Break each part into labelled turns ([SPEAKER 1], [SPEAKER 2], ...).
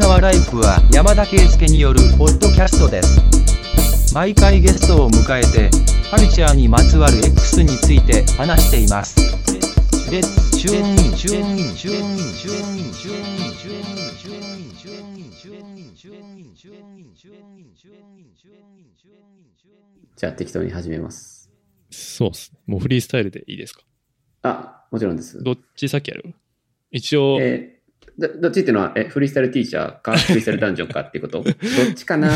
[SPEAKER 1] 川ライフは山田圭介によるポッドキャストです毎回ゲストを迎えてカルチャーにまつわる X について話していますレッツチューンインチューンインチューンインチューンインチューンインチューンインチューンインチューンインチューンインチューンインチューンインチューンインチューンインチューンインチューンインチューンイン
[SPEAKER 2] じゃあ適当に始めます。
[SPEAKER 3] そうっす。もうフリースタイルでいいですか
[SPEAKER 2] あ、もちろんです。
[SPEAKER 3] どっち先やる一応、
[SPEAKER 2] えーどどっちっていうのは、え、フリースタイルティーチャーか、フリースタイルダンジョンかっていうこ とどっちかな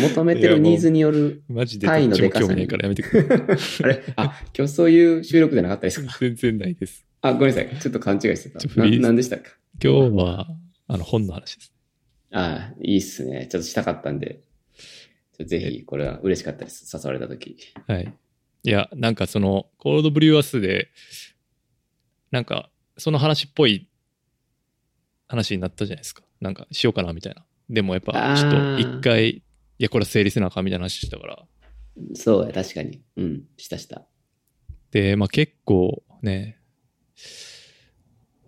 [SPEAKER 2] 求めてるニーズによる。
[SPEAKER 3] マジでどっちも興味ないからやめてくれ。
[SPEAKER 2] あれあ、今日そういう収録じゃなかったです か
[SPEAKER 3] 全然ないです。
[SPEAKER 2] あ、ごめんなさい。ちょっと勘違いしてた
[SPEAKER 3] ちょ。フ
[SPEAKER 2] な
[SPEAKER 3] リー
[SPEAKER 2] なんでしたか
[SPEAKER 3] 今日は、あの、本の話です。
[SPEAKER 2] あいいっすね。ちょっとしたかったんで。ちょぜひ、これは嬉しかったです。誘われたとき。
[SPEAKER 3] はい。いや、なんかその、コールドブリュアスで、なんか、その話っぽい話になったじゃないですか。なんか、しようかな、みたいな。でもやっぱ、ちょっと一回、いや、これは整理せなあかんみたいな話したから。
[SPEAKER 2] そうや、確かに。うん。したした。
[SPEAKER 3] で、まあ結構ね、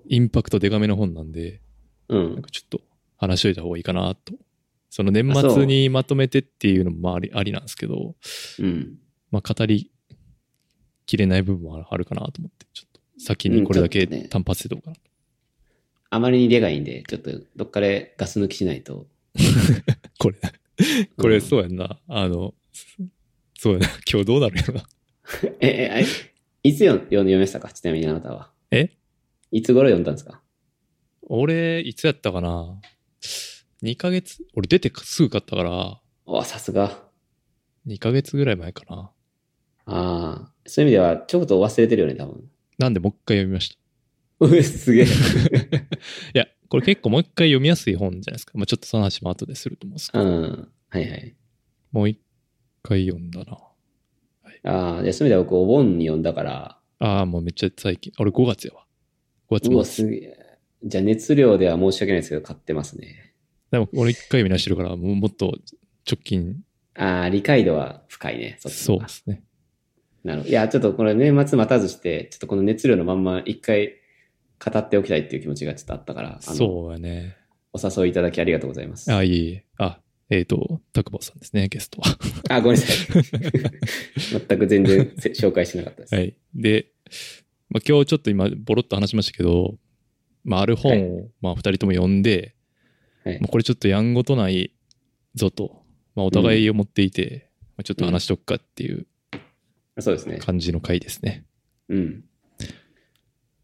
[SPEAKER 3] インパクトデカめの本なんで、
[SPEAKER 2] う
[SPEAKER 3] なん
[SPEAKER 2] ん。
[SPEAKER 3] かちょっと話しといた方がいいかなと。その年
[SPEAKER 2] あそう
[SPEAKER 3] 末にまとめてっていうのもありありなんですけど、
[SPEAKER 2] うん。
[SPEAKER 3] まあ、語りきれない部分もあるかなと思って、ちょっと先にこれだ
[SPEAKER 2] うん
[SPEAKER 3] け
[SPEAKER 2] ちょっとね
[SPEAKER 3] 単発でどうかな。
[SPEAKER 2] あまりにレがいいんで、ちょっとどっかでガス抜きしないと。
[SPEAKER 3] これ、これ
[SPEAKER 2] うん
[SPEAKER 3] そうやんな。あの、そうやな。 今日どうなるやろな。
[SPEAKER 2] え、え、えいつ読ん読みましたかちなみにあなたは。
[SPEAKER 3] え
[SPEAKER 2] いつ頃読んだんですか
[SPEAKER 3] 俺、いつやったかな ?2 ヶ月、俺出てすぐ買ったから、
[SPEAKER 2] おさすが。
[SPEAKER 3] 2ヶ月ぐらい前かな。
[SPEAKER 2] ああ、そういう意味では、ちょっと忘れてるよね、多分。
[SPEAKER 3] なんでもう一回読みました。
[SPEAKER 2] う えすげえ。
[SPEAKER 3] いや、これ結構もう一回読みやすい本じゃないですか。まあ、ちょっとその話も後ですると思うんですけど。
[SPEAKER 2] うん。はいはい。
[SPEAKER 3] もう一回読んだな。
[SPEAKER 2] ああ、じゃあそういう意味では僕、お盆に読んだから、
[SPEAKER 3] ああ、もうめっちゃ最近。俺5月やわ。5
[SPEAKER 2] うわ、
[SPEAKER 3] 月末。
[SPEAKER 2] すげえ。じゃあ熱量では申し訳ないですけど、買ってますね。
[SPEAKER 3] でも俺一回見直してるから、もうもっと直近、
[SPEAKER 2] ああ、理解度は深いね、そっち
[SPEAKER 3] そ
[SPEAKER 2] の
[SPEAKER 3] う
[SPEAKER 2] 方が
[SPEAKER 3] ですね。
[SPEAKER 2] なるほど。いや、ちょっとこれ年末待たずして、ちょっとこの熱量のまんま一回語っておきたいっていう気持ちがちょっとあったから、あの
[SPEAKER 3] そうやね。
[SPEAKER 2] お誘いいただきありがとうございます。
[SPEAKER 3] あ、いえいえ。あ、えっ、と、タクボさんですね、ゲストは。
[SPEAKER 2] あ、ごめんなさい。全く全然せ紹介してなかったです。
[SPEAKER 3] はい。で、まあ、今日ちょっと今、ボロッと話しましたけど、まあ、ある本を、まあ、二人とも読んで、
[SPEAKER 2] はい
[SPEAKER 3] まあ、これちょっとやんごとないぞと、まあ、お互いを持っていて、まあ、ちょっと話しとくかっていう
[SPEAKER 2] そうですね。
[SPEAKER 3] 感じの回ですね。
[SPEAKER 2] うん。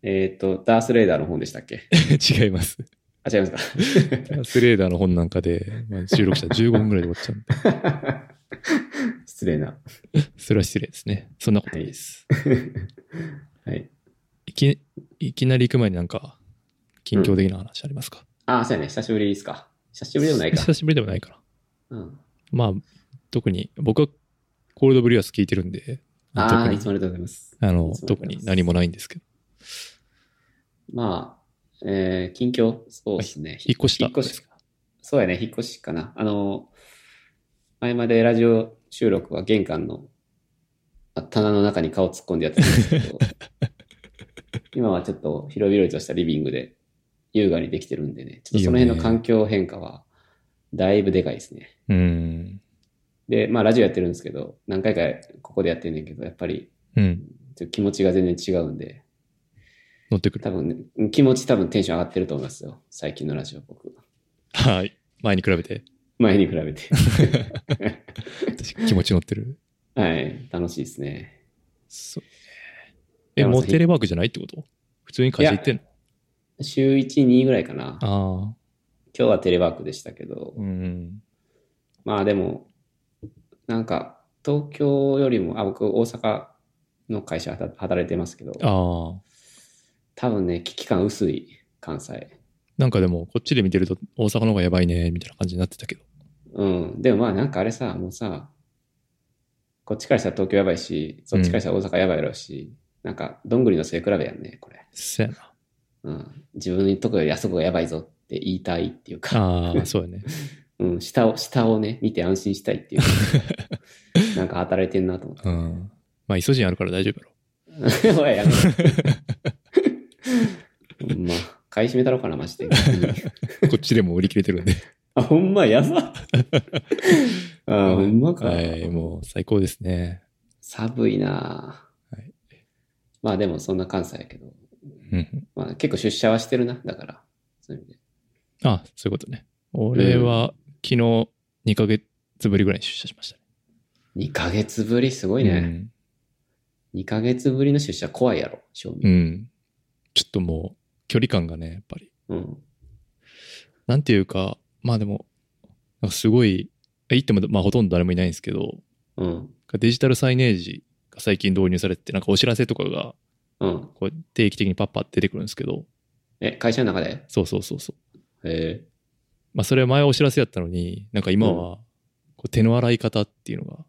[SPEAKER 2] えっ、と、ダースレーダーの本でしたっけ
[SPEAKER 3] 違います。
[SPEAKER 2] あ、違いますか
[SPEAKER 3] スレーダーの本なんかで、まあ、収録したら15分ぐらいで終わっちゃうんで、
[SPEAKER 2] 失礼な。
[SPEAKER 3] それは失礼ですね。そんなことないです。
[SPEAKER 2] はい。
[SPEAKER 3] いきいきなり行く前になんか、近況的な話ありますか、
[SPEAKER 2] あ、そうやね。久しぶりですか。久しぶりでもないか。
[SPEAKER 3] 久しぶりでもないから。
[SPEAKER 2] うん、
[SPEAKER 3] まあ、特に、僕はコールドブリュアス聞いてるんで、
[SPEAKER 2] あ
[SPEAKER 3] 特
[SPEAKER 2] あ、
[SPEAKER 3] に
[SPEAKER 2] いつもありがとうございます。
[SPEAKER 3] あ
[SPEAKER 2] いつもあり
[SPEAKER 3] の
[SPEAKER 2] がとうございます
[SPEAKER 3] 特に何もないんですけど、
[SPEAKER 2] まあ、えー、近況、そうですね。
[SPEAKER 3] 引っ越した
[SPEAKER 2] 引っ越し。そうやね、引っ越しかな。あの、前までラジオ収録は玄関のあ棚の中に顔突っ込んでやってたんですけ ど、今はちょっと広々としたリビングで優雅にできてるんでね、ちょっとその
[SPEAKER 3] いいよ
[SPEAKER 2] 辺の
[SPEAKER 3] ね
[SPEAKER 2] 環境変化はだいぶでかいですね。
[SPEAKER 3] うん。
[SPEAKER 2] で、まあラジオやってるんですけど、何回かここでやってんねんけど、やっぱり
[SPEAKER 3] うん。
[SPEAKER 2] ちょっと気持ちが全然違うんで、
[SPEAKER 3] 乗ってく
[SPEAKER 2] 多
[SPEAKER 3] る。
[SPEAKER 2] 分、ね、気持ち多分テンション上がってると思いますよ。最近のラジオ僕。
[SPEAKER 3] はい。前に比べて、
[SPEAKER 2] 前に比べ て。
[SPEAKER 3] 私気持ち乗ってる。
[SPEAKER 2] はい、楽しいですね。
[SPEAKER 3] そう。え、もうテレワークじゃないってこと普通に会社行ってんの
[SPEAKER 2] 週1、2ぐらいかな。今
[SPEAKER 3] あ
[SPEAKER 2] 日はテレワークでしたけど
[SPEAKER 3] あ、、うん。
[SPEAKER 2] まあでも、なんか、東京よりも、あ、僕、大阪の会社働働いてますけど、
[SPEAKER 3] ああ。
[SPEAKER 2] 多分ね、危機感薄い、関西。
[SPEAKER 3] なんかでも、こっちで見てると大阪の方がやばいね、みたいな感じになってたけど。
[SPEAKER 2] うん。でもまあ、なんかあれさ、もうさ、こっちからしたら東京やばいし、そっちからしたら大阪やばいやろうし、なんか、どんぐりの背比べやんね、これ。
[SPEAKER 3] せやな。
[SPEAKER 2] うん。自分のとこよりあそこがやばいぞって言いたいっていうか、
[SPEAKER 3] ああ、そうやね。
[SPEAKER 2] うん、下を、下をね、見て安心したいっ ていう。なんか働いてんなと思って。
[SPEAKER 3] うん。まあ、イソ ジンあるから大丈夫やろ。
[SPEAKER 2] おい、やめろ。ほんまあ、買い占めたろうかな、マ ジで。
[SPEAKER 3] こっちでも売り切れて るんで。
[SPEAKER 2] あ、ほんま、やば。あ、ほんまか。
[SPEAKER 3] はい、もう最高ですね。
[SPEAKER 2] 寒いな、
[SPEAKER 3] はい
[SPEAKER 2] まあでも、そんな関西やけど。
[SPEAKER 3] うん。
[SPEAKER 2] まあ、結構出社はしてるな、だから。そういう意味で。
[SPEAKER 3] あ、そういうことね。俺は昨日2ヶ月ぶりぐらいに出社しましたね。
[SPEAKER 2] 2ヶ月ぶり、すご
[SPEAKER 3] う
[SPEAKER 2] い
[SPEAKER 3] ん
[SPEAKER 2] ね。2ヶ月ぶりの出社怖いやろ、正
[SPEAKER 3] う
[SPEAKER 2] 味。
[SPEAKER 3] ん。ちょっともう距離感がね、やっぱり。
[SPEAKER 2] うん。
[SPEAKER 3] なんていうか、まあでも、なんかすごい、言っても、まあほとんど誰もいないんですけど、
[SPEAKER 2] うん。
[SPEAKER 3] デジタルサイネージが最近導入されてて、なんかお知らせとかが
[SPEAKER 2] うん。
[SPEAKER 3] こう定期的にパッパって出てくるんですけど、
[SPEAKER 2] え、会社の中で
[SPEAKER 3] そうそうそうそう。
[SPEAKER 2] へえ。
[SPEAKER 3] まあそれは前はお知らせやったのに、なんか今はこう手の洗い方っていう の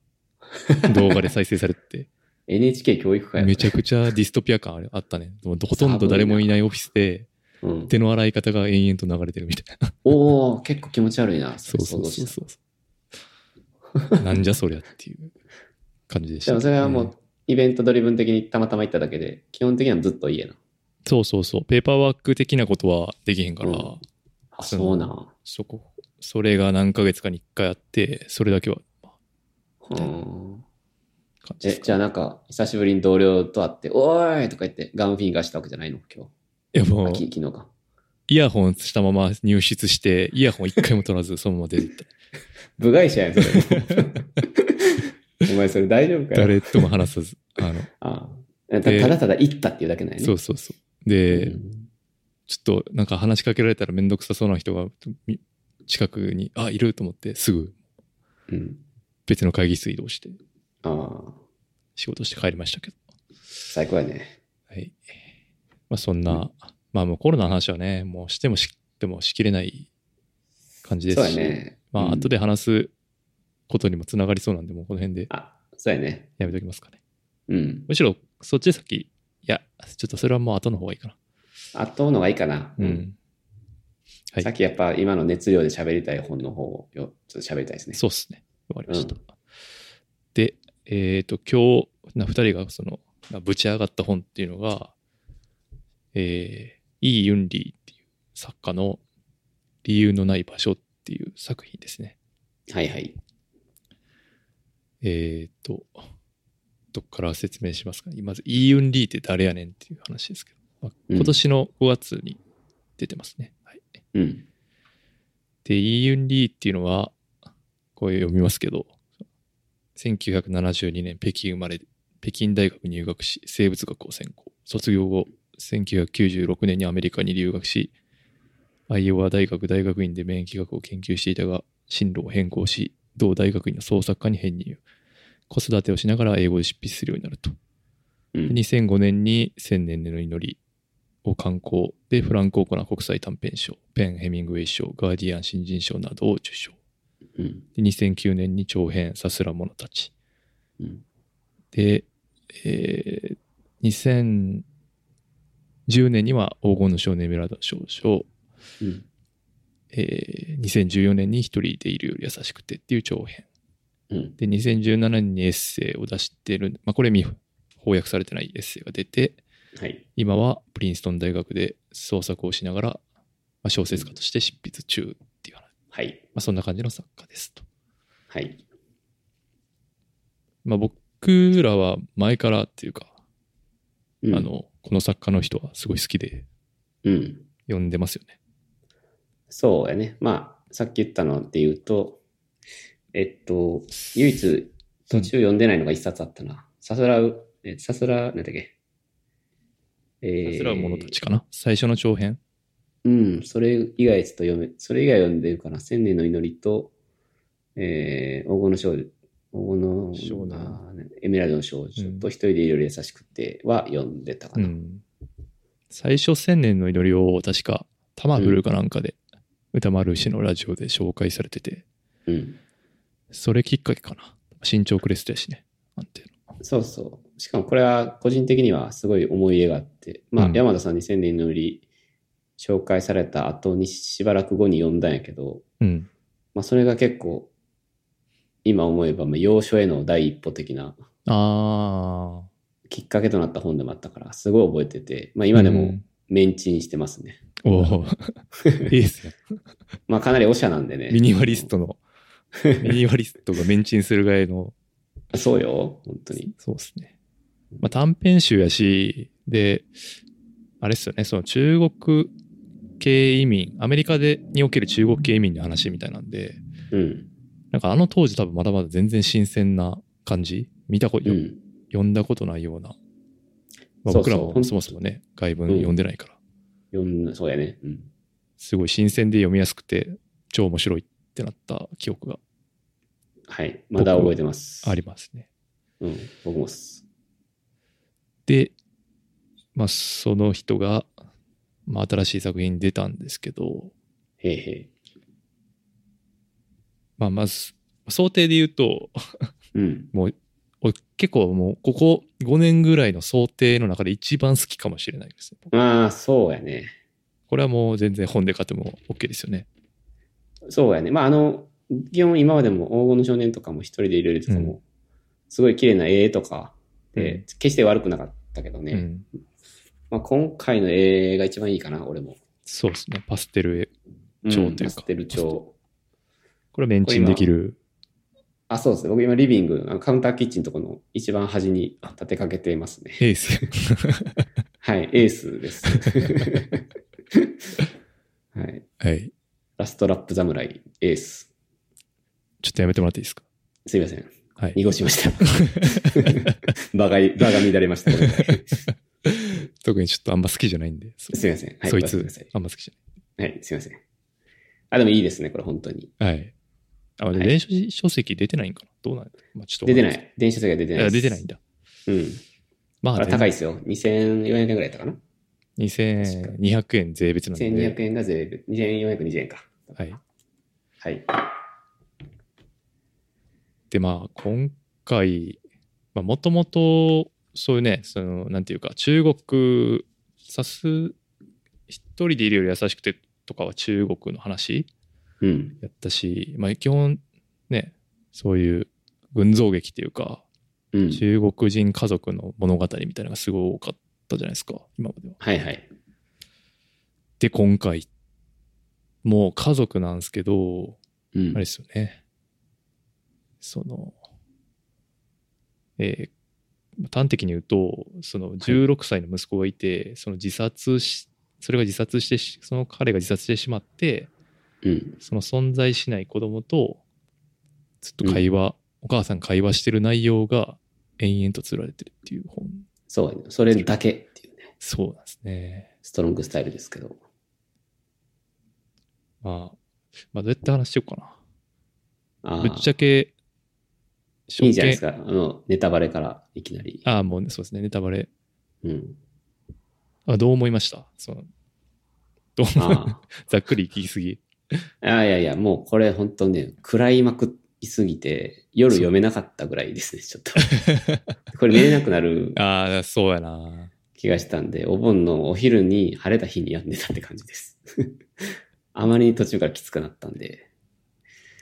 [SPEAKER 3] が動画で再生されてて、
[SPEAKER 2] NHK 教育会
[SPEAKER 3] めちゃくちゃディストピア感あるあったね。もうほとんど誰もいないオフィスで
[SPEAKER 2] うん。
[SPEAKER 3] 手の洗い方が延々と流れてるみたいな。
[SPEAKER 2] おお結構気持ち悪いな。
[SPEAKER 3] そうそうそう
[SPEAKER 2] 想像し
[SPEAKER 3] そう そう。なんじゃそりゃっていう感じでしたた。
[SPEAKER 2] でもそれはも
[SPEAKER 3] ん
[SPEAKER 2] う、イベントドリブン的にたまたま行っただけで、基本的にはずっと家な。
[SPEAKER 3] そうそうそう。ペーパーワーク的なことはできへんから、
[SPEAKER 2] うんあ、
[SPEAKER 3] そ
[SPEAKER 2] そうな。
[SPEAKER 3] そこ、それが何ヶ月かに一回あって、それだけは、まあ
[SPEAKER 2] うん。
[SPEAKER 3] 感じで
[SPEAKER 2] え、
[SPEAKER 3] すか
[SPEAKER 2] じゃあなんか、久しぶりに同僚と会って、おーいとか言って、ガムフィンガーしたわけじゃないの今
[SPEAKER 3] いやも
[SPEAKER 2] 日。
[SPEAKER 3] う
[SPEAKER 2] あ、、き昨日か。
[SPEAKER 3] イヤホンしたまま入室して、イヤホン一回も取らず、そのまま出てった。
[SPEAKER 2] 部外者や ん、それ。お前それ大丈 夫かよ。
[SPEAKER 3] 誰とも話 さず。あの、
[SPEAKER 2] あた
[SPEAKER 3] で
[SPEAKER 2] ただただ行ったっていうだけなんやね。
[SPEAKER 3] そううそうそう。で、
[SPEAKER 2] ん
[SPEAKER 3] ちょっとなんか話しかけられたらめんどくさそうな人がみ近くに、あ、いると思って、すぐ
[SPEAKER 2] うん。
[SPEAKER 3] 別の会議室移動して、
[SPEAKER 2] ああ、
[SPEAKER 3] 仕事して帰りましたけど。
[SPEAKER 2] 最高やね。
[SPEAKER 3] はい。まあそんな、まあもうコロナの話はね、もうしてもしてもしきれない感じで
[SPEAKER 2] そう
[SPEAKER 3] す
[SPEAKER 2] や
[SPEAKER 3] し、
[SPEAKER 2] ね。
[SPEAKER 3] まあ、
[SPEAKER 2] うん
[SPEAKER 3] 後で話すことにもつながりそうなんで、もうこの辺で
[SPEAKER 2] あ、そうやね。
[SPEAKER 3] やめておきますかね。
[SPEAKER 2] うん。
[SPEAKER 3] むしろ、そっちで先、いや、ちょっとそれはもう後の方がいいかな。
[SPEAKER 2] 後のがいいかな。
[SPEAKER 3] う。ん。はい
[SPEAKER 2] さっきやっぱ今の熱量で喋りたい本の方をよちょっと喋りたいですね。
[SPEAKER 3] そうっすね。わかりました。
[SPEAKER 2] う
[SPEAKER 3] で、えっ、と、今日、な2人がその、なぶち上がった本っていうのが、えー、イー・ユンリーっていう作家の理由のない場所っていう作品ですね。
[SPEAKER 2] はいはい。
[SPEAKER 3] えっ、と、どっから説明しますかね。まず、イー・ユンリーって誰やねんっていう話ですけど、まあ
[SPEAKER 2] うん
[SPEAKER 3] 今年の5月に出てますね。はい。
[SPEAKER 2] うん。
[SPEAKER 3] で、イーユン・リーっていうのは、これ読みますけど、1972年北京生まれ、北京大学入学し、生物学を専攻。卒業後、1996年にアメリカに留学し、アイオワ大学大学院で免疫学を研究していたが、進路を変更し、同大学院の創作科に編入。子育てをしながら英語で執筆するようになると。
[SPEAKER 2] うん。
[SPEAKER 3] 2005年に「千年の祈り」を刊行でフランク・オコナ国際短編賞ペン・ヘミングウェイ賞ガーディアン新人賞などを受賞
[SPEAKER 2] うん。
[SPEAKER 3] で2009年に長編「さすら者たち
[SPEAKER 2] うん。」
[SPEAKER 3] で、えー2010年には「黄金の少年メラドン少々
[SPEAKER 2] うん。」
[SPEAKER 3] えー2014年に「一人でいるより優しくて」っていう長編
[SPEAKER 2] うん。
[SPEAKER 3] で2017年にエッセイを出してる、まあ、これ未翻訳されてないエッセイが出て
[SPEAKER 2] はい。
[SPEAKER 3] 今はプリンストン大学で創作をしながら、まあ、小説家として執筆中っていう話、ま
[SPEAKER 2] はい。
[SPEAKER 3] あ、そんな感じの作家ですと。
[SPEAKER 2] はい。
[SPEAKER 3] まあ、僕らは前からっていうか、
[SPEAKER 2] うん
[SPEAKER 3] あ、のこの作家の人はすごい好きで
[SPEAKER 2] うん。
[SPEAKER 3] 読んでますよね。
[SPEAKER 2] そうやね。まあ、さっき言ったので言うと、えっと、唯一途中読んでないのが一冊あったな。さすらう、えさすら、なんだっけ。え
[SPEAKER 3] さ
[SPEAKER 2] ー、
[SPEAKER 3] すらう者たちかな、最初の長編。
[SPEAKER 2] うん、それ以外ちょっと読め、それ以外読んでるかな。千年の祈りと、えー、黄金の少女、黄金
[SPEAKER 3] 少年
[SPEAKER 2] の、あーエメラルドの少女と、一人でいるより優しくては読んでたか
[SPEAKER 3] う
[SPEAKER 2] な。
[SPEAKER 3] ん、最初千年の祈りを確かタマフルかなんかで、歌丸氏のラジオで紹介されてて、
[SPEAKER 2] うん。
[SPEAKER 3] それきっかけかな。身長クレストやしね。なんていうの。
[SPEAKER 2] そうそう。しかもこれは個人的にはすごい思い入れがあって、まあ、
[SPEAKER 3] うん
[SPEAKER 2] 山田さんに千年の売り紹介された後にしばらく後に読んだんやけど、
[SPEAKER 3] うん。
[SPEAKER 2] まあ、それが結構、今思えば、まあ、要所への第一歩的な
[SPEAKER 3] ああ。
[SPEAKER 2] きっかけとなった本でもあったから、すごい覚えてて、まあ、今で
[SPEAKER 3] う
[SPEAKER 2] も
[SPEAKER 3] ん
[SPEAKER 2] メンチンしてますね。
[SPEAKER 3] おお。 いいですね。
[SPEAKER 2] まあかなりおしゃなんでね。
[SPEAKER 3] ミニマリス トの、ミニマリストがメンチンするぐらいの、
[SPEAKER 2] そうよ、本当に。
[SPEAKER 3] そうですね。まあ短編集やし、で、あれっすよね、その中国系移民、アメリカでにおける中国系移民の話みたいなんで、
[SPEAKER 2] うん。
[SPEAKER 3] なんかあの当時多分まだまだ全然新鮮な感じ見たこ
[SPEAKER 2] う
[SPEAKER 3] と、
[SPEAKER 2] ん。
[SPEAKER 3] 読んだことないような。まあ、
[SPEAKER 2] そうそう
[SPEAKER 3] 僕ら
[SPEAKER 2] ほ
[SPEAKER 3] も
[SPEAKER 2] ん
[SPEAKER 3] そもそもね、外文読んでないから、
[SPEAKER 2] 読んだそうやね。うん。
[SPEAKER 3] すごい新鮮で読みやすくて、超面白いってなった記憶が
[SPEAKER 2] はい。まだ覚えてます。
[SPEAKER 3] ありますね。
[SPEAKER 2] うん。僕もっす。
[SPEAKER 3] で、まあ、その人が、まあ、新しい作品に出たんですけど、
[SPEAKER 2] へいへ
[SPEAKER 3] まあ、まず、想定で言うと、
[SPEAKER 2] い。うん。
[SPEAKER 3] 俺結構もう、ここ5年ぐらいの想定の中で一番好きかもしれないですね。
[SPEAKER 2] まあ、そうやね。
[SPEAKER 3] これはもう全然本で買っても OK ですよね。
[SPEAKER 2] そうやね。まあ、あの、基本今までも黄金の少年とかも一人で入れるとかも、すごい綺麗な絵とかで、
[SPEAKER 3] うん
[SPEAKER 2] 決して悪くなかったけどね。
[SPEAKER 3] うん。
[SPEAKER 2] まあ、今回の絵が一番いいかな、俺も。
[SPEAKER 3] そうですね。パステル絵。蝶というか
[SPEAKER 2] んパステル蝶。
[SPEAKER 3] これはメンチンできる。
[SPEAKER 2] あ、そうですね。僕今リビング、あのカウンターキッチンのとこの一番端に立てかけていますね。
[SPEAKER 3] エース。
[SPEAKER 2] はい、エースです。 はい。
[SPEAKER 3] はい。
[SPEAKER 2] ラストラップ侍、エース。
[SPEAKER 3] ちょっとやめてもらっていいですか。
[SPEAKER 2] すいません。
[SPEAKER 3] はい。
[SPEAKER 2] 濁しました。 場が、場が乱れました。ごめんなさい
[SPEAKER 3] 特にちょっとあんま好きじゃないんで。そ
[SPEAKER 2] すいません。はい、
[SPEAKER 3] そい
[SPEAKER 2] ごめん
[SPEAKER 3] つ
[SPEAKER 2] なさい、
[SPEAKER 3] あんま好きじ
[SPEAKER 2] はい、すいません。あ、でもいいですね、これ本当に。
[SPEAKER 3] ゃない。はい。あ、
[SPEAKER 2] い
[SPEAKER 3] で電子書籍出てないんかなどうなんまあ、ちょっと。
[SPEAKER 2] 出てないい。電子書籍は出てないで
[SPEAKER 3] あ
[SPEAKER 2] す。
[SPEAKER 3] 出てないんだ。
[SPEAKER 2] うん。
[SPEAKER 3] ま
[SPEAKER 2] あ
[SPEAKER 3] あ、
[SPEAKER 2] れ高いですよ。2400円ぐらいだったかな。
[SPEAKER 3] 全然2200円税別なんで。
[SPEAKER 2] 1200円が税別。2420円か。
[SPEAKER 3] はい。
[SPEAKER 2] はい。
[SPEAKER 3] で、まあ、今回、まあ、もともと、そういうね、その、なんていうか、中国、さす、一人でいるより優しくてとかは中国の話
[SPEAKER 2] うん。
[SPEAKER 3] やったし、まあ、基本、ね、そういう群像劇というか、
[SPEAKER 2] うん。
[SPEAKER 3] 中国人家族の物語みたいなのがすごい多かったじゃないですか、今までは。
[SPEAKER 2] はいはい。
[SPEAKER 3] で、今回、もう家族なんですけど、
[SPEAKER 2] うん
[SPEAKER 3] あれですよね。その、えー端的に言うと、その16歳の息子がいて、その自殺し、それが自殺してし、その彼が自殺してしまって、
[SPEAKER 2] うん。
[SPEAKER 3] その存在しない子供と、ずっと会話、お母さんが会話してる内容が延々と釣られてるっていう本。
[SPEAKER 2] そうやね。それだけっていうね。
[SPEAKER 3] そうなんですね。
[SPEAKER 2] ストロングスタイルですけど。
[SPEAKER 3] まあ、まあ、どうやって話してようか
[SPEAKER 2] あ
[SPEAKER 3] な。
[SPEAKER 2] あ
[SPEAKER 3] ぶっちゃけ、
[SPEAKER 2] いいんじゃないですか。あの、ネタバレからいきなり。
[SPEAKER 3] ああ、もうねそうですね、ネタバレ。
[SPEAKER 2] うん。
[SPEAKER 3] あどう思いましたそのどう
[SPEAKER 2] あ
[SPEAKER 3] ざっくり聞きすぎ。
[SPEAKER 2] あ。ああいやいや、もうこれ本当ね、食らいまくりすぎて、夜読めなかったぐらいですね、ちょっと。 これ寝れなくなる
[SPEAKER 3] ああ、そうやな。
[SPEAKER 2] 気がしたん で、お盆のお昼に晴れた日にやってたって感じです。 あまりに途中からきつくなったんで。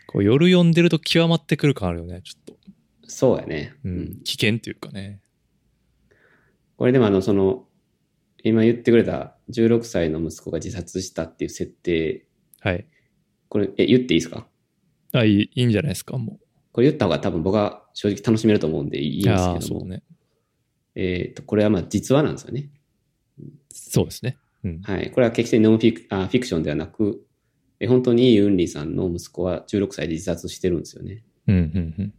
[SPEAKER 3] こう夜読んでると極まってくる感あるよね、ちょっと。
[SPEAKER 2] そうやね。
[SPEAKER 3] うん。危険というかね。
[SPEAKER 2] これでもあの、その、今言ってくれた16歳の息子が自殺したっていう設定、
[SPEAKER 3] はい。
[SPEAKER 2] これ、え、言っていいですか
[SPEAKER 3] あいいいいんじゃないですか、も
[SPEAKER 2] これ言った方が多分僕は正直楽しめると思うんで
[SPEAKER 3] う。
[SPEAKER 2] いい
[SPEAKER 3] い
[SPEAKER 2] んです
[SPEAKER 3] あー
[SPEAKER 2] けど
[SPEAKER 3] そ
[SPEAKER 2] も。
[SPEAKER 3] うね。
[SPEAKER 2] えっ、と、これはまあ実話なんですよね。
[SPEAKER 3] そうですね。うん。
[SPEAKER 2] はい。これは決してノンフィクあフィクションではなく、え本当にイ・ウンリーさんの息子は16歳で自殺してるんですよね。
[SPEAKER 3] うん、うん、うん。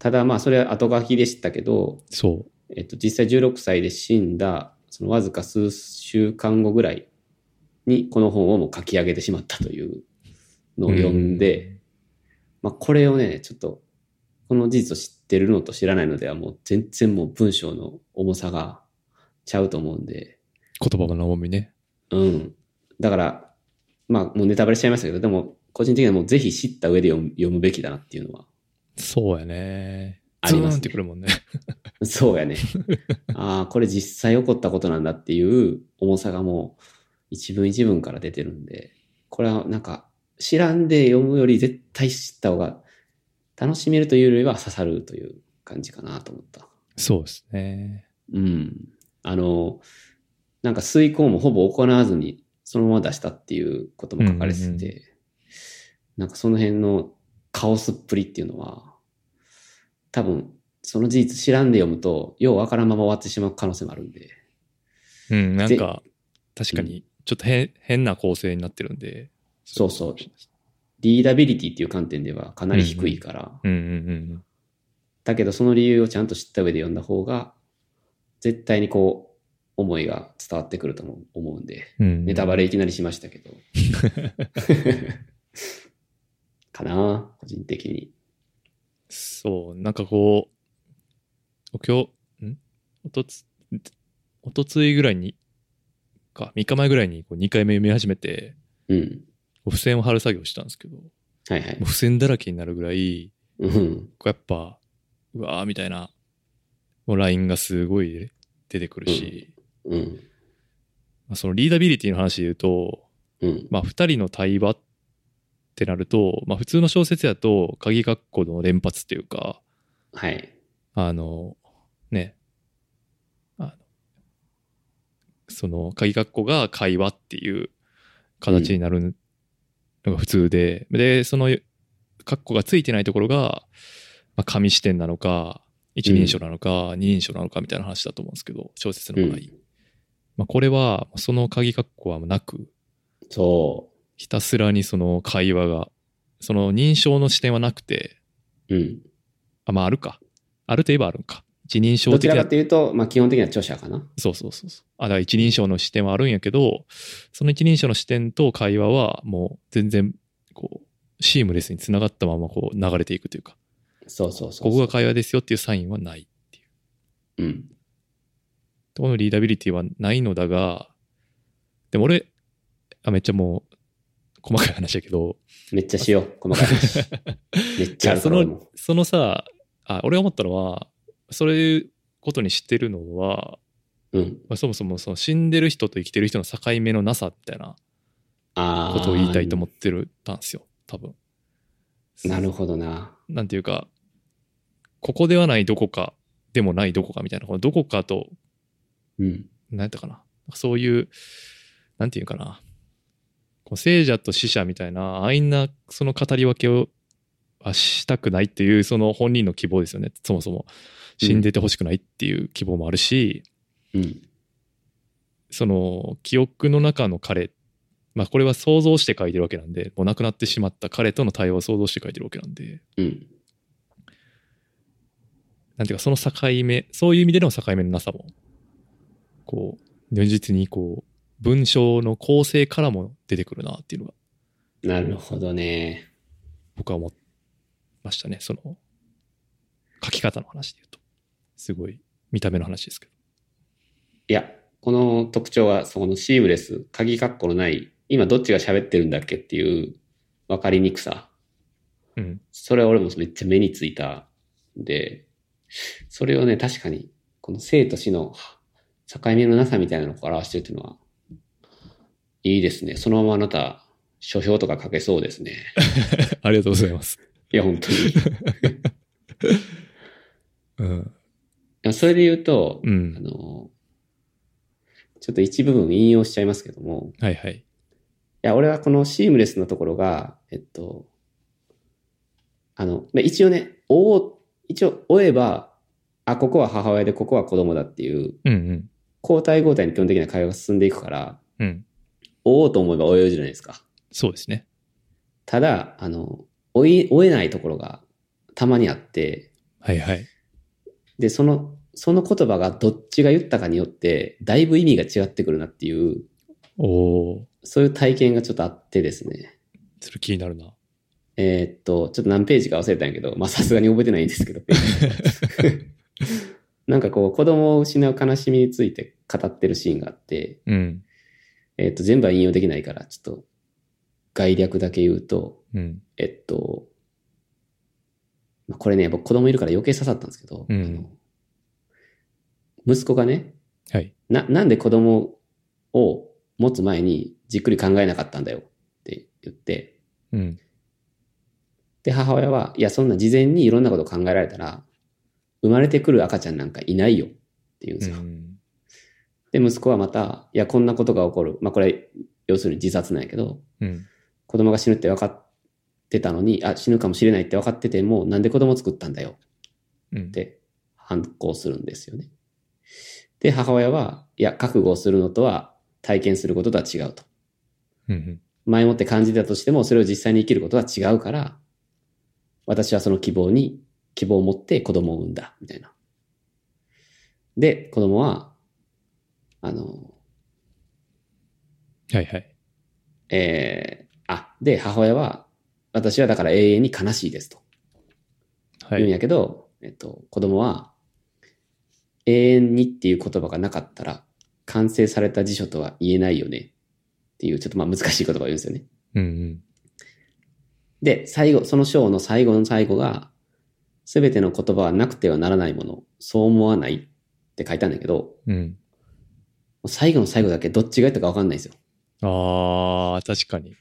[SPEAKER 2] ただまあそれは後書きでしたけど、
[SPEAKER 3] そう。
[SPEAKER 2] えっと、実際16歳で死んだ、そのわずか数週間後ぐらいにこの本をもう書き上げてしまったというのを読んで、まあこれをね、ちょっと、この事実を知ってるのと知らないのではもう全然もう文章の重さがちゃうと思うんで、
[SPEAKER 3] 言葉の重みね。
[SPEAKER 2] うん。だから、まあもうネタバレしちゃいましたけど、でも個人的にはもうぜひ知った上で読む読むべきだなっていうのは
[SPEAKER 3] そうやね。
[SPEAKER 2] ありますね
[SPEAKER 3] ズーンってくるもんね。
[SPEAKER 2] そうやね。ああ、これ実際起こったことなんだっていう重さがもう一文一文から出てるんで、これはなんか知らんで読むより絶対知った方が楽しめるというよりは刺さるという感じかなと思った。
[SPEAKER 3] そうですね。
[SPEAKER 2] うん。あの、なんか遂行もほぼ行わずに、そのまま出したっていうことも書かれてて、
[SPEAKER 3] うんうんうん
[SPEAKER 2] なんかその辺のカオスっぷりっていうのは、多分、その事実知らんで読むと、ようわからんまま終わってしまう可能性もあるんで。
[SPEAKER 3] うん、なんか、確かに、ちょっと変、変な構成になってるんで。
[SPEAKER 2] そうそうリーダビリティっていう観点ではかなり低いから、
[SPEAKER 3] うんうんうん。
[SPEAKER 2] だけどその理由をちゃんと知った上で読んだ方が、絶対にこう、思いが伝わってくると思う思うんで、
[SPEAKER 3] うん、
[SPEAKER 2] ネタバレいきなりしましたけ ど。かな個人的に。
[SPEAKER 3] そう、なんかこう、今日、んおとつ、おとついぐらいに、か、3日前ぐらいにこう2回目読み始めて、
[SPEAKER 2] うん。
[SPEAKER 3] こう付箋を貼る作業したんですけど、も。
[SPEAKER 2] はいはいう
[SPEAKER 3] 付箋だらけになるぐらい、
[SPEAKER 2] うん。
[SPEAKER 3] こうやっぱ、うわーみたいな、もうラインがすごい出てくるし、
[SPEAKER 2] うん。
[SPEAKER 3] まあそのリーダビリティの話で言うと、
[SPEAKER 2] うん。
[SPEAKER 3] まあ、2人の対話ってなると、まあ、普通の小説やと鍵括弧の連発っていうか
[SPEAKER 2] はい。
[SPEAKER 3] あのねあのその鍵括弧が会話っていう形になるのが普通で、でその括弧がついてないところが、まあ、紙視点なのか一人称なのか二人称なのかみたいな話だと思うんですけど小説の場合、
[SPEAKER 2] うん
[SPEAKER 3] まあ、これはその鍵括弧はなく
[SPEAKER 2] そ
[SPEAKER 3] ひたすらにその会話が、その認証の視点はなくて、
[SPEAKER 2] う。うん。
[SPEAKER 3] あ、まああるか。あるといえばあるんか。一人称
[SPEAKER 2] どち
[SPEAKER 3] 的
[SPEAKER 2] ら
[SPEAKER 3] な
[SPEAKER 2] か。というと、まあ基本的には著者かな。
[SPEAKER 3] そうそうそうそう。あ、だから一人称の視点はあるんやけど、その一人称の視点と会話はもう全然、こう、シームレスにつながったままこう流れていくというか、
[SPEAKER 2] そうそうそう。
[SPEAKER 3] ここが会話ですよっていうサインはない。
[SPEAKER 2] うん。
[SPEAKER 3] とこのリーダビリティはないのだが、でも俺、あめっちゃもう、細かい話だけど、
[SPEAKER 2] めっちゃしよう。細かい話。 めっちゃある
[SPEAKER 3] そ
[SPEAKER 2] から俺
[SPEAKER 3] の
[SPEAKER 2] も。
[SPEAKER 3] そのさあ俺が思ったのはそういうことにしてるのは、
[SPEAKER 2] うん。
[SPEAKER 3] まあ、そもそもその死んでる人と生きてる人の境目のなさみたいな
[SPEAKER 2] ああ。
[SPEAKER 3] ことを言いたいと思ってるたんですよ多分
[SPEAKER 2] なるほどな。
[SPEAKER 3] なんていうかここではないどこかでもないどこかみたいなこのどこかと
[SPEAKER 2] うん。
[SPEAKER 3] 何やったかなそういうなんていうかなこう聖者と死者みたいなあいなその語り分けをはしたくないっていうその本人の希望ですよねそもそも死んでてほしくないっていう希望もあるし、
[SPEAKER 2] うん。
[SPEAKER 3] その記憶の中の彼まあこれは想像して書いてるわけなんでもう亡くなってしまった彼との対話を想像して書いてるわけなんで
[SPEAKER 2] うん。
[SPEAKER 3] なんていうかその境目そういう意味での境目のなさもこう如実にこう文章の構成からも出てくるなっていうのが
[SPEAKER 2] なるほどね。
[SPEAKER 3] 僕は思いましたねその書き方の話で言うとすごい見た目の話ですけど
[SPEAKER 2] いや、この特徴は、そこのシームレス、鍵括弧のない、今どっちが喋ってるんだっけっていう分かりにくさ。
[SPEAKER 3] うん
[SPEAKER 2] それは俺もめっちゃ目についたんで、それをね、確かに、この生と死の境目のなさみたいなのを表してるっていうのは、いいですね。そのままあなた、書評とか書けそうですね。
[SPEAKER 3] ありがとうございます
[SPEAKER 2] いや、本当に。い
[SPEAKER 3] うん
[SPEAKER 2] やそれで言うと、
[SPEAKER 3] うん
[SPEAKER 2] あの、ちょっと一部分引用しちゃいますけども、
[SPEAKER 3] はいはい
[SPEAKER 2] いや、俺はこのシームレスのところが、えっと、あの、まあ一応ね、追おう、一応追えば、あ、ここは母親で、ここは子供だっていう、
[SPEAKER 3] うんうん
[SPEAKER 2] 交代交代に基本的な会話が進んでいくから、
[SPEAKER 3] うん
[SPEAKER 2] 追おうと思えば追えるじゃないですか。
[SPEAKER 3] そうですね
[SPEAKER 2] ただ、あの、追い、追えないところがたまにあって、
[SPEAKER 3] はいはい
[SPEAKER 2] で、その、その言葉がどっちが言ったかによって、だいぶ意味が違ってくるなっていう、
[SPEAKER 3] おお
[SPEAKER 2] そういう体験がちょっとあってですね。
[SPEAKER 3] ーそれ気になるな
[SPEAKER 2] えーっと、ちょっと何ページか忘れたんやけど、まあさすがに覚えてないんですけ ど。なんかこう、子供を失う悲しみについて語ってるシーンがあって、
[SPEAKER 3] うん
[SPEAKER 2] えーっと、全部は引用できないから、ちょっと、概略だけ言うと、
[SPEAKER 3] うん
[SPEAKER 2] えっと、まあこれね、僕子供いるから余計刺さったんですけど、
[SPEAKER 3] うん
[SPEAKER 2] あの息子がね、
[SPEAKER 3] はい
[SPEAKER 2] な、なんで子供を持つ前にじっくり考えなかったんだよって言って、
[SPEAKER 3] うん
[SPEAKER 2] で、母親は、いや、そんな事前にいろんなこと考えられたら、生まれてくる赤ちゃんなんかいないよって言うんで
[SPEAKER 3] う
[SPEAKER 2] すよ。
[SPEAKER 3] ん
[SPEAKER 2] で、息子はまた、いや、こんなことが起こる。まあ、これ、要するに自殺なんやけど、
[SPEAKER 3] うん。
[SPEAKER 2] 子供が死ぬって分かってたのに、あ、死ぬかもしれないって分かってても、なんで子供作ったんだよ
[SPEAKER 3] うん
[SPEAKER 2] っ。て反抗するんですよね。で、母親は、いや、覚悟をするのとは体験することとは違うと。
[SPEAKER 3] うん
[SPEAKER 2] 前もって感じたとしても、それを実際に生きることは違うから、私はその希望に、希望を持って子供を産んだ、みたいな。で、子供は、あの、
[SPEAKER 3] はいはい。
[SPEAKER 2] えー、あ、で、母親は、私はだから永遠に悲しいですと。
[SPEAKER 3] は
[SPEAKER 2] 言うん
[SPEAKER 3] い。
[SPEAKER 2] やけど、えっと、子供は、永遠にっていう言葉がなかったら、完成された辞書とは言えないよね。っていう、ちょっとまあ難しい言葉を言うんですよね。
[SPEAKER 3] うんうん。
[SPEAKER 2] で、最後、その章の最後の最後が、すべての言葉はなくてはならないもの、そう思わないって書いたんだけど、も
[SPEAKER 3] うん。
[SPEAKER 2] う最後の最後だけどっちが言ったかわかんないんですよ。
[SPEAKER 3] ああ、確かに。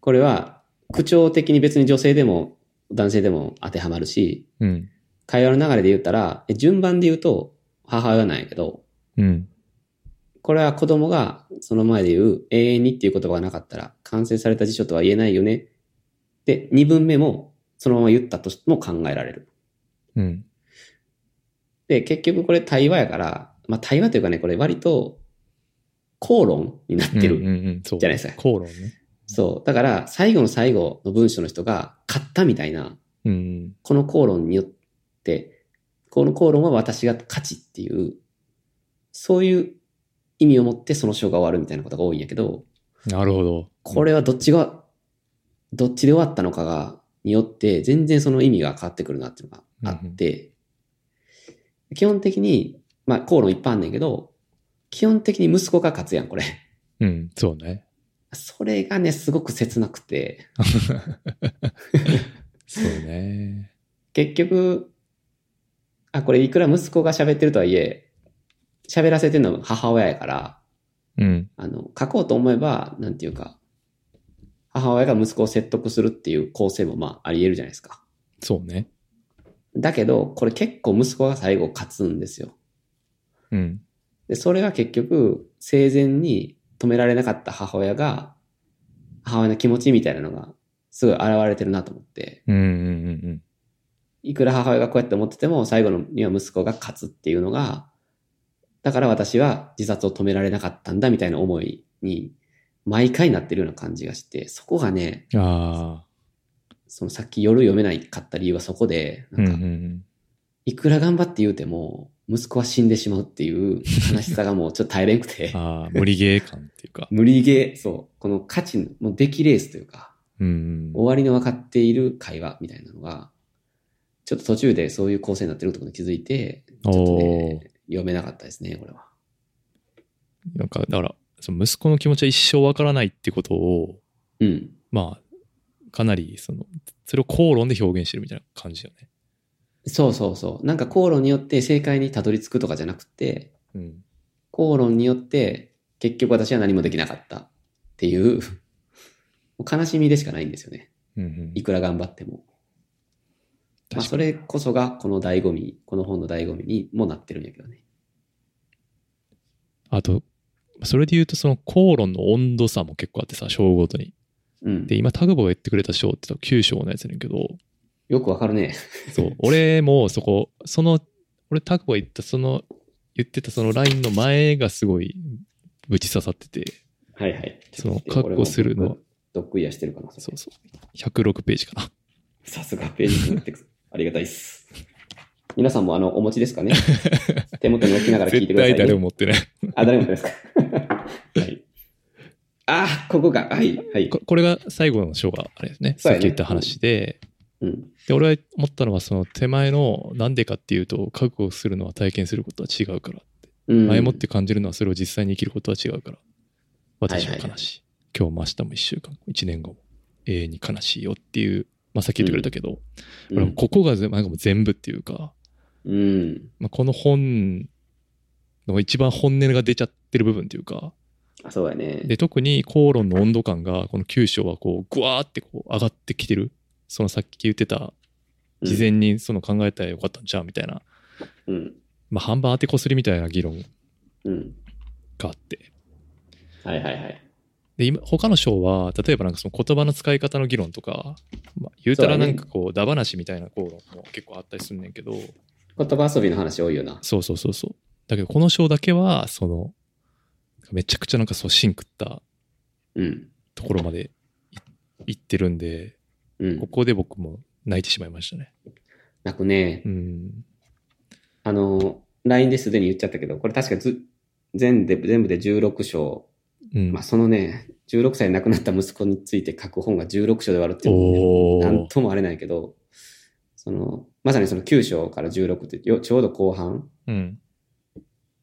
[SPEAKER 2] これは、口調的に別に女性でも男性でも当てはまるし、
[SPEAKER 3] うん。
[SPEAKER 2] 会話の流れで言ったら、え順番で言うと母親なんやけど、
[SPEAKER 3] うん。
[SPEAKER 2] これは子供がその前で言う永遠にっていう言葉がなかったら完成された辞書とは言えないよね。で、二文目もそのまま言ったとしても考えられる。
[SPEAKER 3] うん。
[SPEAKER 2] で、結局これ対話やから、まあ対話というかね、これ割と口論になってる。
[SPEAKER 3] うんうんうん。そう。
[SPEAKER 2] じゃないですか
[SPEAKER 3] 口論ね。
[SPEAKER 2] そう。だから最後の最後の文章の人が買ったみたいな、
[SPEAKER 3] うん。
[SPEAKER 2] この口論によって、この口論は私が勝ちっていう、そういう意味を持ってその章が終わるみたいなことが多いんやけど、
[SPEAKER 3] なるほど。
[SPEAKER 2] これはどっちが、どっちで終わったのかが、によって、全然その意味が変わってくるなっていうのがあって、基本的に、まあ、口論いっぱいあんねんけど、基本的に息子が勝つやん、これ。
[SPEAKER 3] うん。そうね。
[SPEAKER 2] それがね、すごく切なくて、
[SPEAKER 3] そうね。
[SPEAKER 2] 結局、あ、これいくら息子が喋ってるとはいえ、喋らせてるのは母親やから、
[SPEAKER 3] うん。
[SPEAKER 2] あの、書こうと思えば、なんていうか、母親が息子を説得するっていう構成もまあ、あり得るじゃないですか。
[SPEAKER 3] そうね。
[SPEAKER 2] だけど、これ結構息子が最後勝つんですよ。
[SPEAKER 3] うん。
[SPEAKER 2] で、それが結局、生前に止められなかった母親が、母親の気持ちみたいなのが、すごい現れてるなと思って、
[SPEAKER 3] うんうんうんうん。
[SPEAKER 2] いくら母親がこうやって思ってても、最後のには息子が勝つっていうのが、だから私は自殺を止められなかったんだみたいな思いに、毎回なってるような感じがして、そこがね、
[SPEAKER 3] ああ。
[SPEAKER 2] そのさっき夜読めないかった理由はそこで、
[SPEAKER 3] う
[SPEAKER 2] なんん
[SPEAKER 3] う
[SPEAKER 2] か、
[SPEAKER 3] んうん。、
[SPEAKER 2] いくら頑張って言うても、息子は死んでしまうっていう悲しさがもうちょっと耐えれんくて
[SPEAKER 3] ああ、無理ゲー感っていうか。
[SPEAKER 2] 無理ゲー、そう、この価値の、もう出来レースというか、
[SPEAKER 3] うん
[SPEAKER 2] 終。わりの分かっている会話みたいなのが、ちょっと途中でそういう構成になってるってことに気づいて、ちょっと
[SPEAKER 3] おお
[SPEAKER 2] ね、読めなかったですね、これは。
[SPEAKER 3] なんか、だから、その息子の気持ちは一生わからないってことを、
[SPEAKER 2] うん。
[SPEAKER 3] まあ、かなり、その、それを口論で表現してるみたいな感じよね。
[SPEAKER 2] そうそうそう。なんか口論によって正解にたどり着くとかじゃなくて、
[SPEAKER 3] うん。
[SPEAKER 2] 口論によって結局私は何もできなかったっていう、もう悲しみでしかないんですよね。
[SPEAKER 3] うんうん
[SPEAKER 2] いくら頑張っても。まあ、
[SPEAKER 3] 確
[SPEAKER 2] そ
[SPEAKER 3] かに
[SPEAKER 2] れこそがこの醍醐味、この本の醍醐味にもなってるんやけどね。
[SPEAKER 3] あと、それで言うと、その口論の温度差も結構あってさ、章ごとに。
[SPEAKER 2] うん
[SPEAKER 3] で、。今、タグボが言ってくれた章って言ったら9章のやつやねんけど、
[SPEAKER 2] よくわかるね。
[SPEAKER 3] そう、俺もそこ、その、俺タグボが言った、その、言ってたそのラインの前がすごいぶち刺さってて、
[SPEAKER 2] はいはい。
[SPEAKER 3] その確保するのは。
[SPEAKER 2] ドッグイヤーしてるかな。そ
[SPEAKER 3] そ
[SPEAKER 2] れ
[SPEAKER 3] うそう、106ページかな。
[SPEAKER 2] さすがページになってくる。 ありがたいっす。皆さんもあの、お持ち ですかね手元に置きながら聞いて
[SPEAKER 3] 絶
[SPEAKER 2] ください、ね。
[SPEAKER 3] 対誰も持ってない。
[SPEAKER 2] あ、誰もですか。 はい。あ、ここか。はい。はい。
[SPEAKER 3] ここれが最後の章があれですね、
[SPEAKER 2] そう
[SPEAKER 3] さ
[SPEAKER 2] や
[SPEAKER 3] っ
[SPEAKER 2] ね
[SPEAKER 3] き言った話で、
[SPEAKER 2] うん。
[SPEAKER 3] で、俺は思ったのは、その手前の、なんでかっていうと、覚悟するのは体験することは違うから。
[SPEAKER 2] うん、
[SPEAKER 3] 前もって感じるのはそれを実際に生きることは違うから私は悲しい,、今日も明日も1週間も1年後も永遠に悲しいよっていう、まあ、さっき言ってくれたけど、
[SPEAKER 2] うん、
[SPEAKER 3] 俺もここがぜなんかもう全部っていうか、
[SPEAKER 2] うん。
[SPEAKER 3] まあ、この本の一番本音が出ちゃってる部分っていうか
[SPEAKER 2] あそうやね。
[SPEAKER 3] で特に口論の温度感がこの9章はこうグワーってこう上がってきてるそのさっき言ってた
[SPEAKER 2] うん
[SPEAKER 3] 事前にその考えたらよかったんちゃうみたいな、
[SPEAKER 2] うん。
[SPEAKER 3] まあ、半分当てこすりみたいな議論
[SPEAKER 2] うん。
[SPEAKER 3] があって。
[SPEAKER 2] はいはいはい。
[SPEAKER 3] で、今、他の章は、例えばなんかその言葉の使い方の議論とか、まあ、言うたらなんかこう、ダバなしみたいな口論も結構あったりすんねんけど、
[SPEAKER 2] 言葉遊びの話多いよな。
[SPEAKER 3] そうそうそうそう。だけど、この章だけは、その、めちゃくちゃなんかそう、シンクった
[SPEAKER 2] うん。
[SPEAKER 3] ところまでい行ってるんで、
[SPEAKER 2] うん
[SPEAKER 3] こ。こで僕も泣いてしまいましたね。
[SPEAKER 2] 泣くね
[SPEAKER 3] う。ん。
[SPEAKER 2] あの、LINE ですでに言っちゃったけど、これ確かず全で全部で16章。
[SPEAKER 3] うん。
[SPEAKER 2] まあ、そのね、16歳で亡くなった息子について書く本が16章で終わるっていうのはね
[SPEAKER 3] おー
[SPEAKER 2] なんともあれないけど、その、まさにその9章から16ってよ、ちょうど後半。
[SPEAKER 3] うん。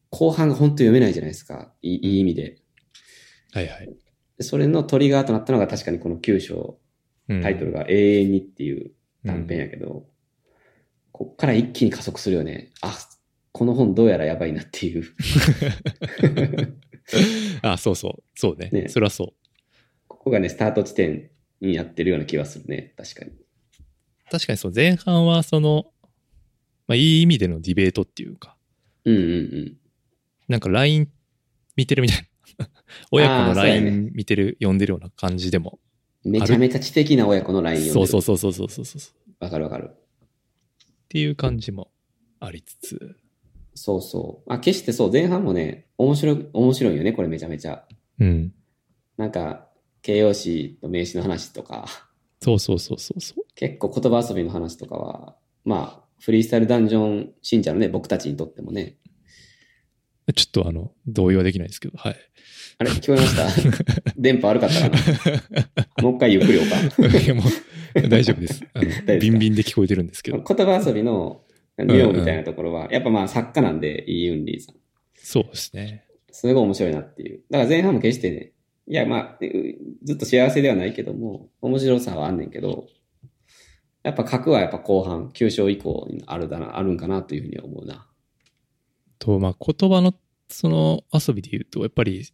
[SPEAKER 2] 後半が本当読めないじゃないですか。いいいい意味で。
[SPEAKER 3] はいはい。
[SPEAKER 2] でそれのトリガーとなったのが確かにこの9章、
[SPEAKER 3] うん
[SPEAKER 2] タイトルが永遠にっていう短編やけど、こっから一気に加速するよね。あ、この本どうやらやばいなって いう。
[SPEAKER 3] あ、そうそう。そうね。
[SPEAKER 2] ね
[SPEAKER 3] それはそう。
[SPEAKER 2] ここがね、スタート地点にやってるような気がするね。確かに。
[SPEAKER 3] 確かにそう、前半はその、まあ、いい意味でのディベートっていうか、
[SPEAKER 2] うんうん
[SPEAKER 3] なんか LINE 見てるみたいな。 親子
[SPEAKER 2] あー
[SPEAKER 3] の
[SPEAKER 2] そうやね
[SPEAKER 3] LINE 見てる、読んでるような感じで
[SPEAKER 2] う
[SPEAKER 3] も。
[SPEAKER 2] ん。めちゃめちゃ知的な親子の LINE 読んで
[SPEAKER 3] そう
[SPEAKER 2] る。
[SPEAKER 3] そうそうそうそうそうそう。っ
[SPEAKER 2] わかるわかる。
[SPEAKER 3] ていう感じもありつつ。
[SPEAKER 2] そうそう。あ、決してそう、前半もね、面白い、面白いよね、これめちゃめちゃ。
[SPEAKER 3] うん。
[SPEAKER 2] なんか、形容詞の名詞の話とか、
[SPEAKER 3] そうそうそうそうそう。
[SPEAKER 2] 結構言葉遊びの話とかは、まあ、フリースタイルダンジョン信者のね、僕たちにとってもね、
[SPEAKER 3] ちょっとあの、動揺はできないですけ ど、はい。
[SPEAKER 2] あれ聞こえました 電波悪かったかなもう一回ゆっくりおうか。
[SPEAKER 3] いやもう大丈夫です。あ
[SPEAKER 2] 夫で
[SPEAKER 3] の
[SPEAKER 2] す
[SPEAKER 3] ビンビンで聞こえてるんです けど。
[SPEAKER 2] 言葉遊びの量みたいなところは、やっぱまあ作家なんで、イ・ユンリーさん。
[SPEAKER 3] そうですね。
[SPEAKER 2] すごい面白いなっていう。だから前半も決してね、いやまあ、うずっと幸せではないけども、面白さはあんねんけど、やっぱ核はやっぱ後半、9章以降にあるだな、あるんかなというふうには思うな。
[SPEAKER 3] と、まあ、言葉のその遊びで言うと、やっぱり、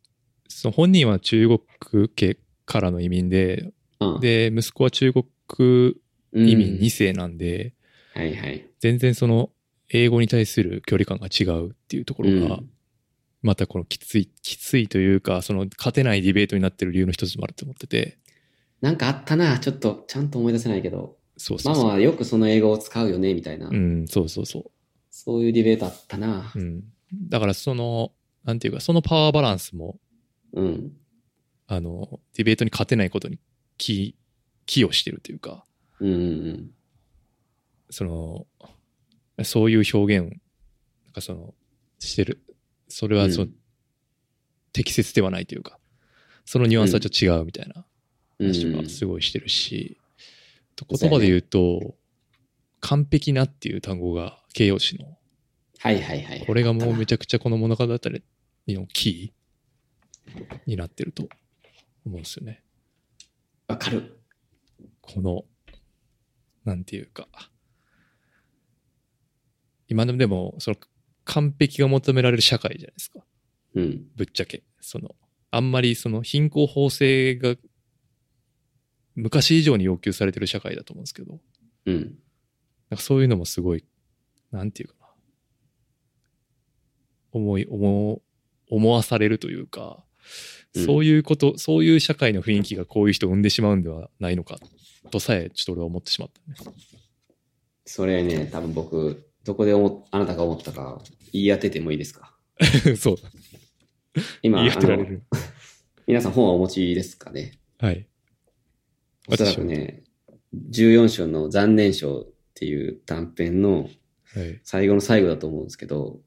[SPEAKER 3] その本人は中国系からの移民で、
[SPEAKER 2] うん。
[SPEAKER 3] で、息子は中国
[SPEAKER 2] うん
[SPEAKER 3] 移民2世なんで、
[SPEAKER 2] はいはい。
[SPEAKER 3] 全然その英語に対する距離感が違うっていうところが、
[SPEAKER 2] うん
[SPEAKER 3] またこのきつい、きついというか、その勝てないディベートになってる理由の一つでもあると思ってて、
[SPEAKER 2] なんかあったな、ちょっとちゃんと思い出せないけど、
[SPEAKER 3] そうそ
[SPEAKER 2] マ
[SPEAKER 3] うそ
[SPEAKER 2] マ
[SPEAKER 3] う。
[SPEAKER 2] はよくその英語を使うよね、みたいな。
[SPEAKER 3] うん、そうそうそ
[SPEAKER 2] そういうディベートあったな
[SPEAKER 3] う。う。ん。だからその、なんていうか、そのパワーバランスも、
[SPEAKER 2] うん。
[SPEAKER 3] あの、ディベートに勝てないことに寄、寄与してるというか、
[SPEAKER 2] うん。うん
[SPEAKER 3] その、そういう表現、なんかその、してる。それ
[SPEAKER 2] う
[SPEAKER 3] は
[SPEAKER 2] ん。
[SPEAKER 3] その、適切ではないというか、そのニュアンスはちょっと違うみたいな
[SPEAKER 2] うん
[SPEAKER 3] 話
[SPEAKER 2] う
[SPEAKER 3] は
[SPEAKER 2] ん
[SPEAKER 3] すごいしてるし、と
[SPEAKER 2] そう
[SPEAKER 3] 言
[SPEAKER 2] やね
[SPEAKER 3] 葉で言うと、完璧なっていう単語が形容詞の、
[SPEAKER 2] はいはいはい。
[SPEAKER 3] これがもうめ
[SPEAKER 2] ち
[SPEAKER 3] ちゃくちゃこの物語のキーになってると思うんですよね。
[SPEAKER 2] ゃ。わかる。
[SPEAKER 3] この、なんていうか、今でもでも、その、完璧が求められる社会じゃないですか。
[SPEAKER 2] うん。
[SPEAKER 3] ぶっちゃけ。その、あんまりその貧困法制が昔以上に要求されてる社会だと思うんですけど、
[SPEAKER 2] うん。
[SPEAKER 3] なんかそういうのもすごい、なんていうかな。思い、思う、思わされるという
[SPEAKER 2] う
[SPEAKER 3] か、
[SPEAKER 2] ん
[SPEAKER 3] そういうこと、そういう社会の雰囲気がこういう人を生んでしまうんではないのか、とさえ、ちょっと俺は思ってしまったね。
[SPEAKER 2] それね、多分僕、どこで思っあなたが思ったか言い当ててもいいですか
[SPEAKER 3] そう。
[SPEAKER 2] 今、
[SPEAKER 3] 言い当てら
[SPEAKER 2] あ
[SPEAKER 3] れ
[SPEAKER 2] の
[SPEAKER 3] る。
[SPEAKER 2] 皆さん本はお持ちですかね
[SPEAKER 3] はい。
[SPEAKER 2] おそらくね、14章の残念章っていう短編の
[SPEAKER 3] はい。
[SPEAKER 2] 最後の最後だと思うんですけど、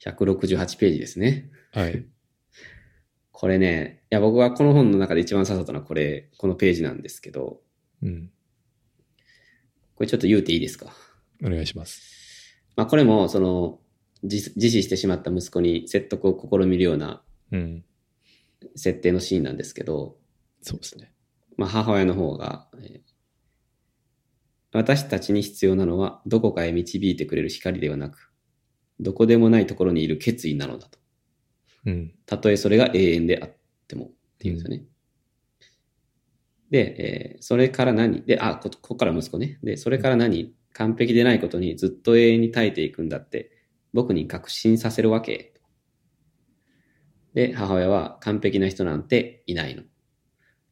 [SPEAKER 2] 168ページですね。
[SPEAKER 3] はい。
[SPEAKER 2] これね、いや僕はこの本の中で一番刺さったのはこれ、このページなんですけど、
[SPEAKER 3] うん。
[SPEAKER 2] これちょっと言うていいですか
[SPEAKER 3] お願いします。
[SPEAKER 2] まあこれも、その、自自死してしまった息子に説得を試みるような
[SPEAKER 3] うん。
[SPEAKER 2] 設定のシーンなんですけど、
[SPEAKER 3] そうですね。
[SPEAKER 2] まあ、母親の方が、えー私たちに必要なのは、どこかへ導いてくれる光ではなく、どこでもないところにいる決意なのだと。
[SPEAKER 3] うん。
[SPEAKER 2] たとえそれが永遠であっても、っていうんですよね。で、えーそれから何で、あ、こ、ここから息子ね。で、それから何完璧でないことにずっと永遠に耐えていくんだって、僕に確信させるわけ。で、母親は完璧な人なんていないの。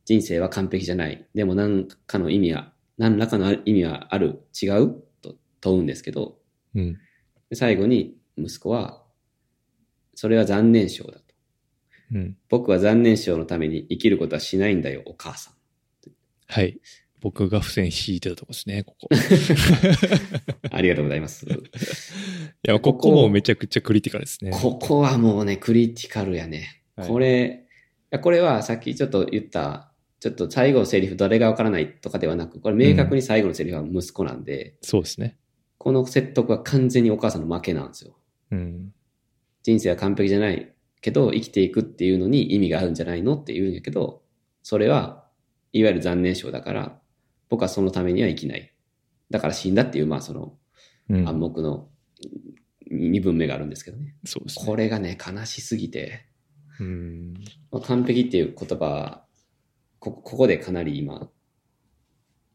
[SPEAKER 2] 人生は完璧じゃない。でも何かの意味は、何らかの意味はある。違うと問うんですけど、
[SPEAKER 3] うん。
[SPEAKER 2] で最後に息子は、それは残念症だと。
[SPEAKER 3] うん。
[SPEAKER 2] 僕は残念症のために生きることはしないんだよ、お母さん。
[SPEAKER 3] はい。僕が付箋引いてたとこですね、こ こ。
[SPEAKER 2] ありがとうござい ます。
[SPEAKER 3] いや、ここもめちゃくちゃクリティカルですね。
[SPEAKER 2] ここはもうね、クリティカルやね。
[SPEAKER 3] はい
[SPEAKER 2] これ、いやこれはさっきちょっと言った、ちょっと最後のセリフ誰がわからないとかではなく、これ明確に最後のセリフは息子なんで、
[SPEAKER 3] そうですね。
[SPEAKER 2] この説得は完全にお母さんの負けなんですよ。
[SPEAKER 3] うん。
[SPEAKER 2] 人生は完璧じゃないけど、生きていくっていうのに意味があるんじゃないのって言うんやけど、それは、いわゆる残念症だから、僕はそのためには生きない。だから死んだっていう、まあその
[SPEAKER 3] うん
[SPEAKER 2] 暗黙の2分目があるんですけどね。
[SPEAKER 3] そうですね。
[SPEAKER 2] これがね、悲しすぎて、
[SPEAKER 3] うん。
[SPEAKER 2] まあ、完璧っていう言葉はこ、ここでかなり今、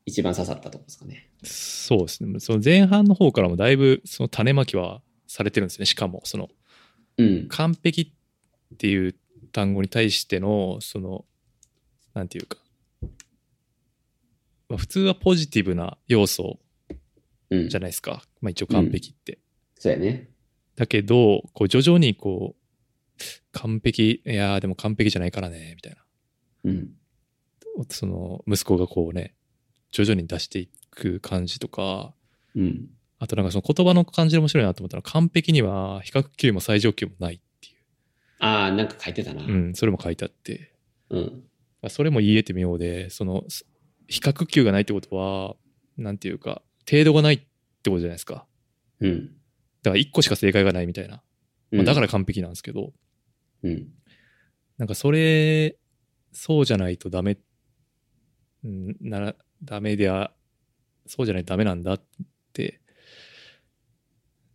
[SPEAKER 2] 一番刺さったとこですかね。
[SPEAKER 3] そうですね。その前半の方からもだいぶその種まきはされてるんですね。しかも、その
[SPEAKER 2] うん。
[SPEAKER 3] 完璧っていう単語に対しての、その、なんていうか、まあ、普通はポジティブな要素
[SPEAKER 2] うん。
[SPEAKER 3] じゃないですか。まあ一応完璧って。
[SPEAKER 2] そうやね。
[SPEAKER 3] だけど、こう徐々にこう、完璧、いやーでも完璧じゃないからね、みたいな。
[SPEAKER 2] うん。
[SPEAKER 3] その息子がこうね、徐々に出していく感じとか、
[SPEAKER 2] うん。
[SPEAKER 3] あとなんかその言葉の感じで面白いなと思ったのは、完璧には比較級も最上級もないってい
[SPEAKER 2] ああ、なんか書いてたな。
[SPEAKER 3] う。うん、それも書いてあって。
[SPEAKER 2] うん。
[SPEAKER 3] まあそれも言えてみようで、その、す比較級がないってことは、なんていうか、程度がないってことじゃないですか。
[SPEAKER 2] うん。
[SPEAKER 3] だから1個しか正解がないみたいな。まあだから完璧なんですけど、
[SPEAKER 2] うん。
[SPEAKER 3] なんかそれ、そうじゃないとダメ、んなら、ダメであ、そうじゃないとダメなんだって、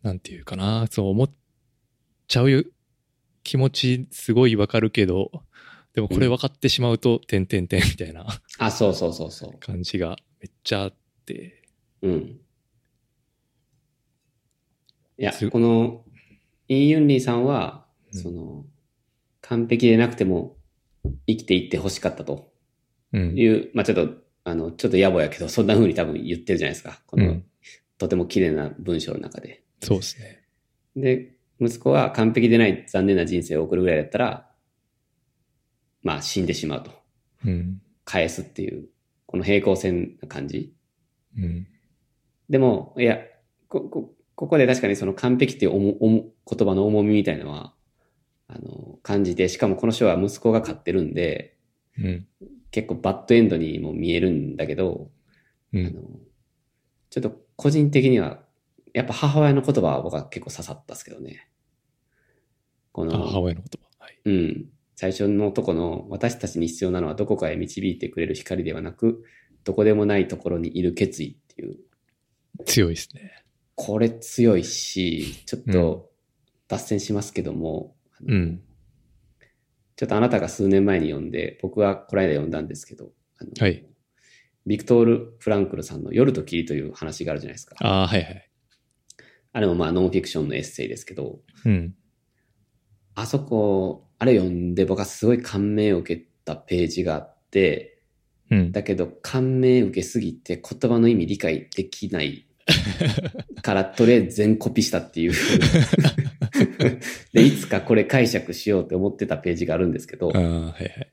[SPEAKER 3] なんていうかな、そう思っちゃうよ気持ちすごいわかるけど、でもこれ分かってしまうと、てんてんてんみたいな
[SPEAKER 2] あ、そうそうそうそ
[SPEAKER 3] 感じがめっちゃあって、
[SPEAKER 2] う。うん。いや
[SPEAKER 3] す、
[SPEAKER 2] この、イ・ユンリーさんは、
[SPEAKER 3] うん
[SPEAKER 2] その、完璧でなくても生きていってほしかったと
[SPEAKER 3] うん。
[SPEAKER 2] いう、まあちょっと、あの、ちょっと野暮やけど、そんな風に多分言ってるじゃないですか。こ
[SPEAKER 3] う
[SPEAKER 2] の、
[SPEAKER 3] ん、
[SPEAKER 2] とても綺麗な文章の中で。
[SPEAKER 3] そうですね。
[SPEAKER 2] で、息子は完璧でない残念な人生を送るぐらいだったら、まあ死んでしまうと。
[SPEAKER 3] うん。
[SPEAKER 2] 返すっていう、この平行線な感じ。
[SPEAKER 3] うん。
[SPEAKER 2] でも、いや、こ、こ、ここで確かにその完璧っていうおもおも言葉の重みみたいのは、あの、感じて、しかもこの書は息子が買ってるんで、
[SPEAKER 3] うん。
[SPEAKER 2] 結構バッドエンドにも見えるんだけど、
[SPEAKER 3] う
[SPEAKER 2] あ
[SPEAKER 3] ん。
[SPEAKER 2] の、ちょっと個人的には、やっぱ母親の言葉は僕は結構刺さったですけどね。こ
[SPEAKER 3] あ母
[SPEAKER 2] の、
[SPEAKER 3] 親の言葉。はい。
[SPEAKER 2] うん。最初のとこの、私たちに必要なのはどこかへ導いてくれる光ではなく、どこでもないところにいる決意っていう、
[SPEAKER 3] 強いですね。
[SPEAKER 2] これ強いし、ちょっと脱線しますけども、あの
[SPEAKER 3] うん
[SPEAKER 2] ちょっとあなたが数年前に読んで、僕はこの間読んだんですけど、あの
[SPEAKER 3] はい。
[SPEAKER 2] ビクトール・フランクルさんの夜と霧という話があるじゃないですか。
[SPEAKER 3] ああ、はいはい。
[SPEAKER 2] あれもまあノンフィクションのエッセイですけど、
[SPEAKER 3] うん。
[SPEAKER 2] あそこ、あれ読んで僕はすごい感銘を受けたページがあって、
[SPEAKER 3] うん。
[SPEAKER 2] だけど感銘受けすぎて言葉の意味理解できない からとりあえず全コピしたっていう。で、いつかこれ解釈しようって思ってたページがあるんですけど
[SPEAKER 3] あ、あ、はいはい。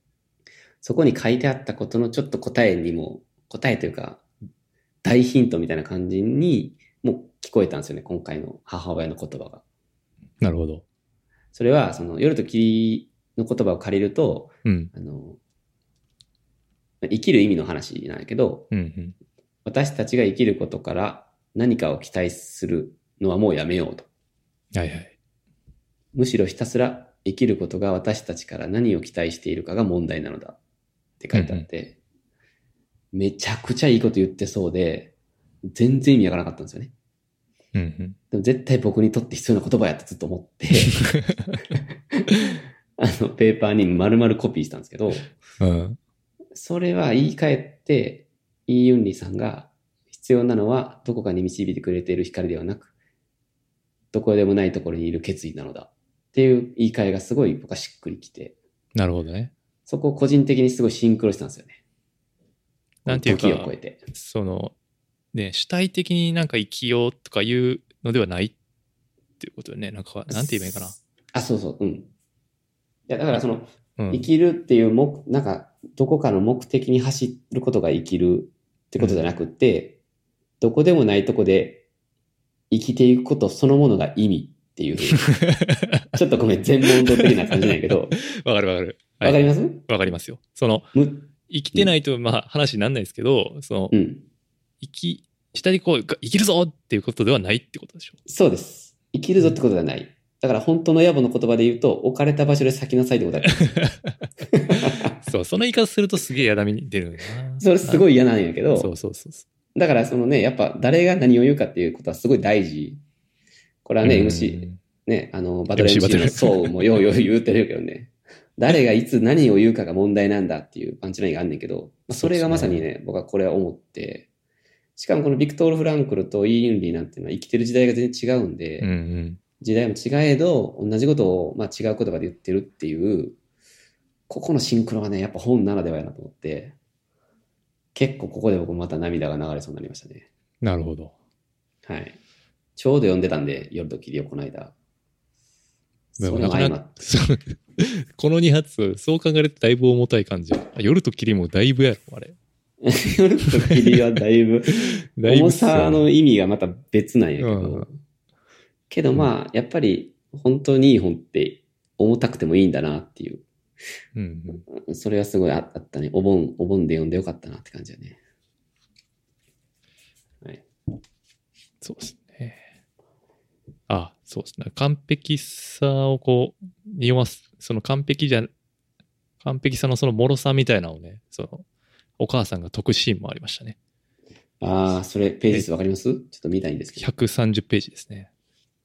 [SPEAKER 2] そこに書いてあったことのちょっと答えにも、答えというか、大ヒントみたいな感じにも聞こえたんですよね、今回の母親の言葉が。
[SPEAKER 3] なるほど。
[SPEAKER 2] それは、その、夜と霧の言葉を借りると、
[SPEAKER 3] うん。
[SPEAKER 2] あの、生きる意味の話なんやけど、
[SPEAKER 3] うんうん。
[SPEAKER 2] 私たちが生きることから何かを期待するのはもうやめようと。
[SPEAKER 3] はいはい。
[SPEAKER 2] むしろひたすら生きることが私たちから何を期待しているかが問題なのだって書いてあって、めちゃくちゃいいこと言ってそうで、全然意味わからなかったんですよね。
[SPEAKER 3] うんうん。
[SPEAKER 2] でも絶対僕にとって必要な言葉やってずっと思って、 あのペーパーに丸々コピーしたんですけど、
[SPEAKER 3] うん。
[SPEAKER 2] それは言い換えて、イ・ユンリさんが必要なのはどこかに導いてくれている光ではなく、どこでもないところにいる決意なのだっっていう言い換えがすごい僕はしっくりきて、
[SPEAKER 3] なるほどね。
[SPEAKER 2] そこを個人的にすごいシンクロしたんですよね。
[SPEAKER 3] なんていうか
[SPEAKER 2] 時を超えて。
[SPEAKER 3] その、ね、主体的になんか生きようとかいうのではないっていうことよね。なんか、なんて言えばいいか
[SPEAKER 2] あ、そうそう、うん。いや、だからその、
[SPEAKER 3] な。う
[SPEAKER 2] 生
[SPEAKER 3] ん。
[SPEAKER 2] きるっていう目、なんか、どこかの目的に走ることが生きるってことじゃなくて、どこでもないとこで生きていくことそのものが意味っていう、ち ょっとごめん、全問答的な感じなんやけど、
[SPEAKER 3] わかるわかる。は
[SPEAKER 2] わ
[SPEAKER 3] い
[SPEAKER 2] かります
[SPEAKER 3] わかりますよ。その、
[SPEAKER 2] む、
[SPEAKER 3] 生きてないと、まあ話にならないですけど、その
[SPEAKER 2] う、ん。
[SPEAKER 3] 生き、下にこう、が生きるぞっていうことではないってことでしょ。
[SPEAKER 2] そうです。生きるぞってことじゃない。だから本当の野暮の言葉で言うと、置かれた場所で咲きなさいってこと だから。
[SPEAKER 3] そう、その言い方するとすげえやだみに出るんだな。
[SPEAKER 2] それす
[SPEAKER 3] い
[SPEAKER 2] ごい嫌なんやけど、
[SPEAKER 3] そうそうそうそ
[SPEAKER 2] だからそのね、やっぱ誰が何を言うかっていうことはすごい大事。これ
[SPEAKER 3] う。
[SPEAKER 2] はね、
[SPEAKER 3] うん
[SPEAKER 2] MC、ね、あの、バトル
[SPEAKER 3] MC バト
[SPEAKER 2] MC
[SPEAKER 3] ル
[SPEAKER 2] のそうもようよう言うてるけどね。誰がいつ何を言うかが問題なんだっていうパンチラインがあんねんけど、まあ、それがまさに
[SPEAKER 3] そう
[SPEAKER 2] ね、僕はこれは思って、しかもこのビクトール・フランクルとイー・ユンリーなんていうのは生きてる時代が全然違うんで、
[SPEAKER 3] うんうん。
[SPEAKER 2] 時代も違えど、同じことを、まあ、違う言葉で言ってるっていう、ここのシンクロはね、やっぱ本ならではやなと思って、結構ここで僕また涙が流れそうになりましたね。
[SPEAKER 3] なるほど。
[SPEAKER 2] はい。ちょうど読んでたんで、夜と霧をこの間。
[SPEAKER 3] で
[SPEAKER 2] そ
[SPEAKER 3] も
[SPEAKER 2] れ
[SPEAKER 3] な
[SPEAKER 2] も
[SPEAKER 3] かな
[SPEAKER 2] 相
[SPEAKER 3] か
[SPEAKER 2] まって。
[SPEAKER 3] そう この2発、そう考えるとだいぶ重たい感じ。あ夜と霧もだいぶやろ、あれ。
[SPEAKER 2] 夜と霧はだいぶ、
[SPEAKER 3] だいぶ
[SPEAKER 2] 重
[SPEAKER 3] っすよ
[SPEAKER 2] さの意味がまた別なんやけど。
[SPEAKER 3] うん
[SPEAKER 2] けどまあ、やっぱり本当にいい本って重たくてもいいんだなっていう。
[SPEAKER 3] うんうん。
[SPEAKER 2] それはすごいああったね。お盆、お盆で読んでよかったなって感じだね。
[SPEAKER 3] そうですね。あ、そうですね。完璧さをこう、匂わす、その完璧じゃ、完璧さのその脆さみたいなのをね、その、お母さんが解くシーンもありましたね。
[SPEAKER 2] ああ、それページ数わかりますちょっと見たいんですけど。
[SPEAKER 3] 130ページですね。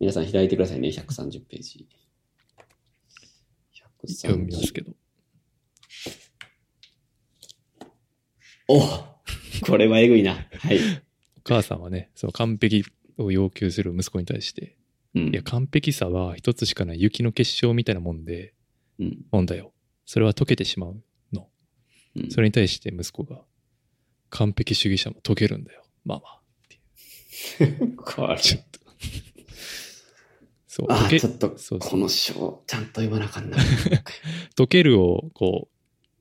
[SPEAKER 2] 皆さん開いてくださいね。130ページ。
[SPEAKER 3] 読みますけど。
[SPEAKER 2] おこれはえぐいな。はい。
[SPEAKER 3] お母さんはね、その完璧を要求する息子に対して、
[SPEAKER 2] うん
[SPEAKER 3] いや、完璧さは一つしかない雪の結晶みたいなもんで、
[SPEAKER 2] うん
[SPEAKER 3] もんだよ。それは溶けてしまうの。
[SPEAKER 2] うん
[SPEAKER 3] それに対して息子が、完璧主義者も溶けるんだよ、ママ。
[SPEAKER 2] これ
[SPEAKER 3] ちょっと。そう、
[SPEAKER 2] あ
[SPEAKER 3] 溶
[SPEAKER 2] ー
[SPEAKER 3] け
[SPEAKER 2] ちょっと、
[SPEAKER 3] そうそう
[SPEAKER 2] この章、ちゃんと読まなあかんな。
[SPEAKER 3] 溶けるを、こ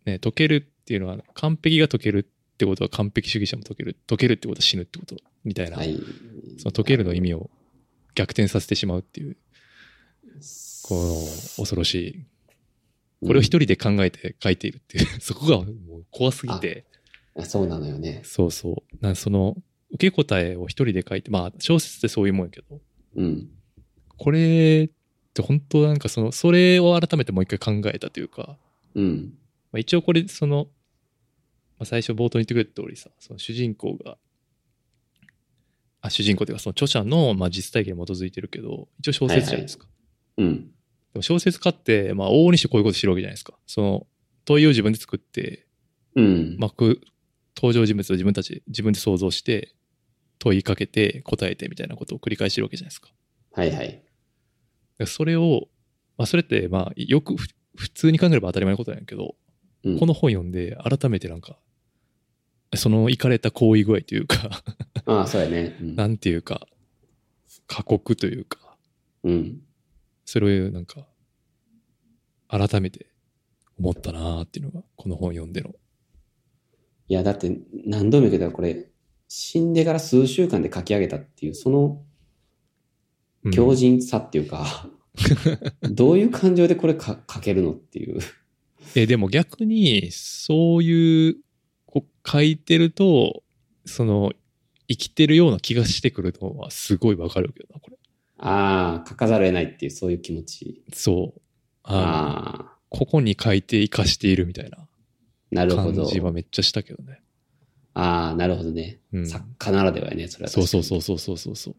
[SPEAKER 3] う、ね、溶けるっていうのは、完璧が溶けるってことは完璧主義者も溶ける。溶けるってことは死ぬってこと、みたいな、
[SPEAKER 2] はい。
[SPEAKER 3] その溶けるの意味を逆転させてしまうっていう、この恐ろしいこれを一人で考えて書いているっていう、 そこがもう怖すぎて、
[SPEAKER 2] うんあそうなのよね。
[SPEAKER 3] そうそう。なんその、受け答えを一人で書いて、まあ、小説ってそういうもんやけど、
[SPEAKER 2] うん。
[SPEAKER 3] これって本当なんかその、それを改めてもう一回考えたというか、
[SPEAKER 2] うん。
[SPEAKER 3] まあ、一応これ、その、まあ、最初冒頭に言ってくれた通りさ、その主人公が、あ、主人公というか、その著者の、まあ、実体験に基づいてるけど、一応小説じゃないですか。
[SPEAKER 2] うん。
[SPEAKER 3] でも小説家って、まあ、往々にしてこういうことしてるわけじゃないですか。その、問いを自分で作って、
[SPEAKER 2] うん。
[SPEAKER 3] まあ、こう登場人物を自分たち自分で想像して問いかけて答えてみたいなことを繰り返してるわけじゃないですか。
[SPEAKER 2] はいはい。
[SPEAKER 3] でそれを、まあ、それってまあよくふ普通に考えれば当たり前のことなんやけど、
[SPEAKER 2] うん
[SPEAKER 3] この本読んで改めてなんかそのいかれた行為具合というか
[SPEAKER 2] ああ、そうやね。うん
[SPEAKER 3] なんていうか過酷というか
[SPEAKER 2] うん。
[SPEAKER 3] それをなんか改めて思ったなーっていうのがこの本読んでの。
[SPEAKER 2] いや、だって何度も言うけど、これ、死んでから数週間で書き上げたっていう、その
[SPEAKER 3] うん
[SPEAKER 2] 強靭さっていう か、どういう感情でこれか書けるのっていう。
[SPEAKER 3] えーでも逆にそういうこう書いてるとその生きてるような気がしてくるのはすごいわかるけどなこれ
[SPEAKER 2] ああ、書かざるを得ないっていう、そういう気持ち。
[SPEAKER 3] そうああ
[SPEAKER 2] ああ、
[SPEAKER 3] ここに書いて生かしているみたいな
[SPEAKER 2] なるほ
[SPEAKER 3] 感
[SPEAKER 2] ど。
[SPEAKER 3] じはめっちゃしたけどね、
[SPEAKER 2] ああ、なるほどね。
[SPEAKER 3] うん、そ
[SPEAKER 2] 作家ならではやね、それは確
[SPEAKER 3] う
[SPEAKER 2] か
[SPEAKER 3] そう
[SPEAKER 2] に
[SPEAKER 3] そうそうそうそうそう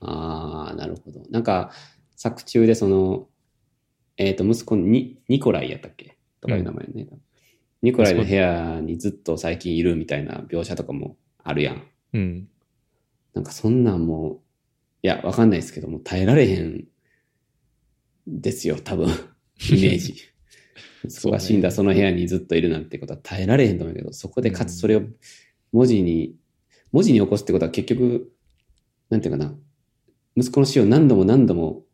[SPEAKER 2] ああ、なるほど。なんか、作中でその、えっ、と、息子に、ニコライやったっけとかいう名前ね。ニコライの部屋にずっと最近いるみたいな描写とかもあるやん。
[SPEAKER 3] うん
[SPEAKER 2] なんかそんなんもう、いや、わかんないですけども、耐えられへんですよ、 多分。イメージ。忙しいんだ、その部屋にずっといるなんてことは耐えられへんと思うけど、そこでかつそれを文字に、文字に起こすってことは結局、なんていうかな、息子の死を何度も何度も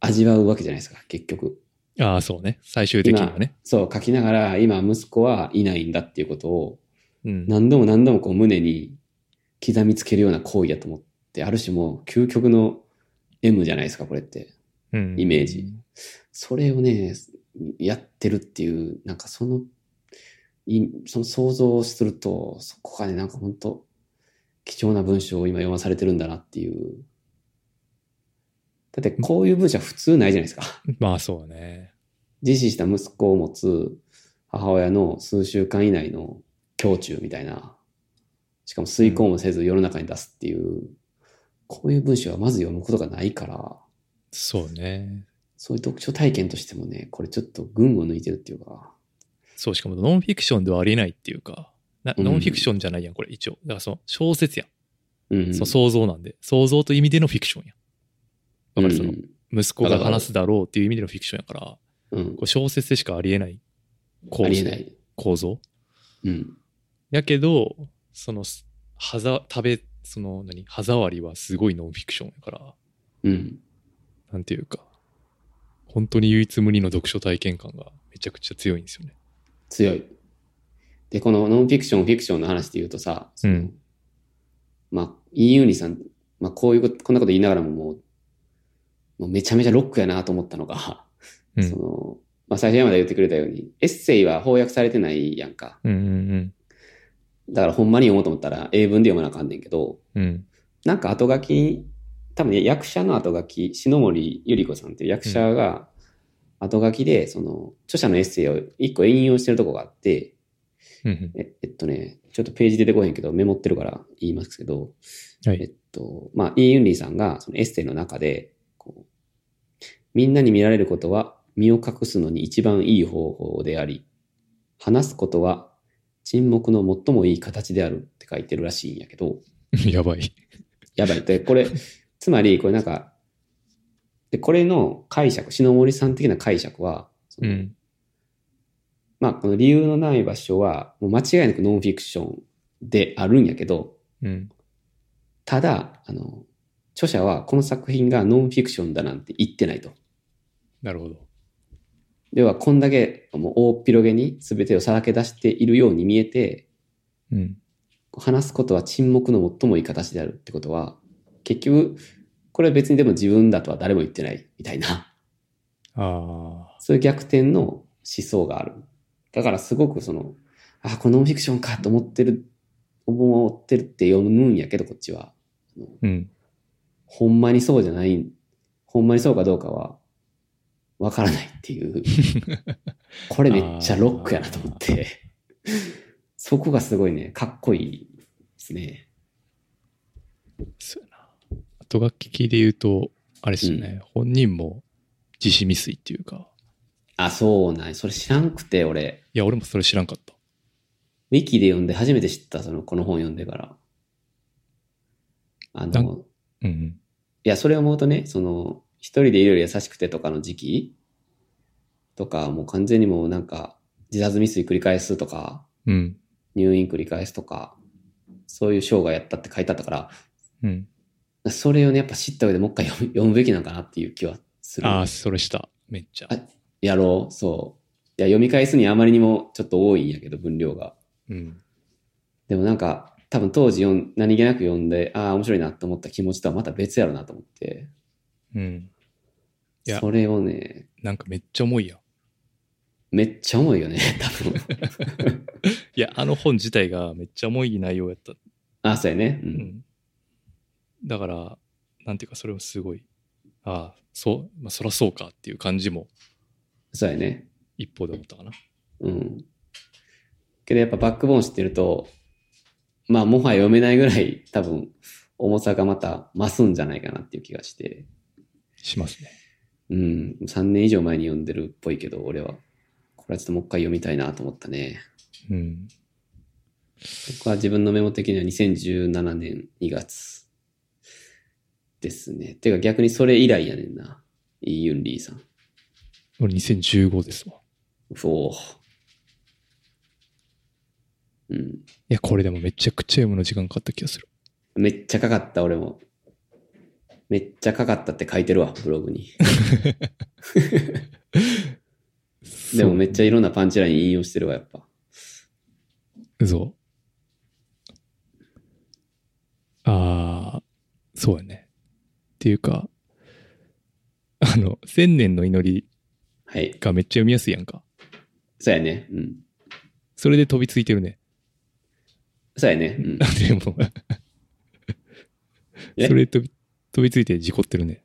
[SPEAKER 2] 味わうわけじゃないですか、結局。
[SPEAKER 3] ああ、そうね。最終的に
[SPEAKER 2] 今
[SPEAKER 3] はね。、
[SPEAKER 2] そう、書きながら、今息子はいないんだっていうことを、
[SPEAKER 3] うん。
[SPEAKER 2] 何度も何度もこう胸に刻みつけるような行為だと思って、ある種もう究極の M じゃないですか、これって。
[SPEAKER 3] うん
[SPEAKER 2] イメージ。それをね、やってるっていう、なんかその、いその想像をすると、そこがね、なんか本当貴重な文章を今読まされてるんだなっていう。だってこういう文章は普通ないじゃないですか。
[SPEAKER 3] まあそうね。
[SPEAKER 2] 自死した息子を持つ母親の数週間以内の胸中みたいな。しかも遂行もせず世の中に出すっていう、こういう文章はまず読むことがないから、
[SPEAKER 3] そうね。
[SPEAKER 2] そういう読書体験としてもね、これちょっと群を抜いてるっていうか、
[SPEAKER 3] そう、しかもノンフィクションではありえないっていうか、な
[SPEAKER 2] うん
[SPEAKER 3] ノンフィクションじゃないやん、これ一応。だからその小説やん。
[SPEAKER 2] うん。
[SPEAKER 3] その想像なんで。想像という意味でのフィクションやん。わかる、
[SPEAKER 2] うん
[SPEAKER 3] その、息子が話すだろうっていう意味でのフィクションやから、こ
[SPEAKER 2] うん。
[SPEAKER 3] う小説でしかありえない構
[SPEAKER 2] ありえ
[SPEAKER 3] 図
[SPEAKER 2] ない。
[SPEAKER 3] 構造。
[SPEAKER 2] うん。
[SPEAKER 3] やけど、その、す歯ざ、食べ、その、何、歯触りはすごいノンフィクションやから、
[SPEAKER 2] うん。
[SPEAKER 3] なんていうか、本当に唯一無二の読書体験感がめちゃくちゃ強いんですよね。
[SPEAKER 2] 強い。で、このノンフィクション、フィクションの話で言うとさ、その
[SPEAKER 3] うん
[SPEAKER 2] まあ、イーユニさん、まあ、こういうこと、こんなこと言いながらももう、もうめちゃめちゃロックやなと思ったのが、
[SPEAKER 3] う
[SPEAKER 2] そ
[SPEAKER 3] ん。
[SPEAKER 2] の、まあ、最初山田言ってくれたように、エッセイは翻訳されてないやんか。
[SPEAKER 3] うんうん
[SPEAKER 2] だからほんまに読もうと思ったら英文で読まなあかんねんけど、
[SPEAKER 3] うん。うん。
[SPEAKER 2] なんか後書き、多分ね、役者の後書き、篠森百合子さんっていう役者が、後書きで、その、著者のエッセイを一個引用してるとこがあって、
[SPEAKER 3] うん
[SPEAKER 2] ええっとね、ちょっとページ出てこへんけど、メモってるから言いますけど、
[SPEAKER 3] うん。は
[SPEAKER 2] え
[SPEAKER 3] い
[SPEAKER 2] っ。と、まあ、イーユンリーさんがそのエッセイの中で、こう、みんなに見られることは身を隠すのに一番いい方法であり、話すことは沈黙の最もいい形であるって書いてるらしいんやけど、
[SPEAKER 3] やばい。
[SPEAKER 2] やばい。で、こ れ、つまり、これなんか、で、これの解釈、篠森さん的な解釈は、そうの
[SPEAKER 3] ん。
[SPEAKER 2] まあ、この理由のない場所は、もう間違いなくノンフィクションであるんやけど、
[SPEAKER 3] うん。
[SPEAKER 2] ただ、あの、著者はこの作品がノンフィクションだなんて言ってないと。
[SPEAKER 3] なるほど。
[SPEAKER 2] では、こんだけ、もう大っ広げに全てをさらけ出しているように見えて、
[SPEAKER 3] うん。
[SPEAKER 2] 話すことは沈黙の最もいい形であるってことは、結局、これは別にでも自分だとは誰も言ってないみたいな。
[SPEAKER 3] ああ。
[SPEAKER 2] そういう逆転の思想がある。だからすごくその、あ、このノンフィクションかと思ってる、思ってるって読むんやけど、こっちは。
[SPEAKER 3] うん。
[SPEAKER 2] ほんまにそうじゃない、ほんまにそうかどうかは、わからないって いう。これめっちゃロックやなと思って。そこがすごいね、かっこいいですね。
[SPEAKER 3] そうやな。後書きで言うと、あれですよね。本人も自死未遂っていうか。
[SPEAKER 2] あ、そうなんやそれ知らんくて、俺。
[SPEAKER 3] いや、俺もそれ知らんかった。
[SPEAKER 2] ウィキで読んで初めて知った、その、この本読んでから。あ
[SPEAKER 3] な
[SPEAKER 2] の
[SPEAKER 3] ん、うん
[SPEAKER 2] いや、それ思うとね、その、一人でいろいろ優しくてとかの時期とか、もう完全にもうなんか、自殺未遂繰り返すとか、
[SPEAKER 3] うん。うん。
[SPEAKER 2] 入院繰り返すとか、そういう生涯やったって書いてあったから、
[SPEAKER 3] うん。
[SPEAKER 2] それをね、やっぱ知った上でもう一回読む 読むべきなんかなっていう気はする。
[SPEAKER 3] ああ、それした。めっちゃ。
[SPEAKER 2] あやろう、そう。いや、読み返すにあまりにもちょっと多いんやけど、分量が。
[SPEAKER 3] うん。
[SPEAKER 2] でもなんか、多分当時読ん何気なく読んで、ああ、面白いなと思った気持ちとはまた別やろなと思って、
[SPEAKER 3] うん。いや
[SPEAKER 2] それをね、
[SPEAKER 3] なんかめっちゃ重いやん。
[SPEAKER 2] めっちゃ重いよね、多分。
[SPEAKER 3] いや、あの本自体がめっちゃ重い内容やった。
[SPEAKER 2] あ、そうやね。う。
[SPEAKER 3] うんん。だから、なんていうか、それもすごい、ああ、そう、まあ、そらそうかっていう感じも
[SPEAKER 2] そうやね。
[SPEAKER 3] 一方で思ったかな。
[SPEAKER 2] うん。けどやっぱバックボーン知ってると、まあもはや読めないぐらい多分重さがまた増すんじゃないかなっていう気がして。
[SPEAKER 3] しますね。
[SPEAKER 2] うん。3年以上前に読んでるっぽいけど、俺は。これはちょっともう一回読みたいなと思ったね。
[SPEAKER 3] うん。
[SPEAKER 2] 僕は自分のメモ的には2017年2月ですね。てか逆にそれ以来やねんな。イ・ユンリーさん。
[SPEAKER 3] 俺2015ですわ。
[SPEAKER 2] そう。うん。
[SPEAKER 3] いや、これでもめちゃくちゃ読むの時間かかった気がする。
[SPEAKER 2] めっちゃかかった、俺も。めっちゃかかったって書いてるわ、ブログに。でもめっちゃいろんなパンチライン引用してるわ、やっぱ。
[SPEAKER 3] そう。ああ、そうやね。っていうか、あの、千年の祈り
[SPEAKER 2] はい。
[SPEAKER 3] がめっちゃ読みやすいやんか。
[SPEAKER 2] そうやね。うん。
[SPEAKER 3] それで飛びついてるね。
[SPEAKER 2] そうやね。うん。
[SPEAKER 3] でも、
[SPEAKER 2] え
[SPEAKER 3] それ飛び飛びついて事故って るね。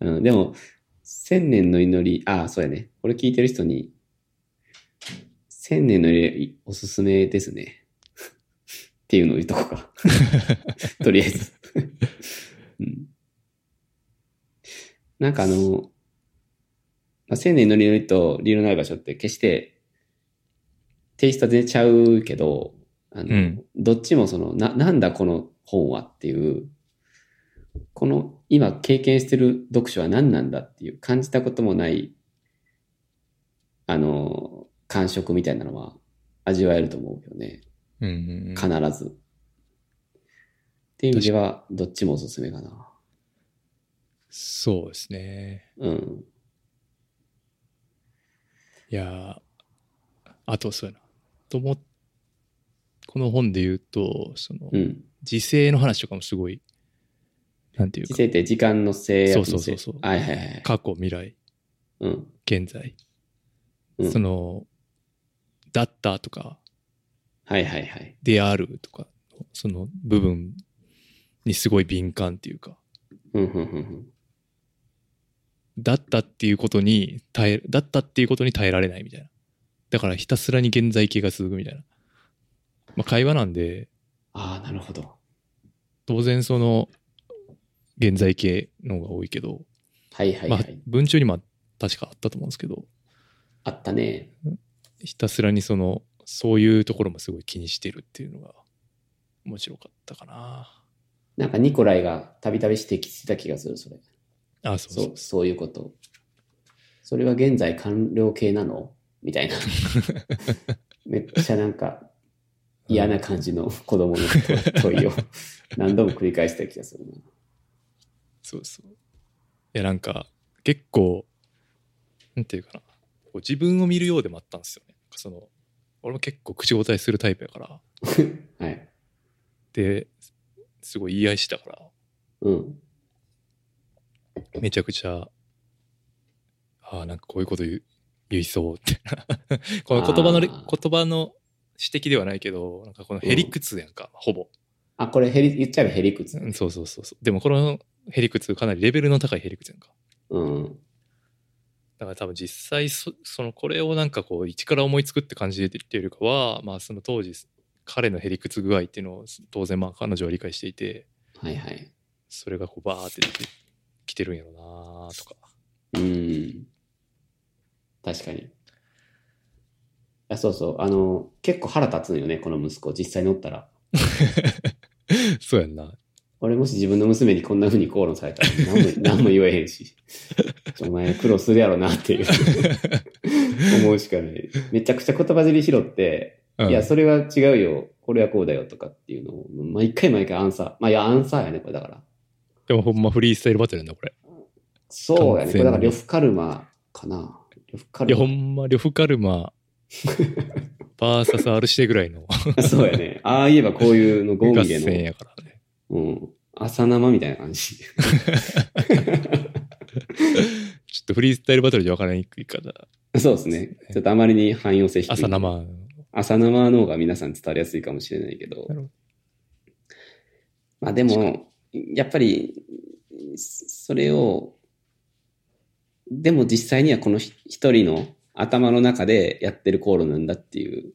[SPEAKER 2] うん、でも、千年の祈り、ああ、そうやね。これ聞いてる人に、千年の祈りおすすめですね。 っていうのを言っとこうか。 とりあえず、うん。なんかあの、まあ、千年の祈りと理由のない場所って決してテイストは全然ちゃうけど、あの、
[SPEAKER 3] うん
[SPEAKER 2] どっちもその、な、なんだこの本はっていう、この今経験してる読書は何なんだっていう感じたこともない、あの、感触みたいなのは味わえると思うよね。
[SPEAKER 3] うんうんうん。
[SPEAKER 2] 必ず。っていう意味では、どっちもおすすめかな。
[SPEAKER 3] そうですね。
[SPEAKER 2] うん。
[SPEAKER 3] いやーあとそうやな。とも、この本で言うと、その
[SPEAKER 2] う、ん。
[SPEAKER 3] 時勢の話とかもすごい、なんていう
[SPEAKER 2] 時
[SPEAKER 3] か、
[SPEAKER 2] 世って時間の制約の
[SPEAKER 3] そう
[SPEAKER 2] せ
[SPEAKER 3] そ
[SPEAKER 2] いう
[SPEAKER 3] そうそう
[SPEAKER 2] はいはいはい。
[SPEAKER 3] 過去、未来、
[SPEAKER 2] うん。
[SPEAKER 3] 現在、
[SPEAKER 2] うん
[SPEAKER 3] その、だったとか、
[SPEAKER 2] はいはいはい。
[SPEAKER 3] であるとか、その部分にすごい敏感っていうか、
[SPEAKER 2] うんうんうんうん。
[SPEAKER 3] だったっていうことに耐え、だったっていうことに耐えられないみたいな。だからひたすらに現在形が続くみたいな。まあ会話なんで、
[SPEAKER 2] ああ、なるほど。
[SPEAKER 3] 当然その、現在形の方が多いけど、
[SPEAKER 2] はいはいは
[SPEAKER 3] まあ
[SPEAKER 2] い。
[SPEAKER 3] 文中にも確かあったと思うんですけど、
[SPEAKER 2] あったね。
[SPEAKER 3] ひたすらにその、そういうところもすごい気にしてるっていうのが面白かったかな。
[SPEAKER 2] なんかニコライがたびたび指摘してた気がする、それ。
[SPEAKER 3] あ、そうそう
[SPEAKER 2] そう、そういうこと。それは現在完了形なのみ たいな。めっちゃなんか嫌な感じの子供の 問いを何度も繰り返してた気がするな。
[SPEAKER 3] そうそう。いや、なんか、結構、なんていうかな、こう自分を見るようでもあったんですよね。なんかその、俺も結構口答えするタイプやから、
[SPEAKER 2] はい。
[SPEAKER 3] で、すごい言い合いしてたか
[SPEAKER 2] うん。
[SPEAKER 3] ら、めちゃくちゃ、ああ、なんかこういうこと言う、言いそうって。 この言葉のれ、
[SPEAKER 2] あ
[SPEAKER 3] 言葉の指摘ではないけど、なんかこのへりくつやんか、ほぼ。
[SPEAKER 2] あ、これヘリ、言っちゃえばヘリクツ。
[SPEAKER 3] うんそうそうそうそう。でもこのへりくつ、かなりレベルの高いへりくつやんか。
[SPEAKER 2] うん。
[SPEAKER 3] だから多分実際そそのこれをなんかこう一から思いつくって感じで言っていうよりかはまあその当時彼のへりくつ具合っていうのを当然まあ彼女は理解していて
[SPEAKER 2] はいはい。
[SPEAKER 3] それがこうバーって出てきてるんやろうなとか
[SPEAKER 2] うん。確かに。あそうそう。あの、結構腹立つのよね、この息子。実際乗ったら。
[SPEAKER 3] そうやんな
[SPEAKER 2] 俺もし自分の娘にこんな風に口論されたら 何も何も言えへんし。ちょお前苦労するやろなって いう思うしかない。めちゃくちゃ言葉尻拾って、
[SPEAKER 3] うん
[SPEAKER 2] いや、それは違うよ。これはこうだよとかっていうのを、毎回毎回アンサー。まあ、いや、アンサーやね、これだから。
[SPEAKER 3] でもほんまフリースタイルバトルやんなこれ
[SPEAKER 2] そうやね。
[SPEAKER 3] 完全に
[SPEAKER 2] これだから、呂布カルマかな。呂布カ
[SPEAKER 3] いや
[SPEAKER 2] ル
[SPEAKER 3] ほ
[SPEAKER 2] マ。
[SPEAKER 3] んま呂布カル マバーサスアルシテぐらいの
[SPEAKER 2] そうやね。ああ言えばこういうの、ゴン
[SPEAKER 3] 合
[SPEAKER 2] ゲ
[SPEAKER 3] 戦
[SPEAKER 2] の、
[SPEAKER 3] やからね
[SPEAKER 2] うん、朝生みたいな感じ。
[SPEAKER 3] ちょっとフリースタイルバトルじゃ分からにくいから
[SPEAKER 2] そうですね。ちょっとあまりに汎用性低い。
[SPEAKER 3] 朝生
[SPEAKER 2] 朝生の方が皆さん伝わりやすいかもしれないけど
[SPEAKER 3] なるほど。
[SPEAKER 2] まあでも、やっぱり、それを、でも実際にはこのひ一人の頭の中でやってる航路なんだっていう、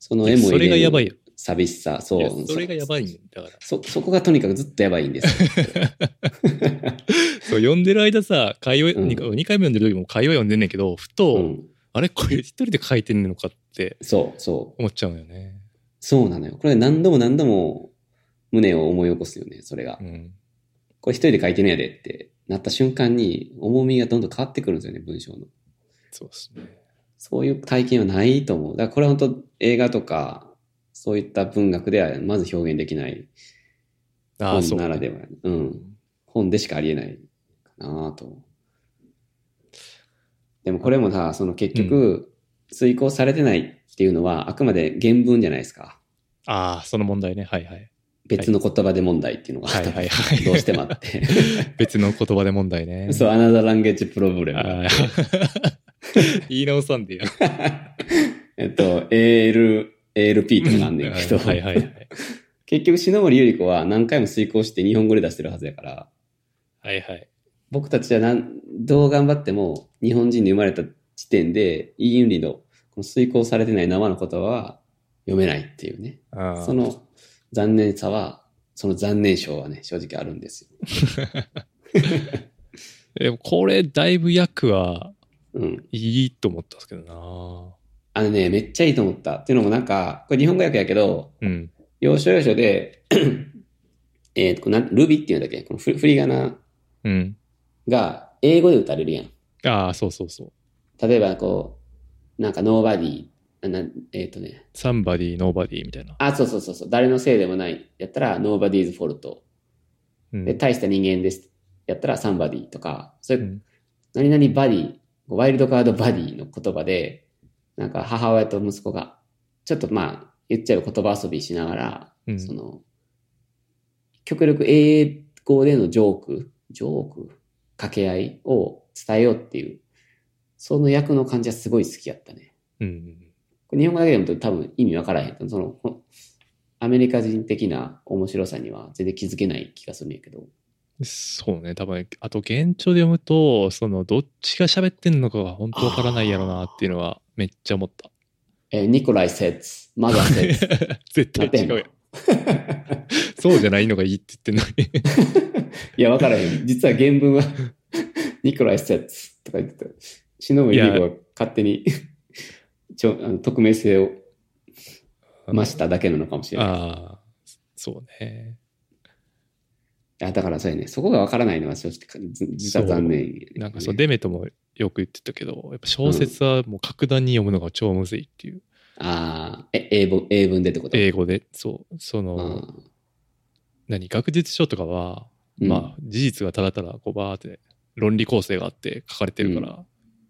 [SPEAKER 2] その絵も
[SPEAKER 3] それがやばい
[SPEAKER 2] い
[SPEAKER 3] よ
[SPEAKER 2] 寂しさ、
[SPEAKER 3] い
[SPEAKER 2] そ
[SPEAKER 3] や
[SPEAKER 2] う。
[SPEAKER 3] それがやばいんだから
[SPEAKER 2] そ、そこがとにかくずっとやばいんですよ。
[SPEAKER 3] そう読んでる間さ会話、
[SPEAKER 2] うん
[SPEAKER 3] 2, 回2回目読んでる時も会話読んでんねんけどふと、
[SPEAKER 2] うん、
[SPEAKER 3] あれこれ一人で書いてんのかって
[SPEAKER 2] そう、そう。
[SPEAKER 3] 思っちゃうのよね。
[SPEAKER 2] そうなのよ。これ何度も何度も胸を思い起こすよね、それが
[SPEAKER 3] う。ん、
[SPEAKER 2] これ一人で書いてるんやでってなった瞬間に重みがどんどん変わってくるんですよね、文章の。
[SPEAKER 3] そうですね。
[SPEAKER 2] そういう体験はないと思う。だからこれは本当映画とか、そういった文学ではまず表現できない
[SPEAKER 3] ああ、そ
[SPEAKER 2] 本
[SPEAKER 3] う。
[SPEAKER 2] ならでは。うん。本でしかありえないかなと思う。でもこれもさ、その結局、遂行されてないっていうのは、あくまで原文じゃないですか。
[SPEAKER 3] ああ、その問題ね。はい はい。
[SPEAKER 2] 別の言葉で問題っていうのが、
[SPEAKER 3] はいはいはい。
[SPEAKER 2] どうしてもあ って。
[SPEAKER 3] 別の言葉で問題ね。
[SPEAKER 2] そう、アナザーランゲージプロブレム。
[SPEAKER 3] ああ 言い直さんでよ。
[SPEAKER 2] えっと、AL、ALP ってなんねんけど、
[SPEAKER 3] はいはいはい。
[SPEAKER 2] 結局、篠森百合子は何回も遂行して日本語で出してるはずやから、
[SPEAKER 3] はいはい。
[SPEAKER 2] 僕たちはなんどう頑張っても日本人に生まれた時点で、イ・ユンリのこの遂行されてない生の言葉は読めないっていうね。
[SPEAKER 3] ああ
[SPEAKER 2] その残念さは、その残念症はね、正直あるんですよ。
[SPEAKER 3] でもこれ、だいぶ役は
[SPEAKER 2] うん。
[SPEAKER 3] いいと思ったんですけど
[SPEAKER 2] あのね、めっちゃいいと思った。っていうのもなんか、これ日本語訳やけど、
[SPEAKER 3] なうん。
[SPEAKER 2] 要所要所で、 えーと、こうなんルビっていうんだっけこのふ振り仮名
[SPEAKER 3] うん。
[SPEAKER 2] が英語で打たれるやん。
[SPEAKER 3] ああ、そうそうそう。
[SPEAKER 2] 例えばこう、なんか nobody、あなえっ、とね、
[SPEAKER 3] somebody, nobody みたいな。
[SPEAKER 2] あ、そうそうそうそう、誰のせいでもないやったら nobody's fault。
[SPEAKER 3] うん
[SPEAKER 2] で、大した人間ですやったら somebody とか、そうういうん何々バディ、ワイルドカードバディの言葉で、なんか母親と息子が、ちょっとまあ、言っちゃう言葉遊びしながら、
[SPEAKER 3] うん
[SPEAKER 2] その、極力英語でのジョーク、ジョーク、掛け合いを伝えようっていう、その役の感じはすごい好きやったね。
[SPEAKER 3] うん。
[SPEAKER 2] これ日本語だけでも多分意味わからへん。その、ほんアメリカ人的な面白さには全然気づけない気がするんやけど。
[SPEAKER 3] そうね、多分あと、現状で読むと、その、どっちが喋ってんのかが本当わからないやろなっていうのは、めっちゃ思った。
[SPEAKER 2] えーニコライセッツ、マザーセッツ。
[SPEAKER 3] 絶対違うやん。 そうじゃないのがいいって言って んのに。
[SPEAKER 2] いや、わからへん。実は原文は、 ニコライスやつとか言ってた。忍ぶリーゴは勝手に ちょあの、匿名性を増しただけなのかもしれない。
[SPEAKER 3] ああ、そうね。
[SPEAKER 2] あだからそうやね。そこがわからないのは正直、ず実は残念やね、
[SPEAKER 3] なんかそう、デメトもよく言ってたけど、やっぱ小説はもう格段に読むのが超むずいっていう。
[SPEAKER 2] ああ、え英文、英文でってこと
[SPEAKER 3] 英語で、そう、その、
[SPEAKER 2] あー
[SPEAKER 3] 何、学術書とかは、
[SPEAKER 2] うん
[SPEAKER 3] まあ、事実がただただ、こう、バーって論理構成があって書かれてるから、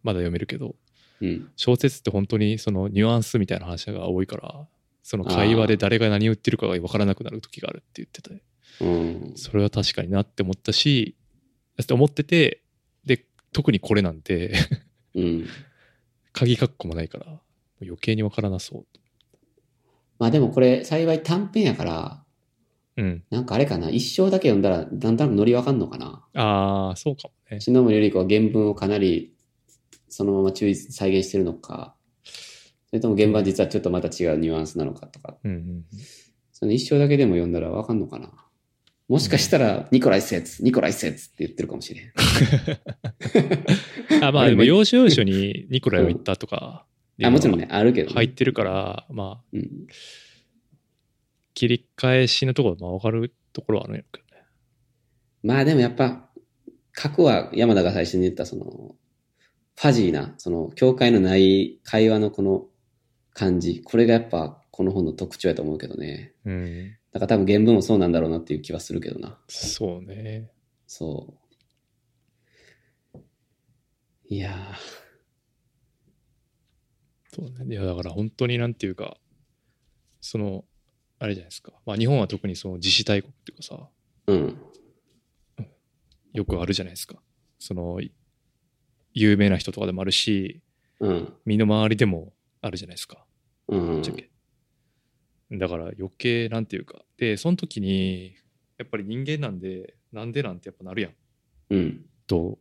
[SPEAKER 3] まだ読めるけど、
[SPEAKER 2] うん。
[SPEAKER 3] 小説って本当にそのニュアンスみたいな話が多いから、その会話で誰が何を言ってるかが分からなくなる時があるって言ってて、
[SPEAKER 2] うん。
[SPEAKER 3] それは確かになって思ったし、だって思ってて、で、特にこれなんて、
[SPEAKER 2] うん。
[SPEAKER 3] 鍵括弧もないから、余計に分からなそ
[SPEAKER 2] まあでもこれ、幸い短編やから、
[SPEAKER 3] う。うん。
[SPEAKER 2] なんかあれかな。一章だけ読んだら、だんだんノリわかんのかな。
[SPEAKER 3] ああ、そうかもね。
[SPEAKER 2] 篠森百合子は原文をかなりそのまま忠実再現してるのか、それとも原版実はちょっとまた違うニュアンスなのかとか、
[SPEAKER 3] うんうん。
[SPEAKER 2] その一章だけでも読んだらわかんのかな。もしかしたら、ニコライス説、ニコライス説って言ってるかもしれん。
[SPEAKER 3] あまあでも要所要所 にニコライを言ったとか、
[SPEAKER 2] あ、もちろんね、あるけど、ね。
[SPEAKER 3] 入ってるから、まあ、
[SPEAKER 2] うん。
[SPEAKER 3] 切り返しのところ、まあ分かるところはあるんやけどね。
[SPEAKER 2] まあでもやっぱ、過去は山田が最初に言った、その、ファジーな、その、境界のない会話のこの感じ、これがやっぱ、この本の特徴やと思うけどね。
[SPEAKER 3] うん。
[SPEAKER 2] だから多分原文もそうなんだろうなっていう気はするけどな。
[SPEAKER 3] そうね。
[SPEAKER 2] そう。いや
[SPEAKER 3] そうね。いや、だから本当になんていうか、その、あれじゃないですか。まあ日本は特にその自治大国っていうかさ、
[SPEAKER 2] ー、うん。
[SPEAKER 3] よくあるじゃないですか。その、い有名な人とかでもあるし、
[SPEAKER 2] うん。
[SPEAKER 3] 身の回りでもあるじゃないですか。
[SPEAKER 2] うん
[SPEAKER 3] ぶっちゃ。けだから余計なんていうか。で、その時に、やっぱり人間なんで、なんでなんてやっぱなるやん。
[SPEAKER 2] うん。
[SPEAKER 3] と。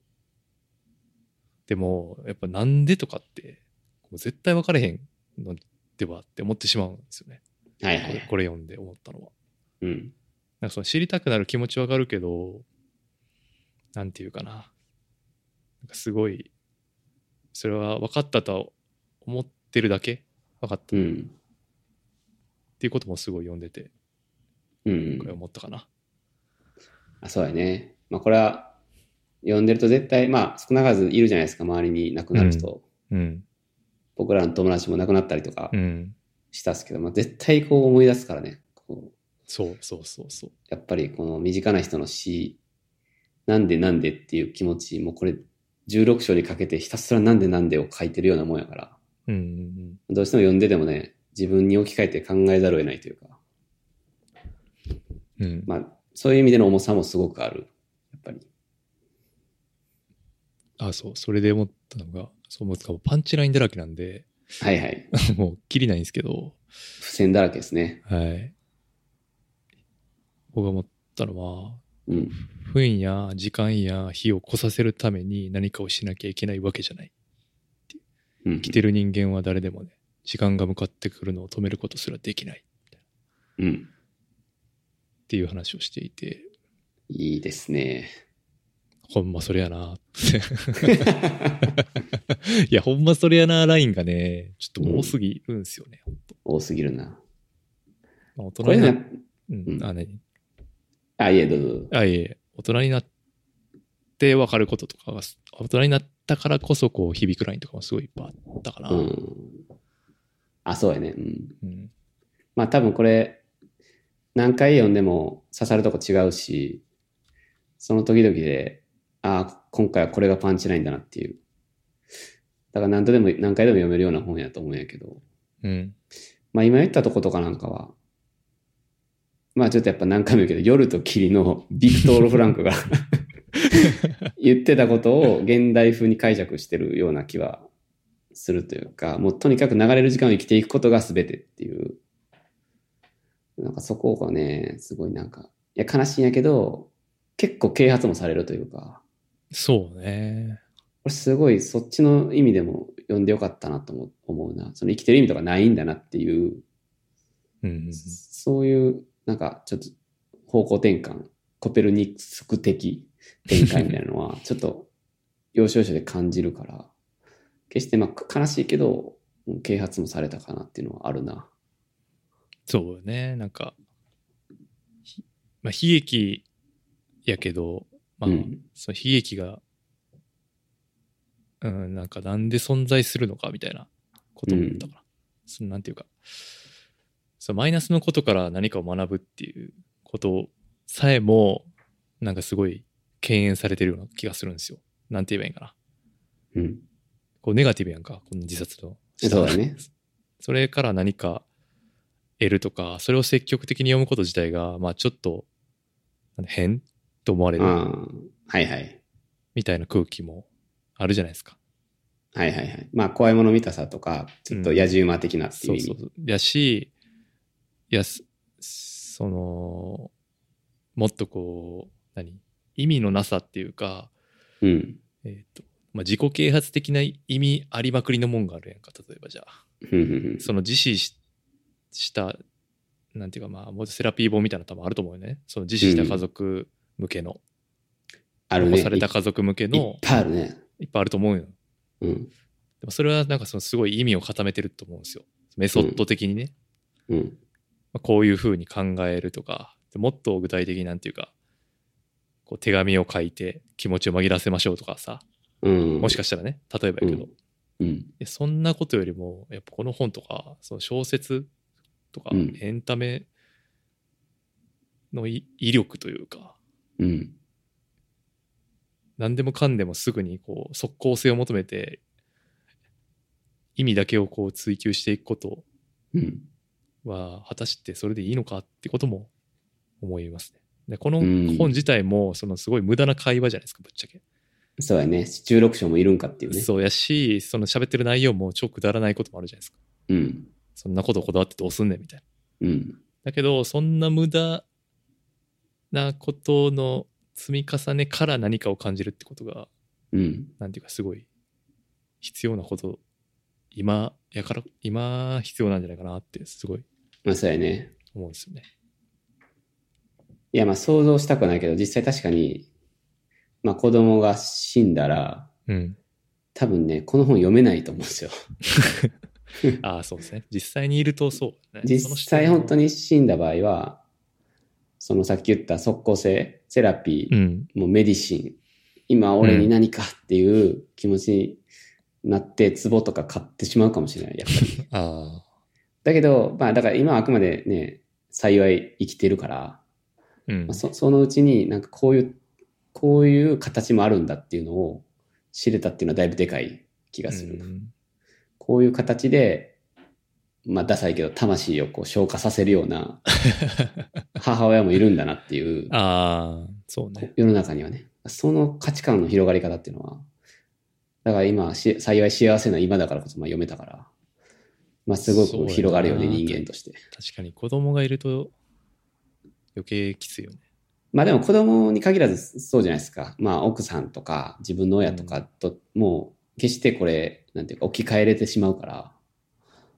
[SPEAKER 3] でも、やっぱなんでとかって、こう絶対分かれへんのではって思ってしまうんですよね。
[SPEAKER 2] はいは
[SPEAKER 3] これ
[SPEAKER 2] い。
[SPEAKER 3] これ読んで思ったのは。
[SPEAKER 2] うん。
[SPEAKER 3] なんかその知りたくなる気持ちわかるけど、なんていうかな。なんかすごい、それは分かったとは思ってるだけ分かった
[SPEAKER 2] う
[SPEAKER 3] っ
[SPEAKER 2] ん。
[SPEAKER 3] ていうこともすごい読んでて、
[SPEAKER 2] う
[SPEAKER 3] こ
[SPEAKER 2] ん。
[SPEAKER 3] れ思ったかな。
[SPEAKER 2] あそうやね。まあこれは、読んでると絶対、まあ少なからずいるじゃないですか、周りに亡くなる人。
[SPEAKER 3] うん。
[SPEAKER 2] 僕らの友達も亡くなったりとか
[SPEAKER 3] うん。
[SPEAKER 2] したっすけど、まあ絶対こう思い出すからね。こう
[SPEAKER 3] そうそうそうそう。
[SPEAKER 2] やっぱりこの身近な人の死、なんでなんでっていう気持ち、もうこれ16章にかけてひたすらなんでなんでを書いてるようなもんやから、
[SPEAKER 3] うんうん
[SPEAKER 2] どうしても読んでてもね、自分に置き換えて考えざるを得ないというか、
[SPEAKER 3] うん。うん。
[SPEAKER 2] まあそういう意味での重さもすごくある。やっぱり。
[SPEAKER 3] あ、そう、それで思ったのが、そう思うか、パンチラインだらけなんで、
[SPEAKER 2] はいはい。
[SPEAKER 3] もう、きりないんですけど、
[SPEAKER 2] 付箋だらけですね。
[SPEAKER 3] はい。僕が思ったのは、
[SPEAKER 2] うん。
[SPEAKER 3] 分や時間や火を越させるために何かをしなきゃいけないわけじゃない。
[SPEAKER 2] うん
[SPEAKER 3] 生きてる人間は誰でもね、時間が向かってくるのを止めることすらできない
[SPEAKER 2] うん。
[SPEAKER 3] っていう話をしていて、
[SPEAKER 2] いいですね。
[SPEAKER 3] ほんまそれやなって。 いや、ほんまそれやなラインがね、ちょっともう多すぎるんですよね。
[SPEAKER 2] 多すぎるな。
[SPEAKER 3] まあ大人
[SPEAKER 2] これ
[SPEAKER 3] にな
[SPEAKER 2] ね、
[SPEAKER 3] うん
[SPEAKER 2] うん
[SPEAKER 3] あ、何
[SPEAKER 2] あ、いえ、どうぞどうぞ。
[SPEAKER 3] あ、いえいえ、大人になって分かることとかが、大人になったからこそ、こう、響くラインとかもすごいいっぱいあったから、
[SPEAKER 2] うん。あ、そうやね。うん。
[SPEAKER 3] うん
[SPEAKER 2] まあ多分これ、何回読んでも刺さるとこ違うし、その時々で、あ今回はこれがパンチラインだなっていう。だから何度でも、何回でも読めるような本やと思うんやけど、
[SPEAKER 3] うん。
[SPEAKER 2] まあ今言ったとことかなんかは、まあちょっとやっぱ何回も言うけど、夜と霧の ビクトール・フランクが言ってたことを現代風に解釈してるような気はするというか、もうとにかく流れる時間を生きていくことが全てっていう、なんかそこがね、すごいなんか、いや悲しいんやけど、結構啓発もされるというか、
[SPEAKER 3] そうね。
[SPEAKER 2] これすごいそっちの意味でも読んでよかったなとも思うな。その生きてる意味とかないんだなっていう
[SPEAKER 3] うん。
[SPEAKER 2] そういう、なんか、ちょっと、方向転換、コペルニクス的展開みたいなの は、ちょっと、要所要所で感じるから、決して、まあ、悲しいけど、うん啓発もされたかなっていうのはあるな。
[SPEAKER 3] そうね。なんか、ひまあ、悲劇やけど、まあ、
[SPEAKER 2] うん
[SPEAKER 3] その悲劇が、うん、なんか、なんで存在するのかみたいなことも言ったから。そのなんていうか、そのマイナスのことから何かを学ぶっていうことさえも、なんかすごい敬遠されてるような気がするんですよ。なんて言えばいいんかな。
[SPEAKER 2] うん。
[SPEAKER 3] こう、ネガティブやんか、この自殺の。
[SPEAKER 2] そうだね。
[SPEAKER 3] それから何か得るとか、それを積極的に読むこと自体が、まあちょっとなんか変と思われ
[SPEAKER 2] あ
[SPEAKER 3] る
[SPEAKER 2] あ、はいはい。
[SPEAKER 3] みたいな空気もあるじゃないですか。
[SPEAKER 2] はいはいはい。まあ、怖いもの見たさとか、ちょっと野獣馬的なっていう
[SPEAKER 3] そう
[SPEAKER 2] 意味。
[SPEAKER 3] そうそう。やし、いや、すその、もっとこう、何意味のなさっていうか、
[SPEAKER 2] うん。
[SPEAKER 3] えっ、と、まあ、自己啓発的な意味ありまくりのもんがあるやんか、例えばじゃあ。
[SPEAKER 2] うんうん
[SPEAKER 3] その自死しした、なんていうかまあ、もうセラピー本みたいなの多分あると思うよね。その自死した家族向けの、
[SPEAKER 2] ある
[SPEAKER 3] 残
[SPEAKER 2] ね。
[SPEAKER 3] された家族向け
[SPEAKER 2] いいっ
[SPEAKER 3] の、
[SPEAKER 2] ぱいあるね。
[SPEAKER 3] いっぱいあると思うよ。
[SPEAKER 2] うん。
[SPEAKER 3] でもそれはなんかそのすごい意味を固めてると思うんですよ。メソッド的にね。
[SPEAKER 2] うん。
[SPEAKER 3] まあこういうふうに考えるとか、でもっと具体的になんていうか、こう手紙を書いて気持ちを紛らわせましょうとかさ、
[SPEAKER 2] うん。
[SPEAKER 3] もしかしたらね、例えばやけど、
[SPEAKER 2] うんうん。
[SPEAKER 3] いやそんなことよりもやっぱこの本とかその小説とか
[SPEAKER 2] うん
[SPEAKER 3] エンタメのい威力というか
[SPEAKER 2] うん。
[SPEAKER 3] 何でもかんでもすぐにこう即効性を求めて意味だけをこう追求していくこと
[SPEAKER 2] うん。
[SPEAKER 3] は果たしてそれでいいのかってことも思いますね。でこの
[SPEAKER 2] うん
[SPEAKER 3] 本自体もそのすごい無駄な会話じゃないですかぶっちゃけ。
[SPEAKER 2] そうやね。16章もいるんかっていうね。
[SPEAKER 3] そうやしその喋ってる内容も超くだらないこともあるじゃないですか。
[SPEAKER 2] うん。
[SPEAKER 3] そんなことこだわってどうすんねんみたいな。
[SPEAKER 2] うん。
[SPEAKER 3] だけど、そんな無駄なことの積み重ねから何かを感じるってことが、
[SPEAKER 2] うん。
[SPEAKER 3] なんていうかすごい必要なこと、今やから、今必要なんじゃないかなってすごい
[SPEAKER 2] まあそうやね。
[SPEAKER 3] 思うんですよね。
[SPEAKER 2] いやまあ想像したくはないけど、実際確かに、まあ子供が死んだら、
[SPEAKER 3] うん。
[SPEAKER 2] 多分ね、この本読めないと思うん ですよ。
[SPEAKER 3] ああ、そうですね。実際にいるとそう、ね。
[SPEAKER 2] 実際本当
[SPEAKER 3] に。
[SPEAKER 2] に死んだ場合は、そのさっき言った即効性、セラピ
[SPEAKER 3] う
[SPEAKER 2] ー、
[SPEAKER 3] ん。
[SPEAKER 2] もうメディシン、今俺に何かっていう気持ちになって、壺とか買ってしまうかもしれない。やっぱり
[SPEAKER 3] あ
[SPEAKER 2] だけど、まあだから今はあくまでね、幸い生きてるから、
[SPEAKER 3] あ。うん
[SPEAKER 2] まあ。そそのうちになんかこういう、こういう形もあるんだっていうのを知れたっていうのはだいぶでかい気がするな。
[SPEAKER 3] うん
[SPEAKER 2] こういう形で、まあ、ダサいけど、魂をこう消化させるような 母親もいるんだなっていう、
[SPEAKER 3] ああ、そうね。
[SPEAKER 2] 世の中にはね、その価値観の広がり方っていうのは、だから今、し幸い幸せな今だからこそ、まあ、読めたから、まあ、すご
[SPEAKER 3] そうや
[SPEAKER 2] く
[SPEAKER 3] な
[SPEAKER 2] 広がるよね、人間として。
[SPEAKER 3] 確かに子供がいると余計きついよね。
[SPEAKER 2] まあでも子供に限らずそうじゃないですか。まあ奥さんとか自分の親とかと、もう決してこれ、なんていうか置き換えれてしまうから、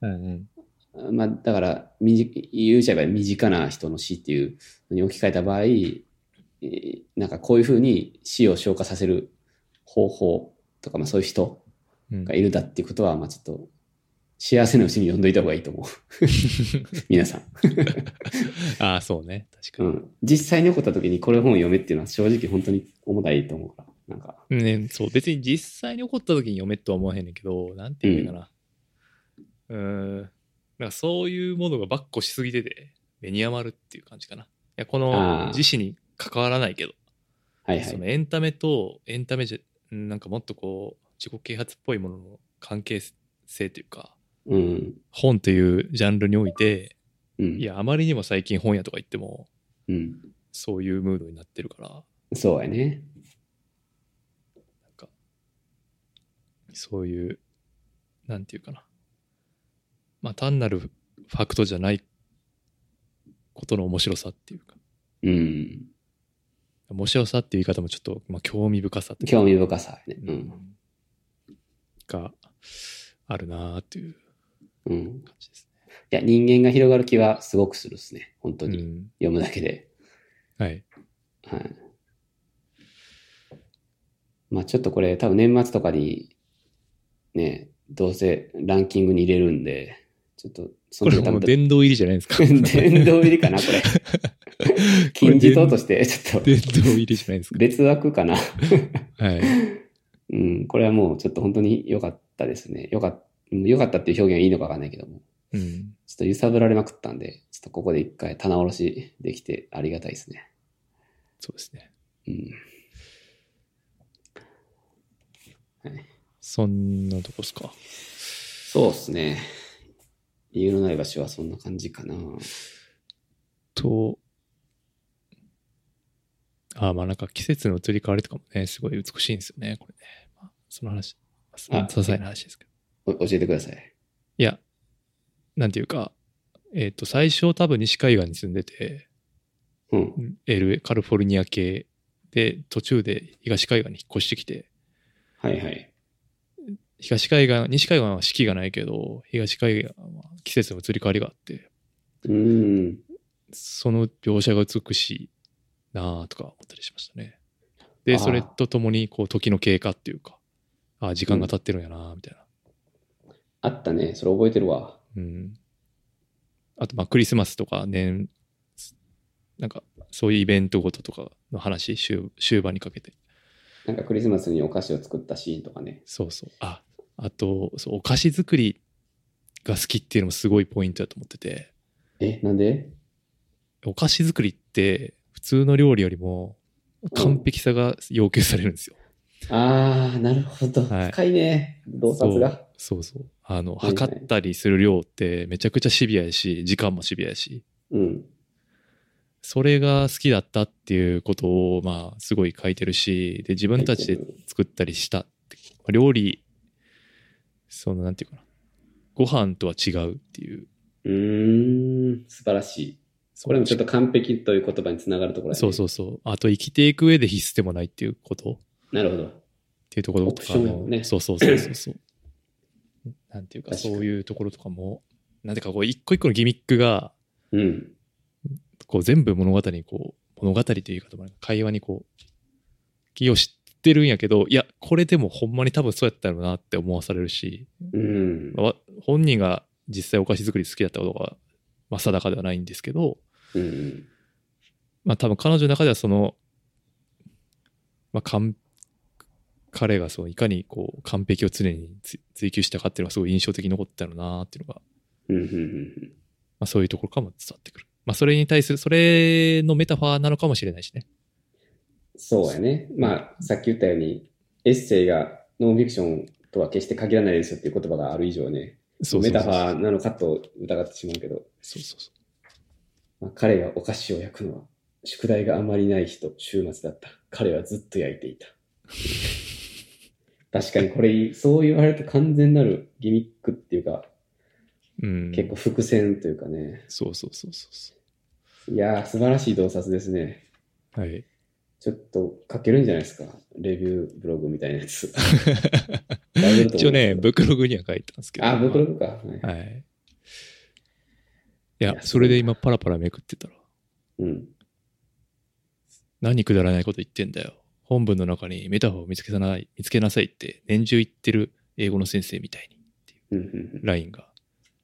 [SPEAKER 3] うんうん。
[SPEAKER 2] まあ、だから、みじ言うちゃえば身近な人の死っていうのに置き換えた場合、えーなんかこういうふうに死を消化させる方法とか、まあそういう人
[SPEAKER 3] うん
[SPEAKER 2] がいるだっていうことは、まあちょっと、幸せなうちに呼んどいた方がいいと思う。皆さん。
[SPEAKER 3] ああ、そうね。確か
[SPEAKER 2] う
[SPEAKER 3] に。
[SPEAKER 2] ん。実際に起こった時にこれ本を読めっていうのは正直本当に重たいと思うから。なんか、
[SPEAKER 3] ね、そう、別に実際に起こった時に読めとは思わへんねんけど、なんていうのかな。うーん、なんかそういうものがばっこしすぎてて、目に余るっていう感じかな。いや、こ
[SPEAKER 2] あ
[SPEAKER 3] の
[SPEAKER 2] ー
[SPEAKER 3] 自死に関わらないけど、
[SPEAKER 2] はいは
[SPEAKER 3] そ
[SPEAKER 2] い。
[SPEAKER 3] のエンタメとエンタメじゃ、うんなんかもっとこう、自己啓発っぽいものの関係性というか、
[SPEAKER 2] うん。
[SPEAKER 3] 本というジャンルにおいて、
[SPEAKER 2] うん。
[SPEAKER 3] いや、あまりにも最近本屋とか行っても、
[SPEAKER 2] うん。
[SPEAKER 3] そういうムードになってるから、
[SPEAKER 2] そうやね。
[SPEAKER 3] そういう、なんていうかな。まあ単なるファクトじゃないことの面白さっていうか、
[SPEAKER 2] うん。
[SPEAKER 3] 面白さっていう言い方もちょっと、まあ、興味深さっていうか
[SPEAKER 2] 興味深さやね。うん。
[SPEAKER 3] があるなあっていう
[SPEAKER 2] うん。い
[SPEAKER 3] 感じです
[SPEAKER 2] や、人間が広がる気はすごくするっすね。本当
[SPEAKER 3] ね。
[SPEAKER 2] に。
[SPEAKER 3] うん、
[SPEAKER 2] 読むだけで。
[SPEAKER 3] はい。
[SPEAKER 2] はい。まあちょっとこれ多分年末とかに、ね、どうせランキングに入れるんで、ちょっと、そ
[SPEAKER 3] こ
[SPEAKER 2] の時
[SPEAKER 3] れも
[SPEAKER 2] 多分
[SPEAKER 3] う
[SPEAKER 2] 殿
[SPEAKER 3] 殿堂入りじゃないで すか。
[SPEAKER 2] 堂入りかな、これ。金字塔として、ちょっと
[SPEAKER 3] 殿堂入りじゃないですか。
[SPEAKER 2] 別枠かな。
[SPEAKER 3] はい。
[SPEAKER 2] うん、これはもうちょっと本当に良かったですね。良かった、良かったっていう表現はいいのかわかんないけども。
[SPEAKER 3] うん。
[SPEAKER 2] ちょっと揺さぶられまくったんで、ちょっとここで一回棚卸しできてありがたいですね。
[SPEAKER 3] そうですね。
[SPEAKER 2] うん。
[SPEAKER 3] そんなとこですか。
[SPEAKER 2] そうですね。理由のない場所はそんな感じかな。
[SPEAKER 3] と、ああ、まあなんか季節の移り変わりとかもね、すごい美しいんですよね、これね。まあ、その話、まあ
[SPEAKER 2] あ
[SPEAKER 3] 些細な話ですけ
[SPEAKER 2] お
[SPEAKER 3] ど。
[SPEAKER 2] 教えてください。
[SPEAKER 3] いや、なんていうか、えっ、と、最初多分西海岸に住んでて、
[SPEAKER 2] うん。
[SPEAKER 3] LA、カリフォルニア系で、途中で東海岸に引っ越してきて、
[SPEAKER 2] はいはい。
[SPEAKER 3] 東海岸、西海岸は四季がないけど、東海岸は季節の移り変わりがあって、
[SPEAKER 2] うーん。
[SPEAKER 3] その描写が美しいなあとか思ったりしましたね。で、
[SPEAKER 2] ああ
[SPEAKER 3] それとともに、こう、時の経過っていうか、ああ、時間が経ってるんやなあみたいな。
[SPEAKER 2] あったね。それ覚えてるわ。
[SPEAKER 3] うん。あと、まあ、クリスマスとか年、なんか、そういうイベントごととかの話、終終盤にかけて。
[SPEAKER 2] なんかクリスマスにお菓子を作ったシーンとかね。
[SPEAKER 3] そうそう。あ、あと、そう、お菓子作りが好きっていうのもすごいポイントだと思ってて、
[SPEAKER 2] え、なんで
[SPEAKER 3] お菓子作りって、普通の料理よりも、完璧さが要求されるんですよ。
[SPEAKER 2] あー、なるほど。
[SPEAKER 3] はい
[SPEAKER 2] 深いね。洞察が。
[SPEAKER 3] そうそうそうあの
[SPEAKER 2] はいはい
[SPEAKER 3] 測ったりする量ってめちゃくちゃシビアやし時間もシビアやし
[SPEAKER 2] うん。
[SPEAKER 3] それが好きだったっていうことをまあすごい書いてるしで自分たちで作ったりしたってまあ料理そのなんていうかなご飯とは違うっていう
[SPEAKER 2] うーん。素晴らしい。これもちょっと完璧という言葉につながるところだね
[SPEAKER 3] そうそうそうあと生きていく上で必須でもないっていうことっ
[SPEAKER 2] なるほど。
[SPEAKER 3] ていうところとか
[SPEAKER 2] オプション
[SPEAKER 3] も、
[SPEAKER 2] もね
[SPEAKER 3] そうそうそうそうそうなんていうか
[SPEAKER 2] 確かに
[SPEAKER 3] そういうところとかもなんていうかこう一個一個のギミックが
[SPEAKER 2] うん。
[SPEAKER 3] こう全部物語にこう、物語という言い方もある会話にこう、気を知ってるんやけど、いや、これでもほんまに多分そうやったよなって思わされるし、
[SPEAKER 2] うん。
[SPEAKER 3] わ本人が実際お菓子作り好きだったことが、まあ、定かではないんですけど、
[SPEAKER 2] うん。
[SPEAKER 3] まあ多分彼女の中ではその、まあ完彼がそういかにこう完璧を常につ追求したかっていうのがすごい印象的に残ってたのなっていうのが、
[SPEAKER 2] うんうんうん
[SPEAKER 3] まあ、そういうところからも伝わってくる。まあ、それに対する、それのメタファーなのかもしれないしね。
[SPEAKER 2] そうやね。まあ、さっき言ったように、エッセイがノンフィクションとは決して限らないですよっていう言葉がある以上ね、
[SPEAKER 3] そうそう
[SPEAKER 2] メ
[SPEAKER 3] そ
[SPEAKER 2] タ
[SPEAKER 3] う
[SPEAKER 2] ファーなのかと疑ってしまうけど、
[SPEAKER 3] そうそうそう。
[SPEAKER 2] まあ、彼がお菓子を焼くのは、宿題があまりない日と週末だった。彼はずっと焼いて いた。確かにこれ、そう言われると完全なるギミックっていうか、
[SPEAKER 3] うん、
[SPEAKER 2] 結構伏線というかね。
[SPEAKER 3] そうそうそうそうそ
[SPEAKER 2] いやー、素晴らしい洞察ですね。
[SPEAKER 3] う。はい。
[SPEAKER 2] ちょっと書けるんじゃないですか。レビューブログみたいなや つ。ダブルと思う
[SPEAKER 3] 一応ね、ブックログには書いたんですけど。
[SPEAKER 2] あ、ブックログか。はい
[SPEAKER 3] はい。いや
[SPEAKER 2] い、や
[SPEAKER 3] それで今パラパラめくってたら、
[SPEAKER 2] うん。
[SPEAKER 3] 何くだらないこと言ってんだよ。本文の中にメタファーを見つけさない、見つけなさいって年中言ってる英語の先生みたいに、
[SPEAKER 2] うんうんうん
[SPEAKER 3] ラインが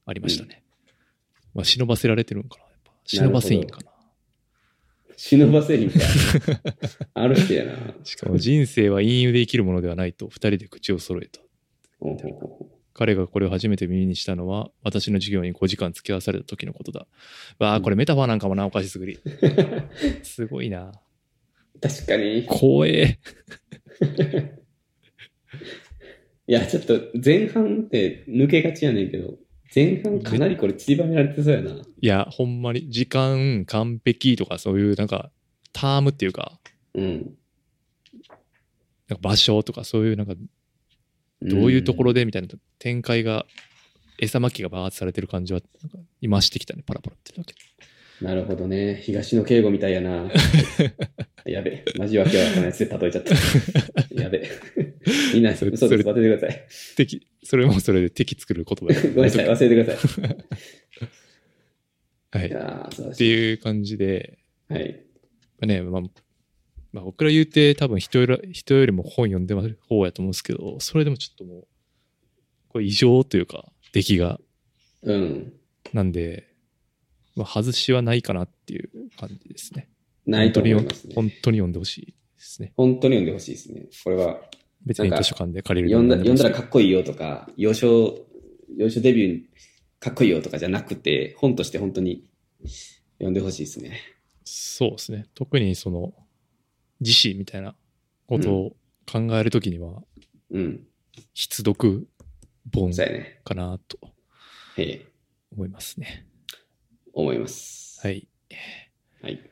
[SPEAKER 3] ありましたね。まあ、忍ばせられてるんかな。やっぱ忍ばせいんかな。
[SPEAKER 2] 忍ばせるみたいな。ある人やな。
[SPEAKER 3] しかも人生は陰喩で生きるものではないと二人で口を揃えた。
[SPEAKER 2] ほうほうほうほ
[SPEAKER 3] 彼がこれを初めて耳にしたのは私の授業に5時間付き合わされた時のことだ。わあ、これメタファーなんかもな、おかしすぐ り。すごいな。
[SPEAKER 2] う確かに。
[SPEAKER 3] 光栄。
[SPEAKER 2] いや、ちょっと前半って抜けがちやねんけど、前半かなりこれ散りばめられてそうやな。
[SPEAKER 3] いや、ほんまに時間完璧とかそういうなんかタームっていうか、
[SPEAKER 2] うん。
[SPEAKER 3] なんか場所とかそういうなんかどういうところでみたいな展開が、餌まきがバーッとされてる感じは、なんか今してきたね、パラパラってだけ。
[SPEAKER 2] うんなるほどね。東野敬吾みたいや な。やべ。マジわけわかんないやつで例えちゃ った。やべ。みんな、
[SPEAKER 3] それ
[SPEAKER 2] 嘘
[SPEAKER 3] そ
[SPEAKER 2] で
[SPEAKER 3] れ
[SPEAKER 2] す。忘れてください。
[SPEAKER 3] 敵、それもそれで敵作る言葉や
[SPEAKER 2] ごめんなさい。忘れてくだ さい。
[SPEAKER 3] はいい。っ
[SPEAKER 2] やー素晴ら
[SPEAKER 3] て
[SPEAKER 2] し
[SPEAKER 3] いう感じで、
[SPEAKER 2] い。はい。
[SPEAKER 3] ね、まあ、まあ、僕ら言うて多分人より人よりも本読んでる方やと思うんですけど、それでもちょっともう、これ異常というか、出来が。
[SPEAKER 2] うん。
[SPEAKER 3] なんで、まあ、外しはないかなっていう感じですね。
[SPEAKER 2] ないと思います
[SPEAKER 3] 本当に
[SPEAKER 2] ね。
[SPEAKER 3] 本当に読んでほしいですね。
[SPEAKER 2] 本当に読んでほしいですね。これは
[SPEAKER 3] 別に図書館で借りる
[SPEAKER 2] 読んだ読んだら
[SPEAKER 3] ら
[SPEAKER 2] かっこいいよとか、幼少、幼少デビューかっこいいよとかじゃなくて、本として本当に読んでほしいですね。
[SPEAKER 3] そうですね。特にその、自死みたいなことを考えるときには、
[SPEAKER 2] うん。
[SPEAKER 3] 必読本
[SPEAKER 2] そうやね。
[SPEAKER 3] かなと
[SPEAKER 2] へえ、
[SPEAKER 3] 思いますね。
[SPEAKER 2] 思います。
[SPEAKER 3] はい。
[SPEAKER 2] はい。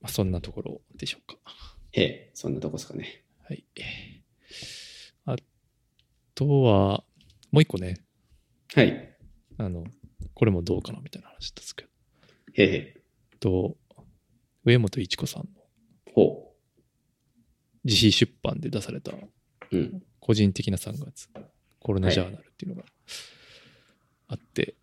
[SPEAKER 3] まあ、そんなところでしょうか。
[SPEAKER 2] へえ、そんなとこですかね。
[SPEAKER 3] はい。あとは、もう一個ね、
[SPEAKER 2] はい。へ
[SPEAKER 3] あの、これもどうかなみたいな話だったんですけど、
[SPEAKER 2] えへえ、
[SPEAKER 3] えっと、上本一子さんの
[SPEAKER 2] ほ
[SPEAKER 3] 自費出版で出された
[SPEAKER 2] う。うん。
[SPEAKER 3] 個人的な3月、コロナジャーナルっていうのがあって、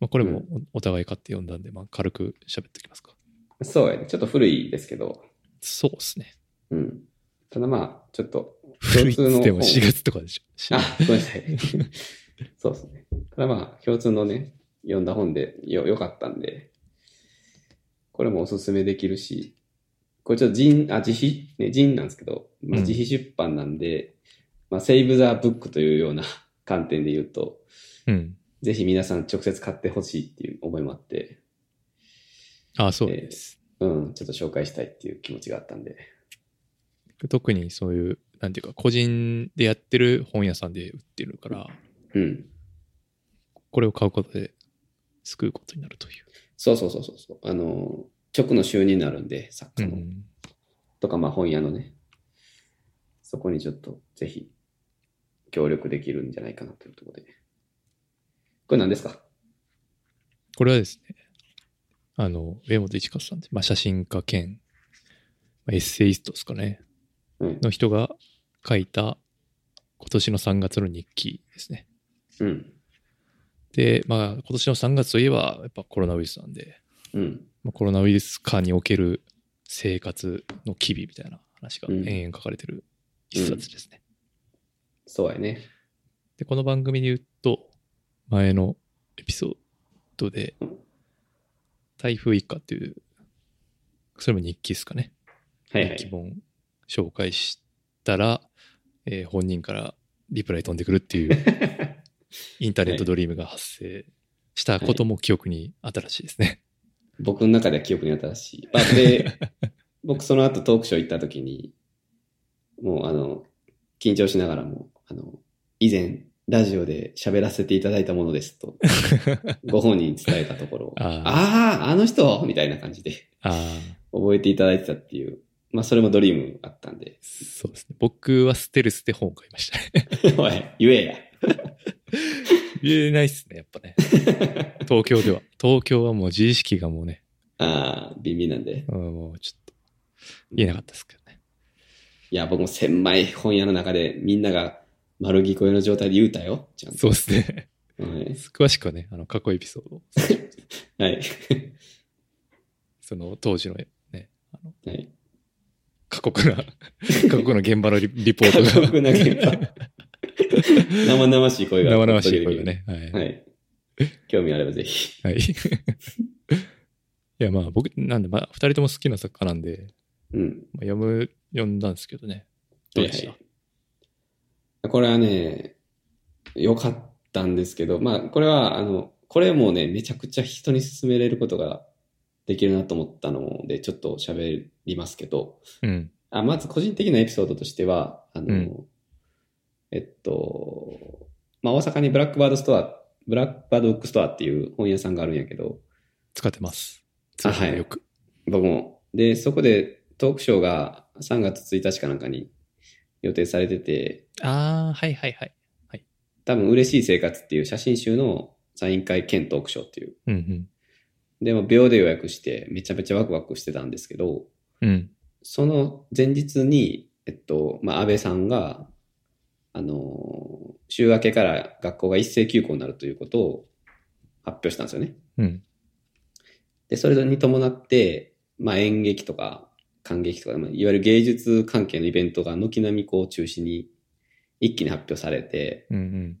[SPEAKER 3] まあ、これもおお互い買って読んだんで、まあ、軽く喋っておきますか。
[SPEAKER 2] そうやね。ちょっと古いですけど、
[SPEAKER 3] そうですね。
[SPEAKER 2] うん。ただまあ、ちょっと、
[SPEAKER 3] 古いっつっても
[SPEAKER 2] 共通
[SPEAKER 3] 4
[SPEAKER 2] の本
[SPEAKER 3] 月とかでしょ。し
[SPEAKER 2] あ、ごめんなさい。 そうですね。ただまあ、共通のね、読んだ本でよ、良かったんで、これもおすすめできるし、これちょっと人、あ、自費、ね、人なんですけど、まあ、
[SPEAKER 3] うん
[SPEAKER 2] 自費出版なんで、まあ、セイブ・ザ・ブックというような 観点で言うと、
[SPEAKER 3] うん。
[SPEAKER 2] ぜひ皆さん直接買ってほしいっていう思いもあって、
[SPEAKER 3] あ、そうです。
[SPEAKER 2] うん、ちょっと紹介したいっていう気持ちがあったんで、
[SPEAKER 3] 特にそういう、なんていうか、個人でやってる本屋さんで売ってるから、
[SPEAKER 2] うん。
[SPEAKER 3] これを買うことで救うことになるという。
[SPEAKER 2] そうそうそうそうそう。あの、直の収入になるんで、作家の。とか、まあ本屋のね、そこにちょっとぜひ協力できるんじゃないかなというところで。これ何ですか
[SPEAKER 3] これはですね、あの、上本一和さんって、まあ、写真家兼、まあエッセイストですかね、
[SPEAKER 2] うん。
[SPEAKER 3] の人が書いた今年の3月の日記ですね。
[SPEAKER 2] うん。
[SPEAKER 3] で、まあ、今年の3月といえば、やっぱコロナウイルスなんで、
[SPEAKER 2] うん。
[SPEAKER 3] まあ、コロナウイルス下における生活の機微みたいな話が
[SPEAKER 2] うん
[SPEAKER 3] 延々書かれてる一冊ですね。
[SPEAKER 2] そうやね。
[SPEAKER 3] で、この番組で言うと、前のエピソードで
[SPEAKER 2] うん、
[SPEAKER 3] 台風一過っていう、それも日記ですかね。
[SPEAKER 2] はいは
[SPEAKER 3] 日記
[SPEAKER 2] い。
[SPEAKER 3] 本紹介したら、えー本人からリプライ飛んでくるっていう インターネットドリームが発生したことも記憶に新しいですね。、
[SPEAKER 2] 僕の中では記憶に新しい。まあ、で、僕その後トークショー行った時に、もうあの、緊張しながらも、あの、以前、ラジオで喋らせていただいたものですと、ご本人に伝えたところ
[SPEAKER 3] あ
[SPEAKER 2] ああ、あの人みたいな感じで
[SPEAKER 3] ああー、
[SPEAKER 2] 覚えていただいてたっていう、まあそれもドリームあったんで
[SPEAKER 3] そうですね。僕はステルスで本を買いましたね。
[SPEAKER 2] おい、言えや。
[SPEAKER 3] 言えないっすね、やっ ぱね。東京では。東京はもう自意識がもうね、
[SPEAKER 2] ああ、ビンビンなんで。
[SPEAKER 3] うんもうちょっと言えなかったですけどね。
[SPEAKER 2] いや、僕も狭い本屋の中でみんなが丸聞こえの状態で言うたよ。ちゃんと。
[SPEAKER 3] そうですね。
[SPEAKER 2] はい。
[SPEAKER 3] 詳しくはね、あの、過去エピソード、
[SPEAKER 2] はい。
[SPEAKER 3] その当時のね、あの
[SPEAKER 2] はい、
[SPEAKER 3] 過酷 な、過酷な現場のリリポートが。
[SPEAKER 2] 過 酷な現場。生々しい声が。
[SPEAKER 3] 生々しい声が。ね。はい。
[SPEAKER 2] は
[SPEAKER 3] はい。
[SPEAKER 2] い。興味あればぜひ。
[SPEAKER 3] い、 や、まあ僕、なんで、まあ、二人とも好きな作家なんで、
[SPEAKER 2] うん。
[SPEAKER 3] まあ、読む、読んだんですけどね。どうでした、
[SPEAKER 2] はいはいこれはね、良かったんですけど、まあ、これは、あの、これもね、めちゃくちゃ人に勧めれることができるなと思ったので、ちょっと喋りますけど、
[SPEAKER 3] うん。
[SPEAKER 2] あ、まず個人的なエピソードとしては、あの、
[SPEAKER 3] うん
[SPEAKER 2] えっと、まあ、大阪にブラックバードストア、ブラックバードブックストアっていう本屋さんがあるんやけど、
[SPEAKER 3] 使ってます。
[SPEAKER 2] あはい
[SPEAKER 3] よく。
[SPEAKER 2] 僕も。で、そこでトークショーが3月1日かなんかに予定されてて、
[SPEAKER 3] ああ、はいはいはい。
[SPEAKER 2] 多分嬉しい生活っていう写真集のサイン会兼トークショーっていう。
[SPEAKER 3] うん
[SPEAKER 2] でも秒で予約して、めちゃめちゃワクワクしてたんですけど、
[SPEAKER 3] うん。うん。
[SPEAKER 2] その前日に、えっと、まあ、安倍さんが、あの、週明けから学校が一斉休校になるということを発表したんですよね。
[SPEAKER 3] うん。
[SPEAKER 2] で、それに伴って、まあ、演劇とか、観劇とか、まあ、いわゆる芸術関係のイベントが軒並みこう中止に一気に発表されて、
[SPEAKER 3] うんうん。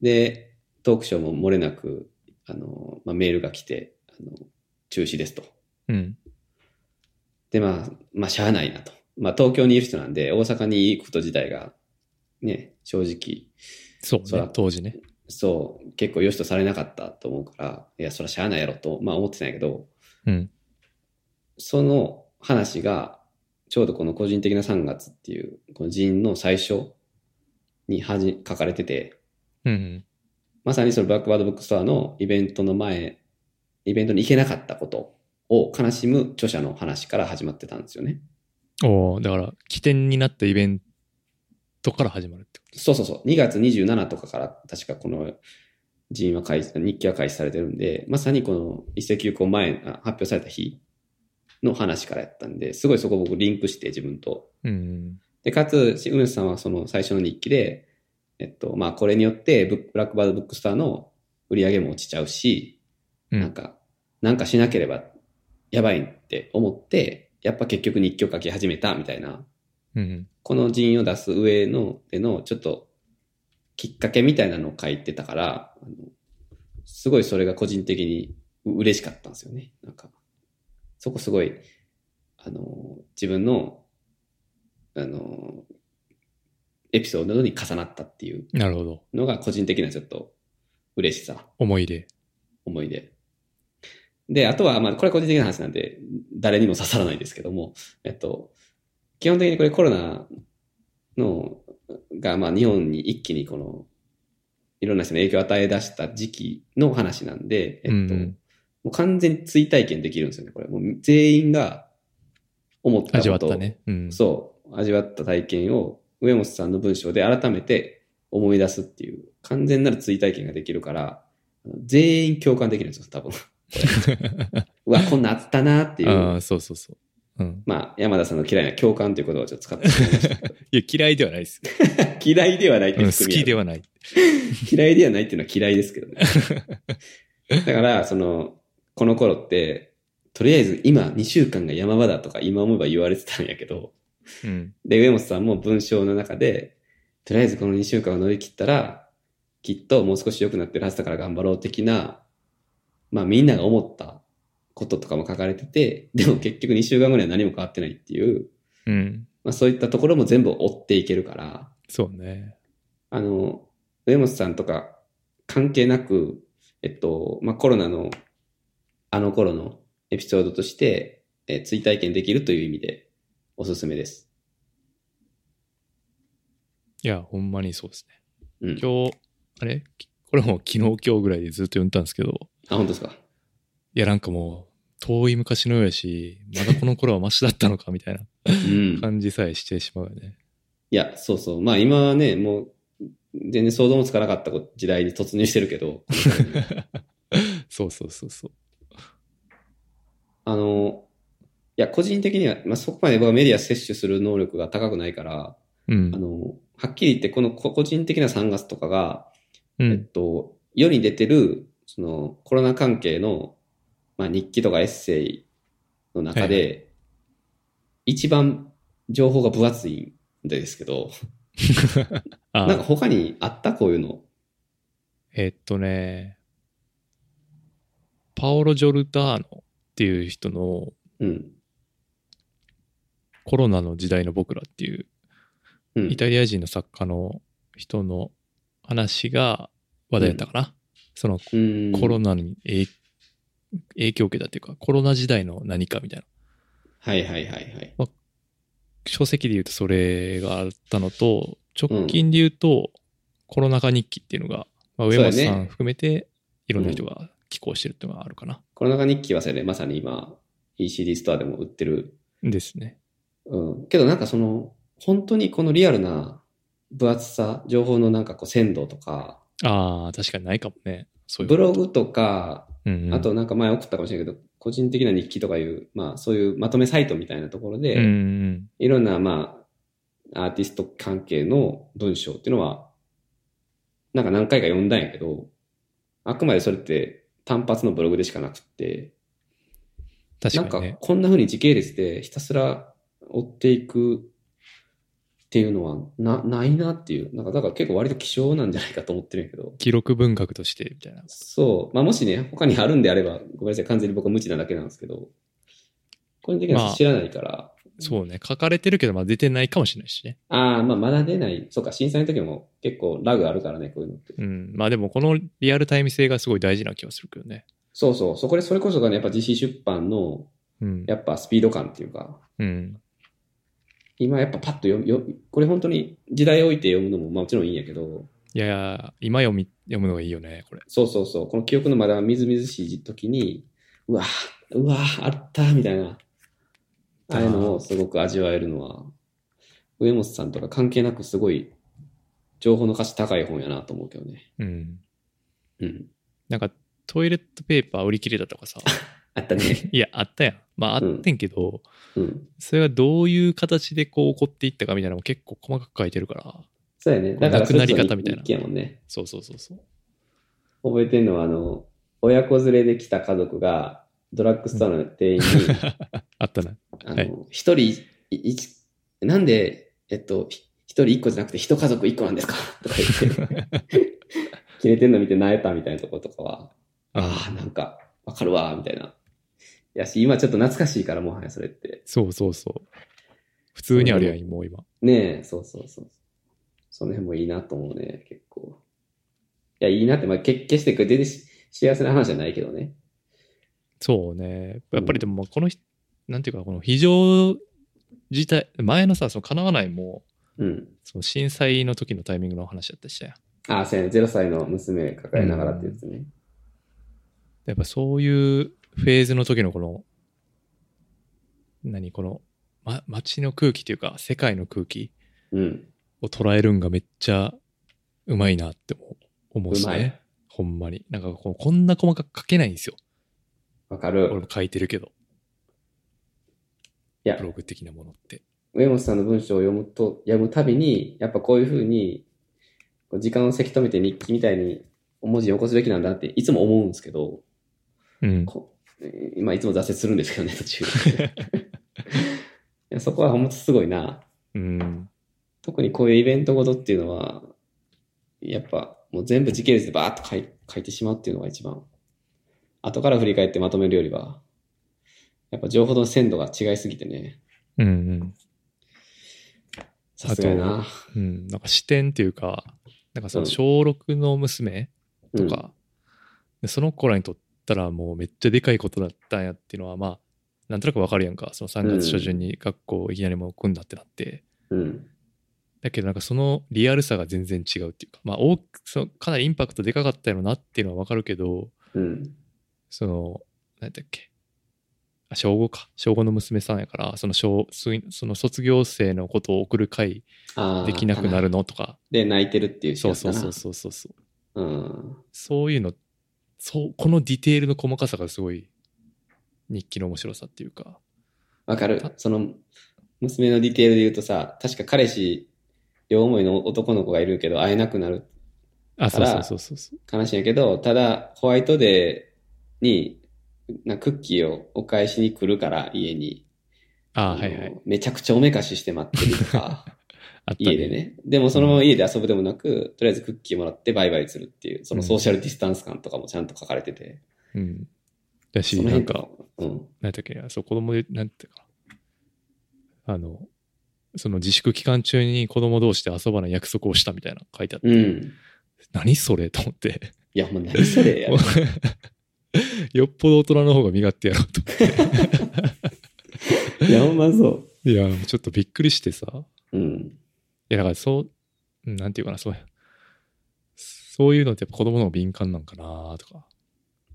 [SPEAKER 2] で、トークショーも漏れなく、あの、まあ、メールが来て、あの、中止ですと。
[SPEAKER 3] うん。
[SPEAKER 2] で、まあ、まあ、しゃあないなと。まあ、東京にいる人なんで、大阪に行くこと自体が、ね、正直、
[SPEAKER 3] そう
[SPEAKER 2] そ
[SPEAKER 3] ね
[SPEAKER 2] ら、
[SPEAKER 3] 当時ね。
[SPEAKER 2] そう、結構良しとされなかったと思うから、いや、そりゃしゃあないやろと、まあ、思ってたんやけど、
[SPEAKER 3] うん。
[SPEAKER 2] その話が、ちょうどこの個人的な3月っていう、この人の最初にはじ書かれてて、
[SPEAKER 3] うんうん。
[SPEAKER 2] まさにそのブラックバードブックストアのイベントの前、イベントに行けなかったことを悲しむ著者の話から始まってたんですよね。
[SPEAKER 3] おおだから、起点になったイベントから始まるってこ
[SPEAKER 2] そうそうそう。2月27とかから確かこの人は開始、日記は開始されてるんで、まさにこの一石休校前、あ発表された日の話からやったんで、すごいそこ僕リンクして自分と。
[SPEAKER 3] と。うん
[SPEAKER 2] で、かつ、し梅津さんはその最初の日記で、えっと、まあこれによってブックブラックバードブックスターの売り上げも落ちちゃうし、
[SPEAKER 3] うん。う
[SPEAKER 2] なん
[SPEAKER 3] ん。
[SPEAKER 2] か、なんかしなければやばいって思って、やっぱ結局日記を書き始めたみたいな
[SPEAKER 3] うん。
[SPEAKER 2] この人を出す上のでのちょっときっかけみたいなのを書いてたから、あのすごいそれが個人的にう嬉しかったんですよね。なんか、そこすごい、あの、自分の、あの、エピソードに重なったっていう
[SPEAKER 3] なるほど。
[SPEAKER 2] のが個人的なちょっと嬉しさ、
[SPEAKER 3] 思い出。
[SPEAKER 2] 思い出。で、あとは、まあ、これは個人的な話なんで、誰にも刺さらないですけども、えっと、基本的にこれコロナの、が、まあ、日本に一気にこの、いろんな人に影響を与え出した時期の話なんで、えっと、
[SPEAKER 3] うんうん
[SPEAKER 2] もう完全に追体験できるんですよね、これ。もう全員が思ったこと
[SPEAKER 3] 味わったね。うん。
[SPEAKER 2] そう、味わった体験を、上本さんの文章で改めて思い出すっていう、完全なる追体験ができるから、全員共感できるんですよ、多分。 うわ、こんなんあったなってい
[SPEAKER 3] あ
[SPEAKER 2] う。
[SPEAKER 3] あ、そうそうそう。うん。
[SPEAKER 2] まあ、山田さんの嫌いな共感という言葉をちょっと使ってしまいまし
[SPEAKER 3] いや、嫌いではないですよ。
[SPEAKER 2] た。 嫌いではないって
[SPEAKER 3] うん
[SPEAKER 2] いう
[SPEAKER 3] 好きではない。
[SPEAKER 2] 嫌いではないっていうのは嫌いですけどね。だから、その、この頃って、とりあえず今2週間が山場だとか今思えば言われてたんやけど、
[SPEAKER 3] うん。
[SPEAKER 2] で、上本さんも文章の中で、とりあえずこの2週間を乗り切ったら、きっともう少し良くなってるはずだから頑張ろう的な、まあみんなが思ったこととかも書かれてて、でも結局2週間後には何も変わってないっていう、
[SPEAKER 3] うん。
[SPEAKER 2] まあ、そういったところも全部追っていけるから、
[SPEAKER 3] そうね。
[SPEAKER 2] あの、上本さんとか関係なく、えっと、まあ、コロナのあの頃のエピソードとして、えー追体験できるという意味でおすすめです。
[SPEAKER 3] いや、ほんまにそうですね。
[SPEAKER 2] うん。
[SPEAKER 3] 今日、あれきこれも昨日今日ぐらいでずっと読んだんですけど、
[SPEAKER 2] あ、本当ですか。
[SPEAKER 3] いや、なんかもう、遠い昔のようやし、まだこの頃はマシだったのかみたい
[SPEAKER 2] うん
[SPEAKER 3] な。感じさえしてしまうよ ね。
[SPEAKER 2] いや、そうそう。まあ今はね、もう、全然想像もつかなかった時代に突入してるけど、
[SPEAKER 3] そうそうそうそう。
[SPEAKER 2] あの、いや、個人的には、まあそこまで僕はメディア摂取する能力が高くないから、
[SPEAKER 3] うん
[SPEAKER 2] あ。の、はっきり言ってこのこ個人的な3月とかが、
[SPEAKER 3] う
[SPEAKER 2] えっ
[SPEAKER 3] ん。
[SPEAKER 2] と、世に出てる、そのコロナ関係の、まあ日記とかエッセイの中で、一番情報が分厚いんですけど、
[SPEAKER 3] あ
[SPEAKER 2] なんか他にあったこういうの。
[SPEAKER 3] えっとね、パオロ・ジョルダーノっていう人の
[SPEAKER 2] うん。
[SPEAKER 3] コロナの時代の僕らっていう
[SPEAKER 2] うん。
[SPEAKER 3] イタリア人の作家の人の話が話題だったかな。その
[SPEAKER 2] うん
[SPEAKER 3] コロナに影影響を受けたっていうか、コロナ時代の何かみたいな。
[SPEAKER 2] はいはいはいはい。
[SPEAKER 3] 書籍で言うとそれがあったのと、直近で言うと、コロナ禍日記っていうのが、
[SPEAKER 2] そ
[SPEAKER 3] まあ、
[SPEAKER 2] う
[SPEAKER 3] 上
[SPEAKER 2] やね
[SPEAKER 3] 松さん含めていろんな人が寄稿してるっていうのがあるかな。
[SPEAKER 2] コロナ禍日記はそれね、まさに今、ECD ストアでも売ってる。
[SPEAKER 3] ですね。
[SPEAKER 2] うん。けどなんかその、本当にこのリアルな分厚さ、情報のなんかこう鮮度とか、
[SPEAKER 3] ああ、確かにないかもね。そういう
[SPEAKER 2] ブログとか、
[SPEAKER 3] うんうん
[SPEAKER 2] あとなんか前送ったかもしれないけど、個人的な日記とかいう、まあそういうまとめサイトみたいなところで、
[SPEAKER 3] うんうん
[SPEAKER 2] いろんなまあ、アーティスト関係の文章っていうのは、なんか何回か読んだんやけど、あくまでそれって単発のブログでしかなくって、
[SPEAKER 3] 確
[SPEAKER 2] なんか
[SPEAKER 3] かにね。
[SPEAKER 2] こんな風に時系列でひたすら追っていくっていうのはなないなっていう、なんかだから結構割と希少なんじゃないかと思ってるんやけど、
[SPEAKER 3] 記録文学としてみたいな。
[SPEAKER 2] そう、まあもしね、他にあるんであれば、ごめんなさい、完全に僕は無知なだけなんですけど、個人的に
[SPEAKER 3] ま
[SPEAKER 2] は
[SPEAKER 3] あ
[SPEAKER 2] 知らないから、
[SPEAKER 3] そうね。書かれてるけど、まあ出てないかもしれないしね。
[SPEAKER 2] ああ、まあまだ出ない、そうか、震災の時も結構ラグあるからね、こういうのって。
[SPEAKER 3] うん。まあでも、このリアルタイム性がすごい大事な気がするけどね。
[SPEAKER 2] そうそう、そこでそれこそがね、やっぱ自費出版の、
[SPEAKER 3] うん。
[SPEAKER 2] やっぱスピード感っていうか、
[SPEAKER 3] うん。
[SPEAKER 2] 今やっぱパッと読む、よこれ本当に時代を置いて読むのもまあもちろんいいんやけど、
[SPEAKER 3] いやいや、今読み、読むのがいいよね、これ。
[SPEAKER 2] そうそうそう、この記憶のまだみずみずしい時に、うわ、うわ、あった、みたいな、ああいうのをすごく味わえるのは、上本さんとか関係なくすごい、情報の価値高い本やなと思うけどね。
[SPEAKER 3] うん。
[SPEAKER 2] うん。
[SPEAKER 3] なんか、トイレットペーパー売り切れたとか さ。
[SPEAKER 2] あったね。
[SPEAKER 3] いや、あったやん。まあ、あってんけど、
[SPEAKER 2] うん。
[SPEAKER 3] それがどういう形でこう起こっていったかみたいなのも結構細かく書いてるから。
[SPEAKER 2] そうやね。だから、
[SPEAKER 3] なくなり方みたい
[SPEAKER 2] それこそ
[SPEAKER 3] な
[SPEAKER 2] 日記やもんね。
[SPEAKER 3] そうそうそうそう。
[SPEAKER 2] 覚えてるのは、あの、親子連れで来た家族が、ドラッグストアの 店員に、
[SPEAKER 3] あったな。
[SPEAKER 2] あ
[SPEAKER 3] はい
[SPEAKER 2] の、一人い一、なんで、えっと、ひ一人一個じゃなくて一家族一個なんですか とか言って、 切れてんの見て泣えたみたいなとことかは、ああ、なんか、わかるわ、みたいな。いやし、今ちょっと懐かしいから、もはやそれって。
[SPEAKER 3] そうそうそう。普通にあるやん、もう今。
[SPEAKER 2] ねえ、そうそうそう。その辺もいいなと思うね、結構。いや、いいなって、まあ、け決して、これ全然し幸せな話じゃないけどね。
[SPEAKER 3] そうね。やっぱりでも、このひ、なんていうか、この非常事態、前のさ、その叶わないも、
[SPEAKER 2] うん。
[SPEAKER 3] その震災の時のタイミングの話だったしさ、
[SPEAKER 2] ああ、そうやね。0歳の娘抱えながらってやつね。
[SPEAKER 3] やっぱそういうフェーズの時のこの、何、この、ま、街の空気というか、世界の空気
[SPEAKER 2] うん。
[SPEAKER 3] を捉えるんがめっちゃうまいなって思う思うし
[SPEAKER 2] うまい
[SPEAKER 3] ね。ほんまに。なんかこう、こんな細かく書けないんですよ。
[SPEAKER 2] わか
[SPEAKER 3] 俺
[SPEAKER 2] る。
[SPEAKER 3] も書いてるけど、
[SPEAKER 2] いや
[SPEAKER 3] ブ、ログ的なものって。
[SPEAKER 2] 上本さんの文章を読むと、読むたびに、やっぱこういうふうに、こう時間をせき止めて日記みたいに文字を起こすべきなんだっていつも思うんですけど、
[SPEAKER 3] うん。
[SPEAKER 2] こえーまあいつも挫折するんですけどね、途中。いやそこは本当すごいな。
[SPEAKER 3] うん。
[SPEAKER 2] 特にこういうイベントごとっていうのは、やっぱもう全部時系列でバーッと書い書いてしまうっていうのが一番。後から振り返ってまとめるよりは、やっぱ情報の鮮度が違いすぎてね。
[SPEAKER 3] うんうん。
[SPEAKER 2] さすがやな。
[SPEAKER 3] うん、なんか視点っていうか、なんかそうの
[SPEAKER 2] ん
[SPEAKER 3] 小6の娘
[SPEAKER 2] う
[SPEAKER 3] と
[SPEAKER 2] ん
[SPEAKER 3] か、でその子らにとったらもうめっちゃでかいことだったんやっていうのは、まあ、なんとなくわかるやんか。その3月初旬に学校いきなりもう組んだってなって。
[SPEAKER 2] うん。
[SPEAKER 3] だけどなんかそのリアルさが全然違うっていうか、まあ大きそのかなりインパクトでかかったよなっていうのはわかるけど、
[SPEAKER 2] うん。
[SPEAKER 3] その、なんだっけ。あ、小5か。小5の娘さんやから、その小、すいその卒業生のことを送る会
[SPEAKER 2] ああ。
[SPEAKER 3] できなくなるのとか、
[SPEAKER 2] で、泣いてるっていう
[SPEAKER 3] そうそうそう
[SPEAKER 2] そ
[SPEAKER 3] そうそうそ
[SPEAKER 2] う。
[SPEAKER 3] う。
[SPEAKER 2] うん。
[SPEAKER 3] そういうの、そう、このディテールの細かさがすごい日記の面白さっていうか。
[SPEAKER 2] わかる。その、娘のディテールで言うとさ、確か彼氏、両思いの男の子がいるけど、会えなくなる。
[SPEAKER 3] あ、
[SPEAKER 2] か
[SPEAKER 3] そう
[SPEAKER 2] ら
[SPEAKER 3] そうそうそうそう。
[SPEAKER 2] 悲しいんやけど、ただ、ホワイトデーに、なクッキーをお返しに来るから、家に。
[SPEAKER 3] あ、
[SPEAKER 2] あの
[SPEAKER 3] はいはい。
[SPEAKER 2] めちゃくちゃおめかしして待ってるとか、
[SPEAKER 3] あった
[SPEAKER 2] 家で。ね。でもそのまま家で遊ぶでもなく、とりあえずクッキーもらってバイバイするっていう、そのソーシャルディスタンス感とかもちゃんと書かれて て。
[SPEAKER 3] うん。だし、
[SPEAKER 2] その
[SPEAKER 3] なん
[SPEAKER 2] 辺
[SPEAKER 3] か、
[SPEAKER 2] とかも、
[SPEAKER 3] なんだっけな、そう、子供で、なんていうかな、あの、その自粛期間中に子供同士で遊ばない約束をしたみたいなの書いてあって、
[SPEAKER 2] うん。うん。
[SPEAKER 3] 何それと思って、
[SPEAKER 2] いや、ほんま何それや。
[SPEAKER 3] よっぽど大人の方が身勝手やろうと思
[SPEAKER 2] いや、ほんまそ。
[SPEAKER 3] って。いや、もうちょっとびっくりしてさ、いう
[SPEAKER 2] うん。
[SPEAKER 3] や、だからそう、うんなんていうかな、そう、そういうのってやっぱ子供の方が敏感なんかなとか、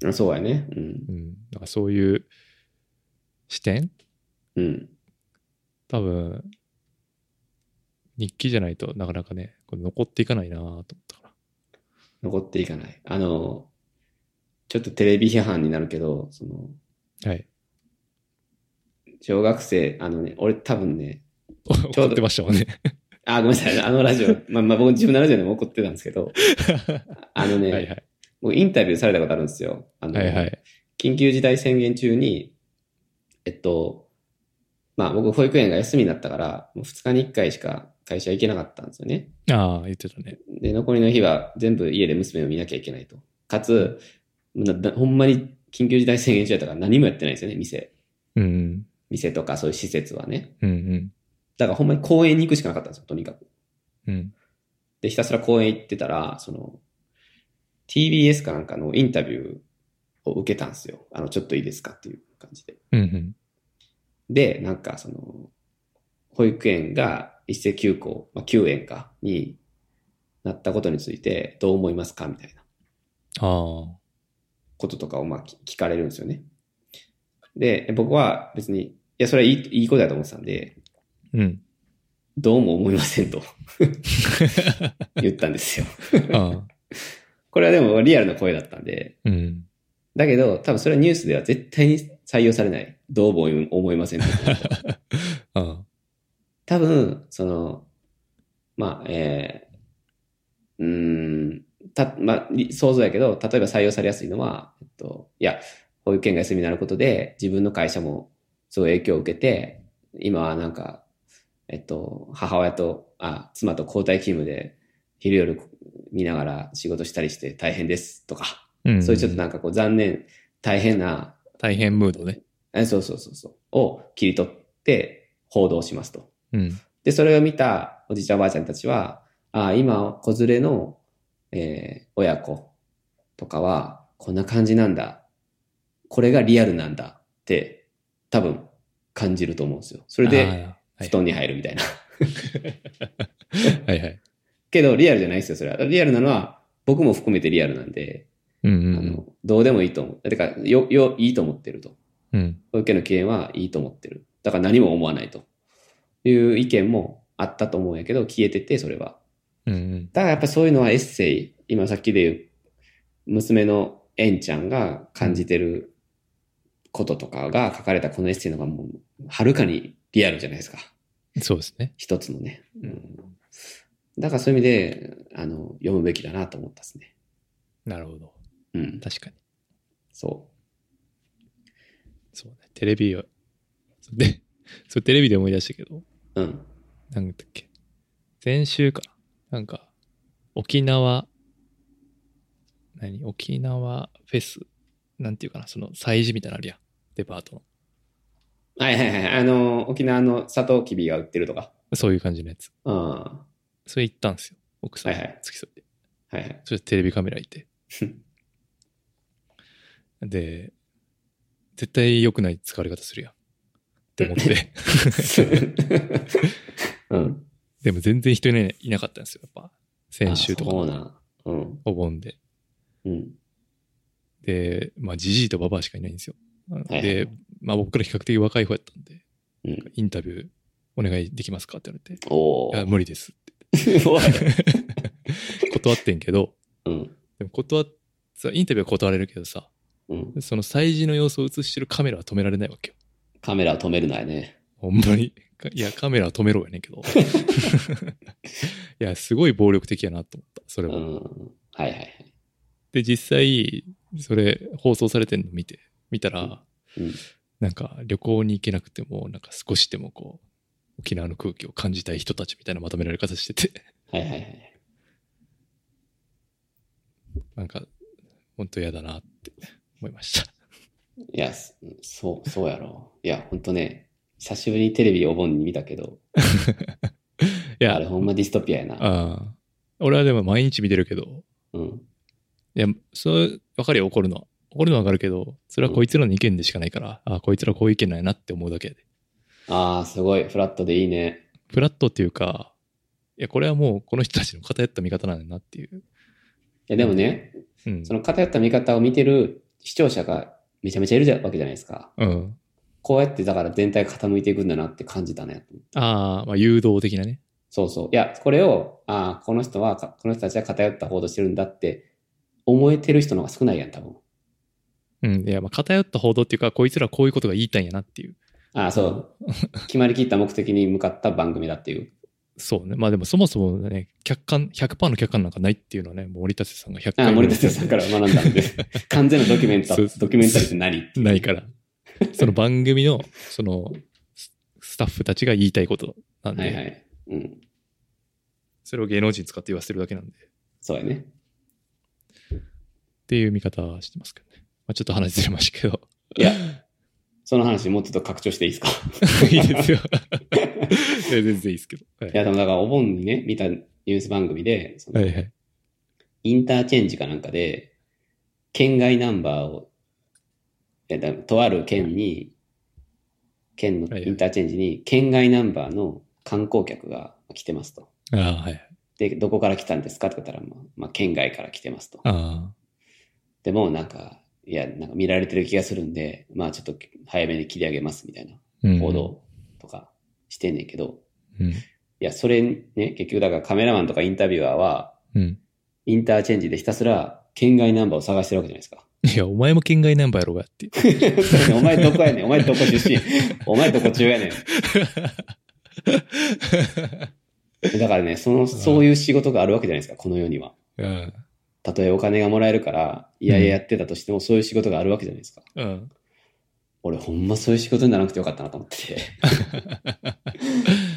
[SPEAKER 2] あそうやね。うん
[SPEAKER 3] う。ん、なんかそういう視点
[SPEAKER 2] うん。
[SPEAKER 3] 多分、日記じゃないとなかなかね、これ残っていかないなと思ったから。
[SPEAKER 2] 残っていかない。あの、ちょっとテレビ批判になるけど、その、
[SPEAKER 3] はい。
[SPEAKER 2] 小学生、あのね、俺多分ね、
[SPEAKER 3] 怒ってましたもんね。
[SPEAKER 2] あ、ごめんなさい、あのラジオ、 まあまあ僕自分のラジオでも怒ってたんですけ ど、あのね、
[SPEAKER 3] はいはい。
[SPEAKER 2] 僕インタビューされたことあるんですよ。あの、
[SPEAKER 3] はいはい。
[SPEAKER 2] 緊急事態宣言中に、えっと、まあ僕保育園が休みになったから、もう2日に1回しか会社行けなかったんですよね。
[SPEAKER 3] ああ、言ってたね。
[SPEAKER 2] で、残りの日は全部家で娘を見なきゃいけないと。かつ、ななほんまに緊急事態宣言中やったから何もやってないんですよね、店。
[SPEAKER 3] うん。
[SPEAKER 2] 店とかそういう施設はね。
[SPEAKER 3] うんうん。
[SPEAKER 2] だからほんまに公園に行くしかなかったんですよ、とにかく。
[SPEAKER 3] うん。
[SPEAKER 2] で、ひたすら公園行ってたら、その、TBS かなんかのインタビューを受けたんですよ。あの、ちょっといいですかっていう感じで。
[SPEAKER 3] うんうん。
[SPEAKER 2] で、なんかその、保育園が一斉休校、まあ、休園か、になったことについてどう思いますかみたいな。
[SPEAKER 3] ああ。
[SPEAKER 2] こととかをまあき聞かれるんですよね。で、僕は別に、いや、それはいいいいことだと思ってたんで、
[SPEAKER 3] うん。
[SPEAKER 2] どうも思いませんと言ったんですよ。
[SPEAKER 3] ああ。
[SPEAKER 2] これはでもリアルな声だったんで、
[SPEAKER 3] うん。
[SPEAKER 2] だけど多分それはニュースでは絶対に採用されない。どうも思いませんと。
[SPEAKER 3] ああ。
[SPEAKER 2] 多分、その、まあ、えー、うーん、た、まあ、い想像やけど、例えば採用されやすいのは、えっと、いや、保育園が休みになることで、自分の会社もすごい影響を受けて、今はなんか、えっと、母親と、あ、妻と交代勤務で、昼夜見ながら仕事したりして大変ですとか、
[SPEAKER 3] うん。
[SPEAKER 2] そういうちょっとなんかこう残念、大変な、
[SPEAKER 3] 大変ムードね。
[SPEAKER 2] えそうそうそうそう、を切り取って報道しますと。
[SPEAKER 3] うん。
[SPEAKER 2] で、それを見たおじいちゃんおばあちゃんたちは、ああ、今、子連れの、えー親子とかは、こんな感じなんだ。これがリアルなんだって、多分、感じると思うんですよ。そ
[SPEAKER 3] そ
[SPEAKER 2] れで、、
[SPEAKER 3] はい
[SPEAKER 2] 布団に入るみたいな。
[SPEAKER 3] はいはい。
[SPEAKER 2] けど、リアルじゃないですよ、それは。リアルなのは、僕も含めてリアルなんで、
[SPEAKER 3] うん
[SPEAKER 2] あ
[SPEAKER 3] うん
[SPEAKER 2] の、どうでもいいと思う。てか、よ、よ、いいと思ってると。
[SPEAKER 3] うん。うん。
[SPEAKER 2] 保育園の経営はいいと思ってる。だから何も思わないと。いう意見もあったと思うんやけど、消えてて、それは。
[SPEAKER 3] うんうん。
[SPEAKER 2] だからやっぱそういうのはエッセイ、今さっきで言う、娘のエンちゃんが感じてることとかが書かれたこのエッセイの方がもう、はるかにリアルじゃないですか。
[SPEAKER 3] そうですね。
[SPEAKER 2] 一つのね。うん。だからそういう意味で、あの、読むべきだなと思ったですね。
[SPEAKER 3] なるほど。
[SPEAKER 2] うん。
[SPEAKER 3] 確かに。
[SPEAKER 2] そ
[SPEAKER 3] そうね。テレビを、で、そう、テレビで思い出したけど、
[SPEAKER 2] う。うん。
[SPEAKER 3] なんだっけ。先週かな。なんか、沖縄、何沖縄フェス、なんていうかな、その催事みたいなのあるやん。デパートの。
[SPEAKER 2] はいはいはい。あの、沖縄のサトウキビが売ってるとか。
[SPEAKER 3] そういう感じのやつ。
[SPEAKER 2] ああ。
[SPEAKER 3] それ行ったんですよ。奥さん
[SPEAKER 2] はいはい
[SPEAKER 3] 付き添って。
[SPEAKER 2] はい はい。
[SPEAKER 3] それテレビカメラいて。で、絶対良くない使われ方するやん。って思って。
[SPEAKER 2] うん。
[SPEAKER 3] でも全然人いないいなかったんですよ。やっぱ、先週と
[SPEAKER 2] あそう
[SPEAKER 3] か、
[SPEAKER 2] な。うん。
[SPEAKER 3] お盆で。
[SPEAKER 2] うん。
[SPEAKER 3] で、まあ、じじいとばばあしかいないんですよ。
[SPEAKER 2] はい
[SPEAKER 3] で、まあ、僕から比較的若い方やったんで、
[SPEAKER 2] うん
[SPEAKER 3] インタビューお願いできますかって言われて、
[SPEAKER 2] お
[SPEAKER 3] いや、
[SPEAKER 2] ー。
[SPEAKER 3] 無理ですって
[SPEAKER 2] おい
[SPEAKER 3] 断ってんけど、
[SPEAKER 2] うん。
[SPEAKER 3] でも断っ、さインタビューは断れるけどさ、
[SPEAKER 2] うん。
[SPEAKER 3] その催事の様子を映してるカメラは止められないわけよ。
[SPEAKER 2] カメラ止めるなよね。
[SPEAKER 3] ほんまに。かいや、カメラは止めろやねんけ ど。いや、すごい暴力的やなと思った、それ
[SPEAKER 2] う
[SPEAKER 3] は。
[SPEAKER 2] ん。はいはいはい。
[SPEAKER 3] で、実際、それ放送されてんの見て、見たら、
[SPEAKER 2] うん。
[SPEAKER 3] なんか旅行に行けなくても、なんか少しでもこう、沖縄の空気を感じたい人たちみたいなまとめられ方してて、
[SPEAKER 2] はいはいはい。
[SPEAKER 3] なんか、ほんと嫌だなって思いました。
[SPEAKER 2] いや、そそう、そうやろ。いや、ほんとね、久しぶりにテレビお盆に見たけど、
[SPEAKER 3] いや、
[SPEAKER 2] あれほんまディストピアやな。
[SPEAKER 3] ああ俺はでも毎日見てるけど、
[SPEAKER 2] うん。
[SPEAKER 3] いや、そう、わかるよ、怒るのは。怒るのはわかるけど、それはこいつらの意見でしかないから、ああこいつらこういう意見なんやなって思うだけやで。
[SPEAKER 2] ああ、すごい。フラットでいいね。
[SPEAKER 3] フラットっていうか、いや、これはもうこの人たちの偏った見方なんだなっていう。
[SPEAKER 2] いや、でもね、
[SPEAKER 3] うん
[SPEAKER 2] そ。の偏った見方を見てる視聴者がめちゃめちゃいるじゃわけじゃないですか。
[SPEAKER 3] うん。
[SPEAKER 2] こうやってだから全体傾いていくんだなって感じたね。
[SPEAKER 3] ああ、まあ、誘導的なね。
[SPEAKER 2] そうそう。いや、これを、ああ、この人はか、この人たちは偏った報道してるんだって思えてる人の方が少ないやん、多分。
[SPEAKER 3] うん。いや、まあ、偏った報道っていうか、こいつらこういうことが言いたいんやなっていう。
[SPEAKER 2] ああ、そう。決まりきった目的に向かった番組だって いう。
[SPEAKER 3] そうね。まあ、でもそもそもね、客観、100%の客観なんかないっていうのはね、もう森達さんが100
[SPEAKER 2] ああ、
[SPEAKER 3] 回
[SPEAKER 2] 森田さんから学んだ んで。完全なドキュメンタ
[SPEAKER 3] そう
[SPEAKER 2] リー、ドキュメンタリーって何って
[SPEAKER 3] ないから。その番組の、その、ススタッフたちが言いたいことなんで、
[SPEAKER 2] はいはい。うん。
[SPEAKER 3] それを芸能人使って言わせてるだけなんで、っ
[SPEAKER 2] そうやね。
[SPEAKER 3] ていう見方はしてますけどね。まあ、ちょっと話ずれましたけど。
[SPEAKER 2] いや、その話もうちょっと拡張していいですか
[SPEAKER 3] い いですよ。いや全然いいですけど。はい
[SPEAKER 2] いや、でもだからお盆にね、見たニュース番組で、その
[SPEAKER 3] はいはい。
[SPEAKER 2] インターチェンジかなんかで、県外ナンバーを、えだとある県に、県の
[SPEAKER 3] はいはい
[SPEAKER 2] インターチェンジに、県外ナンバーの観光客が来てますと。
[SPEAKER 3] ああ、はいはい。
[SPEAKER 2] で、どこから来たんですかって言ったら、まあ、まあ、県外から来てますと。
[SPEAKER 3] あ
[SPEAKER 2] でも、なんか、いや、なんか見られてる気がするんで、まあ、ちょっと早めに切り上げますみたいな
[SPEAKER 3] あ。うん
[SPEAKER 2] 報。道とかしてんねんけど、
[SPEAKER 3] うん。
[SPEAKER 2] いや、それね、結局だからカメラマンとかインタビュアーは、
[SPEAKER 3] うん。
[SPEAKER 2] インターチェンジでひたすら県外ナンバーを探してるわけじゃないですか。
[SPEAKER 3] いや、お前も県外ナンバーやろうがって。
[SPEAKER 2] そうやねんお前どこやねん。お前どこ出 身。お前どこ中やねん。だからね、その、そういう仕事があるわけじゃないですか、この世には。
[SPEAKER 3] うん。
[SPEAKER 2] たとえお金がもらえるから、いやいややってたとしても、そういう仕事があるわけじゃないですか。
[SPEAKER 3] うん。
[SPEAKER 2] 俺、ほんまそういう仕事にならなくてよかったなと思って て。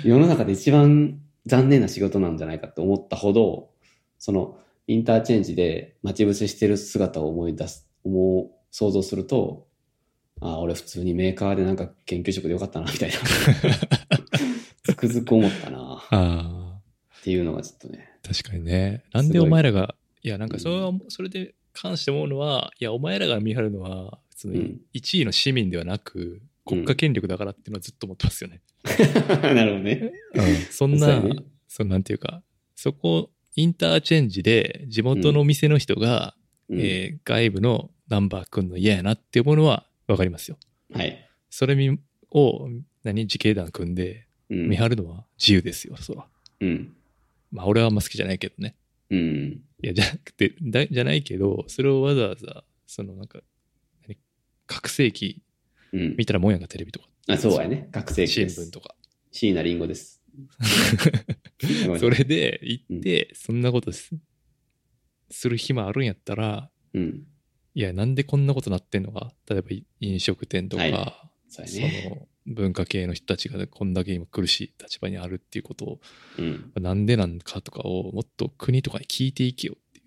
[SPEAKER 2] 世の中で一番残念な仕事なんじゃないかって思ったほど、その、インターチェンジで待ち伏せしてる姿を思い出す、思う、想像すると、ああ、俺普通にメーカーでなんか研究職でよかったな、みた いな。つくづく思ったな、
[SPEAKER 3] ああ、
[SPEAKER 2] っていうのがちょっとね。
[SPEAKER 3] 確かにね。なんでお前らが、いや、なんかそれは、それで関して思うのは、いや、お前らが見張るのは、普通
[SPEAKER 2] う
[SPEAKER 3] に
[SPEAKER 2] ん
[SPEAKER 3] 1位の市民ではなく、国家権力だからっていうのはずっと思ってますよね。
[SPEAKER 2] なるほどね。
[SPEAKER 3] うん、 そん
[SPEAKER 2] そうや
[SPEAKER 3] な
[SPEAKER 2] ね、
[SPEAKER 3] そのなんていうか、そこ、インターチェンジで地元の店の人が、
[SPEAKER 2] うん
[SPEAKER 3] えー外部のナンバーくんの嫌やなっていうものはわかりますよ。
[SPEAKER 2] はい。
[SPEAKER 3] それみを、何、自警団組んで
[SPEAKER 2] うん。
[SPEAKER 3] 見張るのは自由ですよ、そら。
[SPEAKER 2] うん。
[SPEAKER 3] まあ、俺はあんま好きじゃないけどね。
[SPEAKER 2] うん。
[SPEAKER 3] いや、じゃなくて、だじゃないけど、それをわざわざ、そのなんか、何拡声器
[SPEAKER 2] うん。
[SPEAKER 3] 見たらもんやんか、テレビとか、
[SPEAKER 2] あ、そうやね。学生期
[SPEAKER 3] 新
[SPEAKER 2] です
[SPEAKER 3] 聞。とか。
[SPEAKER 2] 椎名林檎です。ごめん
[SPEAKER 3] それで行って、そんなことすする暇あるんやったら、
[SPEAKER 2] うん。
[SPEAKER 3] いや、なんでこんなことなってんのか。例えばい飲食店とか、
[SPEAKER 2] はいそうや
[SPEAKER 3] そ
[SPEAKER 2] ね。
[SPEAKER 3] の文化系の人たちがこんだけ今苦しい立場にあるっていうことを、
[SPEAKER 2] うん。
[SPEAKER 3] なんでなんかとかをもっと国とかに聞いていけよってい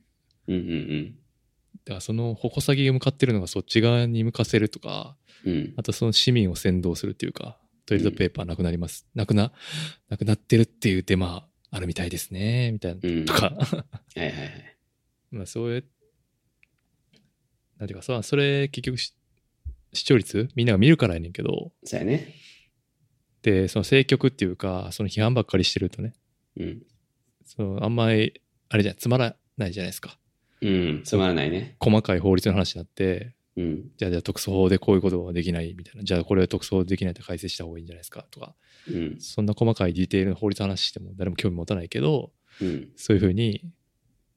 [SPEAKER 3] う。
[SPEAKER 2] うんうん
[SPEAKER 3] だからその矛先が向かってるのがそっち側に向かせるとか、
[SPEAKER 2] うん。うん。
[SPEAKER 3] あとその市民を先導するっていうか、トイレットペーパーなくなります。なくな、なくなってるっていうデマあるみたいですね、みたいな。
[SPEAKER 2] うん。
[SPEAKER 3] と
[SPEAKER 2] はい
[SPEAKER 3] か、
[SPEAKER 2] はいはい。
[SPEAKER 3] まあそういう、なんていうか、そうそれ結局し視聴率みんなが見るからやねんけど、
[SPEAKER 2] そうやね。
[SPEAKER 3] で、その政局っていうか、その批判ばっかりしてるとね、
[SPEAKER 2] うん。
[SPEAKER 3] そのあんまり、あれじゃんつまらないじゃないですか。
[SPEAKER 2] うん。つまらないね。
[SPEAKER 3] 細かい法律の話になって、
[SPEAKER 2] うん。
[SPEAKER 3] じゃあ、じゃあ特措法でこういうことはできないみたいな、じゃあこれは特措法できないって改正した方がいいんじゃないですかとか、
[SPEAKER 2] うん。
[SPEAKER 3] そんな細かいディテールの法律の話しても誰も興味持たないけど、
[SPEAKER 2] うん。
[SPEAKER 3] そういうふうに、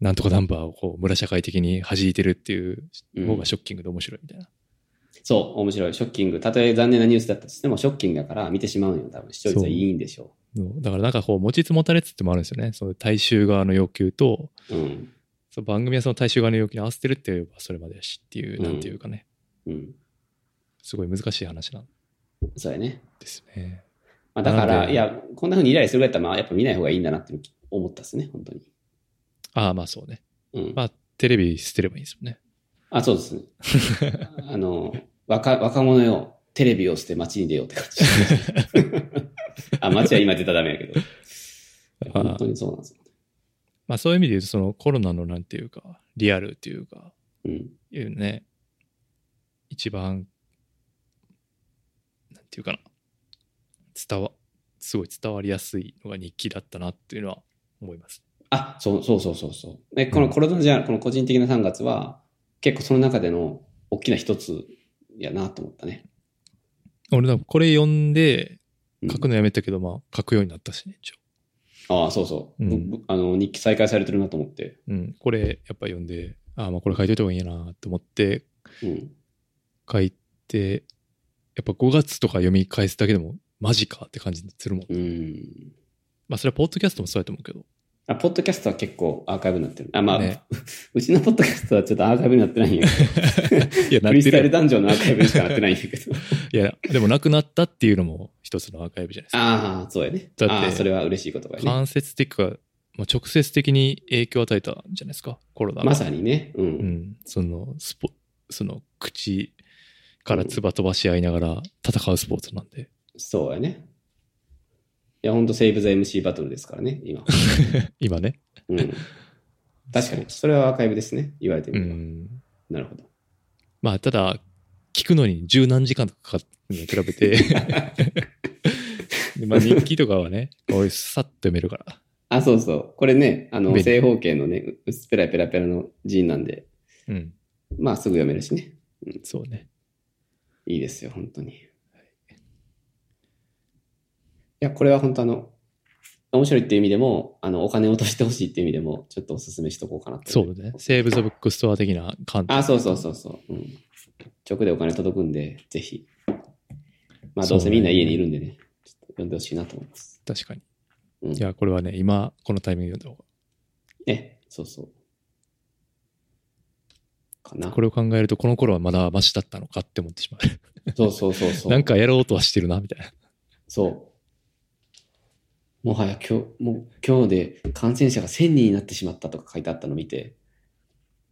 [SPEAKER 3] なんとかナンバーをこう、村社会的に弾いてるっていう
[SPEAKER 2] うん
[SPEAKER 3] 方がショッキングで面白いみたいな。
[SPEAKER 2] そう、面白い。ショッキング。たとえ残念なニュースだったとしても、ショッキングだから見てしまうんよ。多分視聴率はいいんでしょ
[SPEAKER 3] のだからなんかこう、持ちつ持たれつってもあるんですよね。その大衆側の要求と、
[SPEAKER 2] う。うん。
[SPEAKER 3] その番組はその大衆側の要求に合わせてるって言えばそれまでやしっていう、
[SPEAKER 2] うん
[SPEAKER 3] なんていうかね、
[SPEAKER 2] うん。
[SPEAKER 3] すごい難しい話なん
[SPEAKER 2] そうやね。
[SPEAKER 3] ですね。
[SPEAKER 2] まあ、だか
[SPEAKER 3] なの
[SPEAKER 2] ら、
[SPEAKER 3] で
[SPEAKER 2] いや、こんな風にイライラするぐらいだったら、まあ、やっぱ見ない方がいいんだなって思ったですね、本当に。
[SPEAKER 3] ああ、まあそうね。
[SPEAKER 2] うん。
[SPEAKER 3] まあ、テレビ捨てればいいですもんね。
[SPEAKER 2] あ、そう ですね。あの、若、若者よ、テレビを捨て街に出ようって感じ。 あ、街は今出たらダメやけど。
[SPEAKER 3] あ
[SPEAKER 2] 本当にそうなんですよ。
[SPEAKER 3] まあそういう意味で言うと、そのコロナのなんていうか、リアルっていうか、
[SPEAKER 2] うん。
[SPEAKER 3] いうね、一番、なんていうかな、伝わ、すごい伝わりやすいのが日記だったなっていうのは思います。
[SPEAKER 2] あ、そうそうそうそうそう。で、このコロナじゃ、この個人的な3月は、結構その中での大きな一つやなと思ったね。
[SPEAKER 3] 俺なんかこれ読んで、
[SPEAKER 2] うん
[SPEAKER 3] 書くのやめたけど、まあ書くようになったしね、一応。
[SPEAKER 2] ああ、そうそう。
[SPEAKER 3] うん
[SPEAKER 2] ぶぶあの、日記再開されてるなと思って。
[SPEAKER 3] うん、これやっぱ読んで、ああ、まあこれ書いといた方がいいなと思って
[SPEAKER 2] うん。
[SPEAKER 3] 書いて、やっぱ5月とか読み返すだけでも、マジかって感じするもん。
[SPEAKER 2] うん。
[SPEAKER 3] まあそれはポッドキャストもそうやと思うけど。
[SPEAKER 2] あ、ポッドキャストは結構アーカイブになってる。あ、まあ、
[SPEAKER 3] ね
[SPEAKER 2] うちのポッドキャストはちょっとアーカイブになって ないんやけど、
[SPEAKER 3] いや、な
[SPEAKER 2] フ
[SPEAKER 3] っ
[SPEAKER 2] リー
[SPEAKER 3] て
[SPEAKER 2] スタイル
[SPEAKER 3] る。
[SPEAKER 2] ダンジョンのアーカイブにしかなってないんやけ ど。
[SPEAKER 3] いや、でもなくなったっていうのも一つのアーカイブじゃないですか。
[SPEAKER 2] ああ、そうやね。
[SPEAKER 3] だって
[SPEAKER 2] ああ、それは嬉しいことがね。
[SPEAKER 3] 間接的か、まあ、直接的に影響を与えたんじゃないですか、コロナが
[SPEAKER 2] まさにね。う。
[SPEAKER 3] うんん、そのスポ、その口から唾飛ばし合いながら戦うスポーツなんで。
[SPEAKER 2] そうやね。いや、ほんと、セーブ・ザ・ MC バトルですからね、今。
[SPEAKER 3] 今ね。
[SPEAKER 2] うん。確かに。それはアーカイブですね。言われて
[SPEAKER 3] う
[SPEAKER 2] みれば。
[SPEAKER 3] ん。
[SPEAKER 2] なるほど。
[SPEAKER 3] まあ、ただ、聞くのに十何時間とかかかるのに比べ て。でまあ、日記とかはね、こういうさっと読めるから。
[SPEAKER 2] あ、そうそう。これね、あの
[SPEAKER 3] 便、利
[SPEAKER 2] 正方形のね、う薄っぺらいペラペラの字なんで、
[SPEAKER 3] うん。
[SPEAKER 2] まあ、すぐ読めるしね。
[SPEAKER 3] そうね。
[SPEAKER 2] いいですよ、本当に。いや、これは本当あの、面白いっていう意味でも、あの、お金を落としてほしいっていう意味でも、ちょっとおすすめしとこうかなと。
[SPEAKER 3] そうね。セーブ・ザ・ブックストア的な観点。
[SPEAKER 2] あ、そうそうそうそう。うん。直でお金届くんで、ぜひ。まあ、どうせ
[SPEAKER 3] そうね
[SPEAKER 2] みんな家にいるんでね、ちょっと読んでほしいなと思います。
[SPEAKER 3] 確かに。
[SPEAKER 2] うん
[SPEAKER 3] いや、これはね、今、このタイミングで読んだ方が
[SPEAKER 2] ね、そうそう。かな。
[SPEAKER 3] これを考えると、この頃はまだマシだったのかって思ってしまう。
[SPEAKER 2] そうそうそうそう。
[SPEAKER 3] なんかやろうとはしてるな、みたいな。
[SPEAKER 2] そう。もはや今日、もう今日で感染者が1000人になってしまったとか書いてあったのを見て、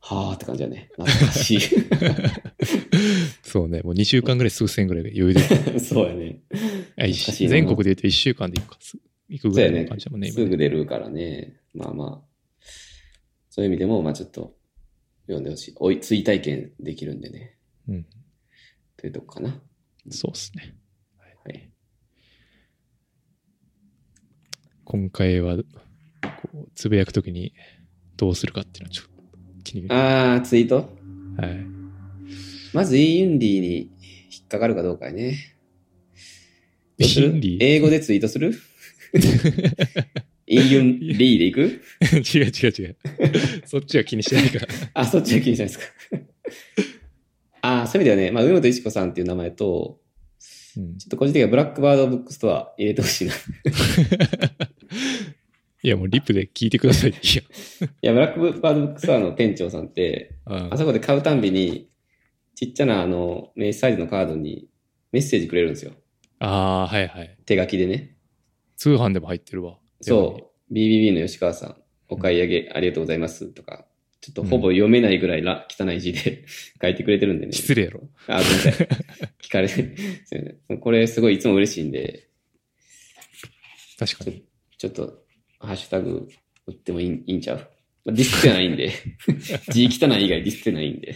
[SPEAKER 2] はーって感じだね。懐かしい。
[SPEAKER 3] そうね、もう2週間ぐらい数千ぐらいで余裕で。
[SPEAKER 2] そうやね。
[SPEAKER 3] あい
[SPEAKER 2] 難しいな
[SPEAKER 3] 全国で言うと1週間で行くか、す行くぐらいの感じだもんね、
[SPEAKER 2] す
[SPEAKER 3] 今ね
[SPEAKER 2] ぐ出るからね。まあまあ。そういう意味でも、まあちょっと読んでほしい。追い、追体験できるんでね。
[SPEAKER 3] うん。
[SPEAKER 2] というとこかな。
[SPEAKER 3] そうっすね。
[SPEAKER 2] はい。
[SPEAKER 3] 今回は、こう、つぶやくときにどうするかっていうのはちょっと気にな
[SPEAKER 2] あー、ツイート
[SPEAKER 3] る。はい。
[SPEAKER 2] まず、イーユンディに引っかかるかどうかやね。どうす
[SPEAKER 3] イー
[SPEAKER 2] る
[SPEAKER 3] ユンリー
[SPEAKER 2] 英語でツイートするイーユンリーでいく
[SPEAKER 3] 違う違う違う。そっちは気にしてないから。
[SPEAKER 2] あ、そっちは気にしないですか。 あ、そういう意味ではね、まあ、上本石子さんっていう名前と、
[SPEAKER 3] うん
[SPEAKER 2] ちょっと個人的にはブラックバードブックストア入れてほしいな。い
[SPEAKER 3] いや、もうリップで聞いてください。いや。
[SPEAKER 2] や、ブラックバードブックストアの店長さんって、
[SPEAKER 3] あ
[SPEAKER 2] あそこで買うたんびに、ちっちゃなあの、メッサイズのカードにメッセージくれるんですよ。
[SPEAKER 3] あー、はいはい。
[SPEAKER 2] 手書きでね。
[SPEAKER 3] 通販でも入ってるわ。
[SPEAKER 2] そう、BBB の吉川さん、お買い上げありがとうございますとか、ちょっとほぼ読めないぐらいら汚い字で 書いてくれてるんでね。
[SPEAKER 3] 失礼やろ。
[SPEAKER 2] あ、ごめんなさい。聞かれて、すいませんこれすごいいつも嬉しいんで、
[SPEAKER 3] 確かに。
[SPEAKER 2] ちょっと、ハッシュタグ打ってもいいんいいんちゃう、まあ、ディスってないんで。字汚い以外ディスってないんで。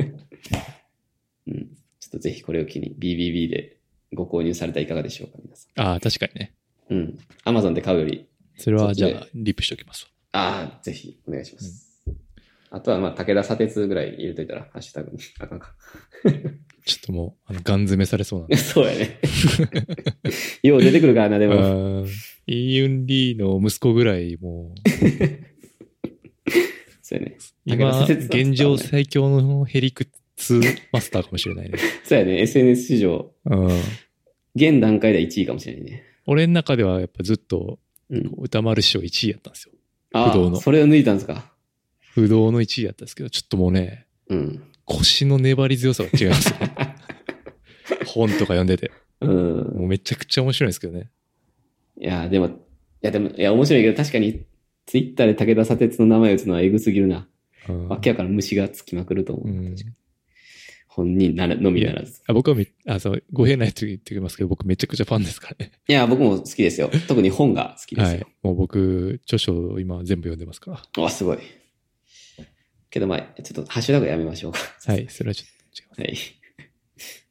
[SPEAKER 2] うん。ちょっとぜひこれを機に BBB でご購入されたらいかがでしょうか、皆さ
[SPEAKER 3] ああ、確かにね。
[SPEAKER 2] ん。うん。Amazon で買うより、
[SPEAKER 3] それはじゃ
[SPEAKER 2] そっ
[SPEAKER 3] あ、リップしておきますわ。
[SPEAKER 2] ああ、ぜひお願いします。あとは、まあ、武田砂鉄ぐらい入れといたら、ハッシュタグに。あかん か。
[SPEAKER 3] ちょっともう、あの、ガン詰めされそうなんで。
[SPEAKER 2] そうやね。よう出てくるからな、 で
[SPEAKER 3] あ
[SPEAKER 2] も。
[SPEAKER 3] ーイ・ユン・リーの息子ぐらい、もう、
[SPEAKER 2] そうやね。
[SPEAKER 3] 今、
[SPEAKER 2] 武田鉄矢さん
[SPEAKER 3] 現状最強のヘリクツマスターかもしれないね。
[SPEAKER 2] そうやね。SNS 史上、
[SPEAKER 3] うん。
[SPEAKER 2] 現段階では1位かもしれないね。
[SPEAKER 3] 俺の中ではやっぱずっと
[SPEAKER 2] うん。
[SPEAKER 3] 歌丸師匠1位やったんですよ。
[SPEAKER 2] あ
[SPEAKER 3] 不動
[SPEAKER 2] あ、
[SPEAKER 3] の
[SPEAKER 2] それを抜いたんですか。
[SPEAKER 3] 不動の1位やったんですけど、ちょっともうね、
[SPEAKER 2] うん。
[SPEAKER 3] 腰の粘り強さが違いますよ。 本とか読んでて。
[SPEAKER 2] うん。
[SPEAKER 3] もうめちゃくちゃ面白いんですけどね。
[SPEAKER 2] いや、でも、いや、でも、いや、面白いけど、確かに、ツイッターで武田砂鉄の名前打つのはエグすぎるな。
[SPEAKER 3] うん
[SPEAKER 2] わけやから虫がつきまくると思う。
[SPEAKER 3] うん
[SPEAKER 2] 確かに本人ならのみならず。
[SPEAKER 3] あ僕はめあそう、語弊ないと言ってきますけど、僕めちゃくちゃファンですからね。
[SPEAKER 2] いや、僕も好きですよ。特に本が好きで
[SPEAKER 3] は
[SPEAKER 2] す
[SPEAKER 3] い
[SPEAKER 2] よ。。
[SPEAKER 3] もう僕、著書を今全部読んでますから。
[SPEAKER 2] あ、すごい。けど、まあ、ちょっとハッシュタグやめましょうか。
[SPEAKER 3] はい。それはちょっと違います。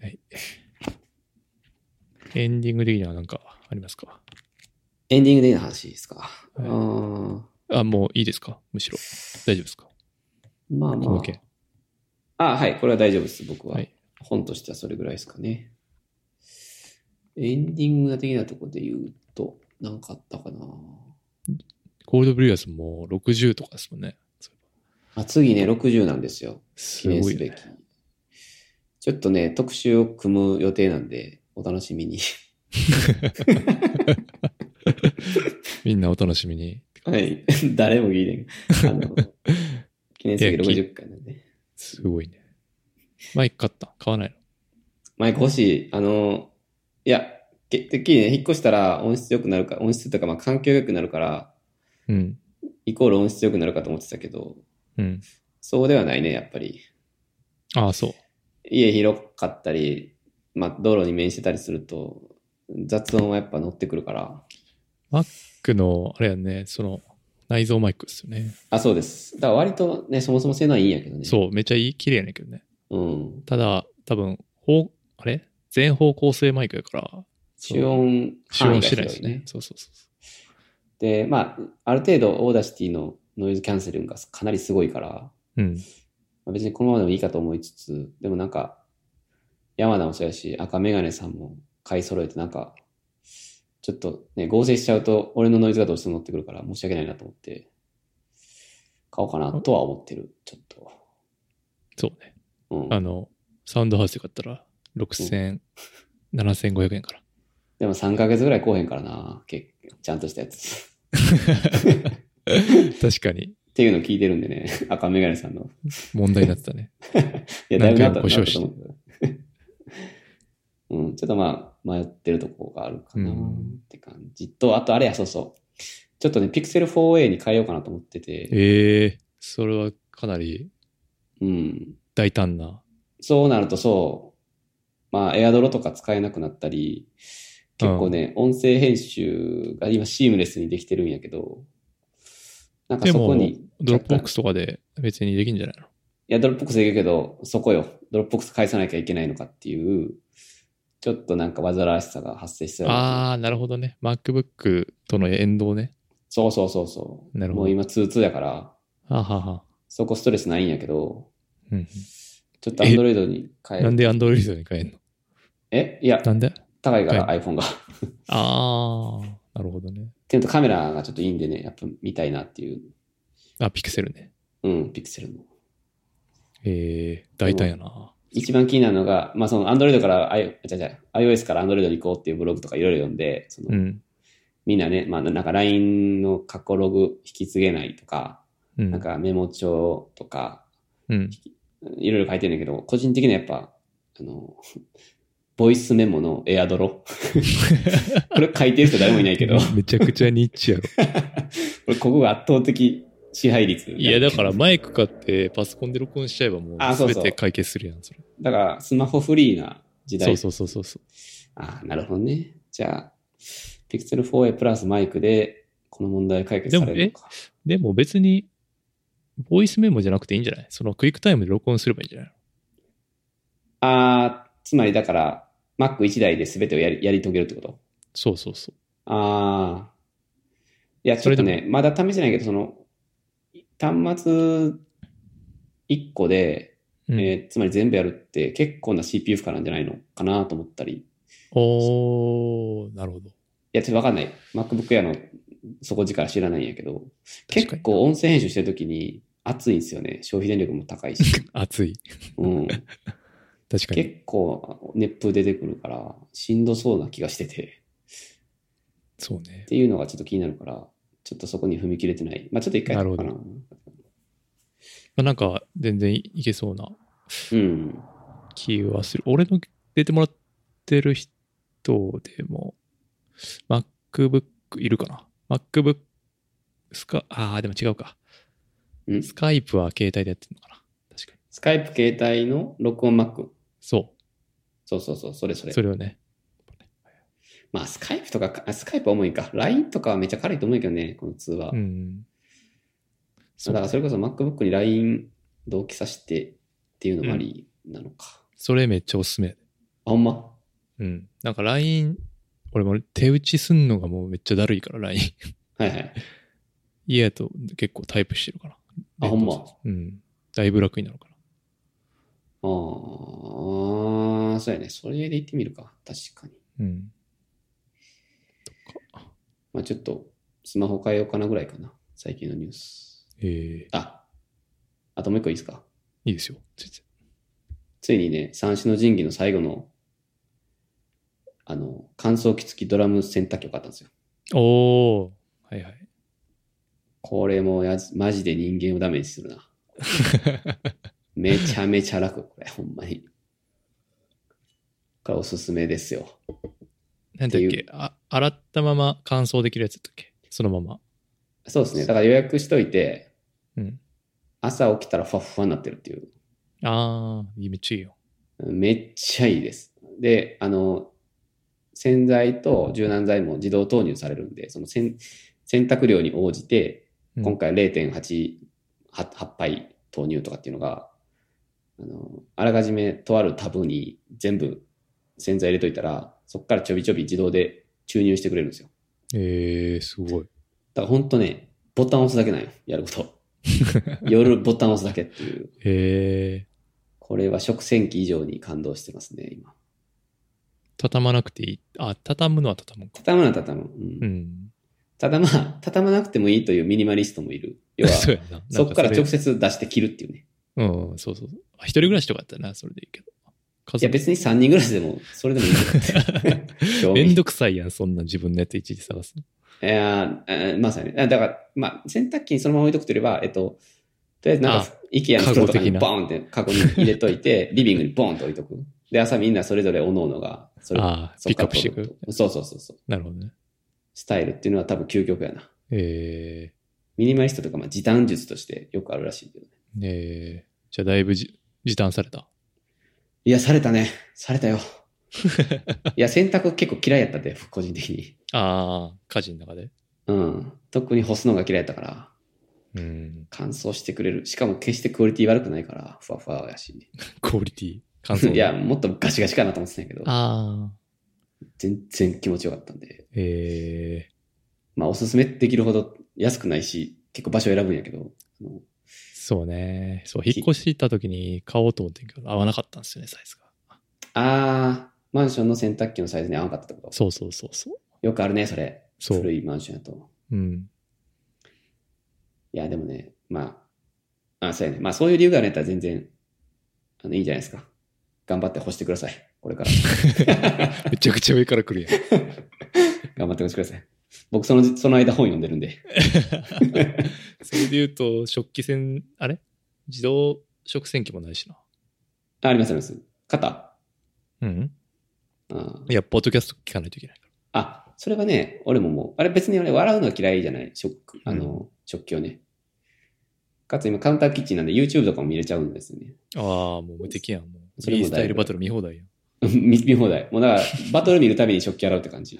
[SPEAKER 2] はい。
[SPEAKER 3] はい。エンディング的には何かありますか
[SPEAKER 2] エンディングでいい話ですか。あ
[SPEAKER 3] い
[SPEAKER 2] ー
[SPEAKER 3] あ、もういいですかむしろ。大丈夫ですか
[SPEAKER 2] まあ
[SPEAKER 3] この
[SPEAKER 2] ま
[SPEAKER 3] 件。
[SPEAKER 2] あ。あ、はい。これは大丈夫です。僕は。
[SPEAKER 3] はい
[SPEAKER 2] 本としてはそれぐらいですかね。エンディング的なところで言うと、なんかあったかな。
[SPEAKER 3] コールドブリュアスも60とかですもんね。そういえば
[SPEAKER 2] あ次ね、60なんですよ。記
[SPEAKER 3] す
[SPEAKER 2] 念
[SPEAKER 3] ご
[SPEAKER 2] す
[SPEAKER 3] い、
[SPEAKER 2] べ
[SPEAKER 3] ね
[SPEAKER 2] き。。ちょっとね、特集を組む予定なんで、お楽しみに。
[SPEAKER 3] みんなお楽しみに。
[SPEAKER 2] はい。 誰も聞いてん。あ の、記念すべき60回なんで。
[SPEAKER 3] すごいね。マイク買った買わないの
[SPEAKER 2] マイク欲しい。あの、いや、ててっきりね、引っ越したら音質良くなるか、音質というか、まあ、環境良くなるから、
[SPEAKER 3] うん。
[SPEAKER 2] イコール音質良くなるかと思ってたけど、
[SPEAKER 3] うん。
[SPEAKER 2] そうではないね、やっぱり。
[SPEAKER 3] ああ、そう。
[SPEAKER 2] 家広かったり、まあ、道路に面してたりすると、雑音はやっぱ乗ってくるから。
[SPEAKER 3] Mac の、あれやね、その、内蔵マイクですよね。
[SPEAKER 2] あ、そうです。だから割とね、そもそも性能はいいんやけどね。
[SPEAKER 3] そう、めっちゃいい、綺麗やねんけどね。
[SPEAKER 2] う。うん。
[SPEAKER 3] ただ、多分、方、あれ全方向性マイクやから、そう
[SPEAKER 2] 集音
[SPEAKER 3] 集音
[SPEAKER 2] 範囲が
[SPEAKER 3] してないで
[SPEAKER 2] 広
[SPEAKER 3] す
[SPEAKER 2] い
[SPEAKER 3] ね
[SPEAKER 2] ね。。
[SPEAKER 3] そうそうそうそ
[SPEAKER 2] で、まあ、ある程度、オーダーシティのノイズキャンセリングがかなりすごいから、
[SPEAKER 3] う。うん。
[SPEAKER 2] まあ別にこのままでもいいかと思いつつ、でもなんか、山田もそうやし、赤メガネさんも買い揃えて、なんか、ちょっとね、合成しちゃうと、俺のノイズがどうしても乗ってくるから、申し訳ないなと思って、買おうかなとは思ってる、ちょっと。
[SPEAKER 3] そうね。
[SPEAKER 2] うん
[SPEAKER 3] あ。の、サウンドハウスで買ったら、6000、7500円から。
[SPEAKER 2] でも3ヶ月ぐらい来おへんからな、けちゃんとしたやつ。
[SPEAKER 3] 確かに、
[SPEAKER 2] っていうのを聞いてるんでね、 赤メガネさんの。
[SPEAKER 3] 問題になってたね。
[SPEAKER 2] いや、だいぶなった
[SPEAKER 3] 何回
[SPEAKER 2] な
[SPEAKER 3] も故障
[SPEAKER 2] ったと思うけどうん、 ちょっとまあ、迷ってるとこがあるかなっ
[SPEAKER 3] うん
[SPEAKER 2] て感じと、あとあれや、そうそう。ちょっとね、Pixel 4a に変えようかなと思ってて、
[SPEAKER 3] ええそれはかなり
[SPEAKER 2] うん。
[SPEAKER 3] 大胆な。
[SPEAKER 2] そうなるとそう、まあ、エアドロとか使えなくなったり、結構ね、音声編集が今シームレスにできてるんやけど、なんか
[SPEAKER 3] で
[SPEAKER 2] そこ
[SPEAKER 3] も
[SPEAKER 2] に、、
[SPEAKER 3] ドロップボックスとかで別にできんじゃないの
[SPEAKER 2] いや、ドロップボックスできるけど、そこよ。ドロップボックス返さなきゃいけないのかっていう、ちょっとなんか煩わしさが発生しそうやなと思って
[SPEAKER 3] ああ、なるほどね。MacBook との縁動ね。
[SPEAKER 2] そうそうそうそう。
[SPEAKER 3] なるほど
[SPEAKER 2] もう今2-2やから、
[SPEAKER 3] はあ、はあはあ
[SPEAKER 2] そこストレスないんやけど、
[SPEAKER 3] うん
[SPEAKER 2] ちょっと Android に変え
[SPEAKER 3] な
[SPEAKER 2] る。
[SPEAKER 3] んで Android に変えんの
[SPEAKER 2] えいや、
[SPEAKER 3] なんで
[SPEAKER 2] 高いから iPhone が。っ
[SPEAKER 3] ああ、なるほどね。
[SPEAKER 2] ていうのとカメラがちょっといいんでね、やっぱ見たいなっていう。
[SPEAKER 3] あ、ピクセルね。
[SPEAKER 2] うん、ピクセルの。
[SPEAKER 3] ええ大胆やな。
[SPEAKER 2] 一番気になるのが、まあその Android から、I、じゃじゃ iOS から Android に行こうっていうブログとかいろいろ読んで、その
[SPEAKER 3] うん。
[SPEAKER 2] みんなね、まあなんか LINE の過去ログ引き継げないとか、
[SPEAKER 3] うん。
[SPEAKER 2] なんかメモ帳とか、
[SPEAKER 3] うん。
[SPEAKER 2] いろいろ書いてるんだけど、個人的にはやっぱ、あの、 ボイスメモのエアドロ。 これ書いてる人誰もいないけど、こ
[SPEAKER 3] めちゃくちゃニッチやろ。
[SPEAKER 2] れここが圧倒的支配率。
[SPEAKER 3] いや、だからマイク買ってパソコンで録音しちゃえばも
[SPEAKER 2] あ
[SPEAKER 3] う
[SPEAKER 2] そうそう
[SPEAKER 3] 全て解決するやん、それ。
[SPEAKER 2] だから、スマホフリーな時代。
[SPEAKER 3] そうそうそうそうそ
[SPEAKER 2] ああ、なるほどね。じゃあ、Pixel 4A プラスマイクで、この問題解決されるのか。
[SPEAKER 3] う。でも別に、ボイスメモじゃなくていいんじゃないそのクイックタイムで録音すればいいんじゃない
[SPEAKER 2] ああ、つまりだから、Mac1 台で全てをやりやり遂げるってこと
[SPEAKER 3] そうそうそう。
[SPEAKER 2] ああ。いや、ち
[SPEAKER 3] そ
[SPEAKER 2] ょっ
[SPEAKER 3] れ
[SPEAKER 2] と
[SPEAKER 3] でも
[SPEAKER 2] ね、まだ試してないけど、その、端末1個で、
[SPEAKER 3] うん
[SPEAKER 2] えーつまり全部やるって結構な CPU 負荷なんじゃないのかなと思ったり。い
[SPEAKER 3] おー、なるほど。
[SPEAKER 2] や、ちょっとわかんない。MacBook Air の底力知らないんやけど、
[SPEAKER 3] かに
[SPEAKER 2] 結構音声編集してるときに熱いんですよね。消費電力も高い し。
[SPEAKER 3] 熱い。
[SPEAKER 2] うん。
[SPEAKER 3] 確かに。
[SPEAKER 2] 結構熱風出てくるから、しんどそうな気がしてて。
[SPEAKER 3] そうね
[SPEAKER 2] っ。ていうのがちょっと気になるから、ちょっとそこに踏み切れてない。まあちょっと一回やってみようかな。
[SPEAKER 3] まあ、なんか、全然いけそうな
[SPEAKER 2] うん。
[SPEAKER 3] 気はする。俺の出てもらってる人でも、MacBook いるかな ?MacBook スカ、ああ、でも違うか。
[SPEAKER 2] ん
[SPEAKER 3] スカイプは携帯でやってるのかな確かに。
[SPEAKER 2] スカイプ携帯の録音 Mac。
[SPEAKER 3] そ。
[SPEAKER 2] そうそうそう、それそうれ。
[SPEAKER 3] それをね。
[SPEAKER 2] まあスカイプとか、あスカイプは重いか。LINE とかはめっちゃ軽いと思うけどね、この通話。
[SPEAKER 3] うん。そ
[SPEAKER 2] だ
[SPEAKER 3] う
[SPEAKER 2] からそれこそ MacBook に LINE 同期させてっていうのもありなのか。
[SPEAKER 3] それめっちゃおすすめ。
[SPEAKER 2] あ、ほんま
[SPEAKER 3] うん。なんか LINE、俺も手打ちすんのがもうめっちゃだるいから、LINE。
[SPEAKER 2] はいはい。
[SPEAKER 3] 家やと結構タイプしてるから。
[SPEAKER 2] あ、ほんま。
[SPEAKER 3] うん。だいぶ楽になるから。
[SPEAKER 2] ああ、そうやね。それで行ってみるか。確かに。
[SPEAKER 3] うん。
[SPEAKER 2] まあちょっと、スマホ変えようかなぐらいかな。最近のニュース。
[SPEAKER 3] ええ
[SPEAKER 2] あ、あともう一個いいですか。
[SPEAKER 3] いいですよ。全然
[SPEAKER 2] ついにね、三種の神器の最後の、あの、乾燥機付きドラム洗濯機を買ったんですよ。
[SPEAKER 3] おー。はいはい。
[SPEAKER 2] これもやじマジで人間をダメにする な。めちゃめちゃ楽、これ、ほんまに。これおすすめですよ。
[SPEAKER 3] なんだっ
[SPEAKER 2] ってい
[SPEAKER 3] けあ、洗ったまま乾燥できるやつだったっけそのまま。
[SPEAKER 2] そうですね。だから予約しといて、
[SPEAKER 3] うん。
[SPEAKER 2] 朝起きたらふわっふわになってるっていう。
[SPEAKER 3] あー、めっちゃいいよ。
[SPEAKER 2] めっちゃいいです。で、あの、洗剤と柔軟剤も自動投入されるんで、その洗洗濯量に応じて、
[SPEAKER 3] うん
[SPEAKER 2] 今回0.8は8杯投入とかっていうのが、あの、あらかじめとあるタブに全部洗剤入れといたら、そこからちょびちょび自動で注入してくれるんですよ。
[SPEAKER 3] えー、すご
[SPEAKER 2] だ
[SPEAKER 3] い。
[SPEAKER 2] から本当ね、ボタン押すだけなんよ、やる こと。夜ボタン押すだけっていう。
[SPEAKER 3] えー、
[SPEAKER 2] これは食洗機以上に感動してますね、今。
[SPEAKER 3] 畳まなくていい。あ、畳むのは畳むか。
[SPEAKER 2] 畳むな、畳む。
[SPEAKER 3] う
[SPEAKER 2] うん、
[SPEAKER 3] ん。
[SPEAKER 2] ただまあ、畳まなくてもいいというミニマリストもいる。要は、
[SPEAKER 3] そうやな。なん
[SPEAKER 2] そこから
[SPEAKER 3] それ
[SPEAKER 2] 直接出して切るっていうね。
[SPEAKER 3] うん、そうそうそう。あ一人暮らしとかやったらな、それでいいけど。
[SPEAKER 2] いや
[SPEAKER 3] 家族
[SPEAKER 2] 別に3人ぐらいでも、それでもいいと思って。興味
[SPEAKER 3] めんどくさいやん、そんな自分のやつ一時探すの。
[SPEAKER 2] いやーえーまさに。あだから、まあ、洗濯機にそのまま置いとくといえば、えっと、とりあえずなんか、IKEA の袋とかに
[SPEAKER 3] カゴ的な
[SPEAKER 2] ボーンってカゴに入れとい て、リビングにボーンと置いとく。で、朝みんなそれぞれ各々が、それ
[SPEAKER 3] ああ、
[SPEAKER 2] そ
[SPEAKER 3] ピ
[SPEAKER 2] っ
[SPEAKER 3] ックア
[SPEAKER 2] から
[SPEAKER 3] ップしていく。
[SPEAKER 2] そうそうそうそう。
[SPEAKER 3] なるほどね。
[SPEAKER 2] スタイルっていうのは多分究極やな。
[SPEAKER 3] え
[SPEAKER 2] ミニマリストとか、まあ、時短術としてよくあるらしいけどね。
[SPEAKER 3] ー、えー、じゃあだいぶじ時短された。
[SPEAKER 2] いや、されたね。された よ。いや、洗濯結構嫌いやったで、個人的に。
[SPEAKER 3] ああ、家事の中で。
[SPEAKER 2] うん。特に干すのが嫌いやったから。
[SPEAKER 3] うん、
[SPEAKER 2] 乾燥してくれる。しかも決してクオリティ悪くないから、ふわふわやし。
[SPEAKER 3] クオリティ、感想。
[SPEAKER 2] いや、、もっとガシガシかなと思ってたんやけど、
[SPEAKER 3] ああ、
[SPEAKER 2] 全然気持ちよかったんで。
[SPEAKER 3] えー、
[SPEAKER 2] まあ、おすすめできるほど安くないし、結構場所選ぶんやけど、あの
[SPEAKER 3] そうね。そう、引っ越し行った時に買おうと思ってんけど、合わなかったんですよね、サイズが。
[SPEAKER 2] あー、マンションの洗濯機のサイズに合わなかったってこと
[SPEAKER 3] そうそうそうそう。
[SPEAKER 2] よくあるね、それ。
[SPEAKER 3] そう
[SPEAKER 2] 古いマンションやと。
[SPEAKER 3] うん。
[SPEAKER 2] いや、でもね、まあ、あ、そうやね。まあ、そういう理由があるんやったら全然、あの、いいんじゃないですか。頑張って干してください。これから。
[SPEAKER 3] めちゃくちゃ上から来 るやん。
[SPEAKER 2] 頑張って干してください。僕、その、その間本読んでるんで。
[SPEAKER 3] それで言うと、食器洗、あれ自動食洗機もないしな。
[SPEAKER 2] あ、ありますあります。肩
[SPEAKER 3] うん。
[SPEAKER 2] あ
[SPEAKER 3] いや、ポッドキャスト聞かないといけないか
[SPEAKER 2] あ、それはね、俺ももう、あれ別に俺笑うのは嫌いじゃない、食、あの、食器をね。かつ今カウンターキッチンなんで YouTube とかも見れちゃうんですよね。
[SPEAKER 3] ああ、もう無敵やん。もう
[SPEAKER 2] そ
[SPEAKER 3] フ
[SPEAKER 2] れもだいぶ
[SPEAKER 3] リースタイルバトル見放題やん。
[SPEAKER 2] 見見放題。もうだから、バトル見るたびに食器洗うって 感じ。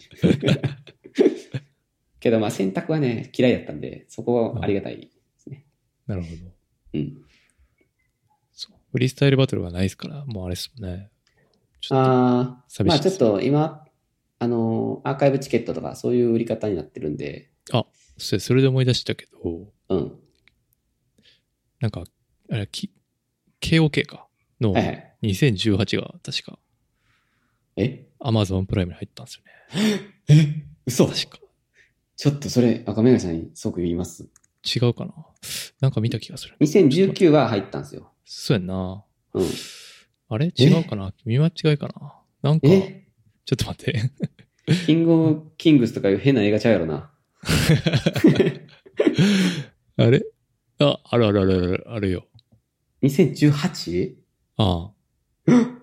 [SPEAKER 2] けどまあ洗濯はね、嫌いだったんで、そこはありがたいですね。
[SPEAKER 3] なるほど。
[SPEAKER 2] うん。
[SPEAKER 3] そう。フリースタイルバトルがないですから、もうあれっすもんね。ちょっと
[SPEAKER 2] ああ、
[SPEAKER 3] 寂
[SPEAKER 2] まあ
[SPEAKER 3] しい
[SPEAKER 2] ち
[SPEAKER 3] で
[SPEAKER 2] ょっ
[SPEAKER 3] す
[SPEAKER 2] と今、あのーアーカイブチケットとかそういう売り方になってるんで、
[SPEAKER 3] それそれで思い出したけど、
[SPEAKER 2] うん。
[SPEAKER 3] なんか、あれ、き KOK か。の
[SPEAKER 2] はいはい。
[SPEAKER 3] 2018が確か
[SPEAKER 2] え
[SPEAKER 3] Amazon プライムに入ったんですよね。
[SPEAKER 2] え嘘
[SPEAKER 3] 確か。
[SPEAKER 2] ちょっとそれ、赤目がさんに即言います。
[SPEAKER 3] 違うかな。なんか見た気がする。
[SPEAKER 2] 2019は入ったんですよ。
[SPEAKER 3] そうやんな。
[SPEAKER 2] うん。
[SPEAKER 3] あれ違うかな見間違いかななんか、ちょ
[SPEAKER 2] え
[SPEAKER 3] っと待って。
[SPEAKER 2] キングオブキングスとかいう変な映画ちゃうやろな。
[SPEAKER 3] あれあ、あるあるあるある、あるよ。
[SPEAKER 2] 2018?
[SPEAKER 3] ああ。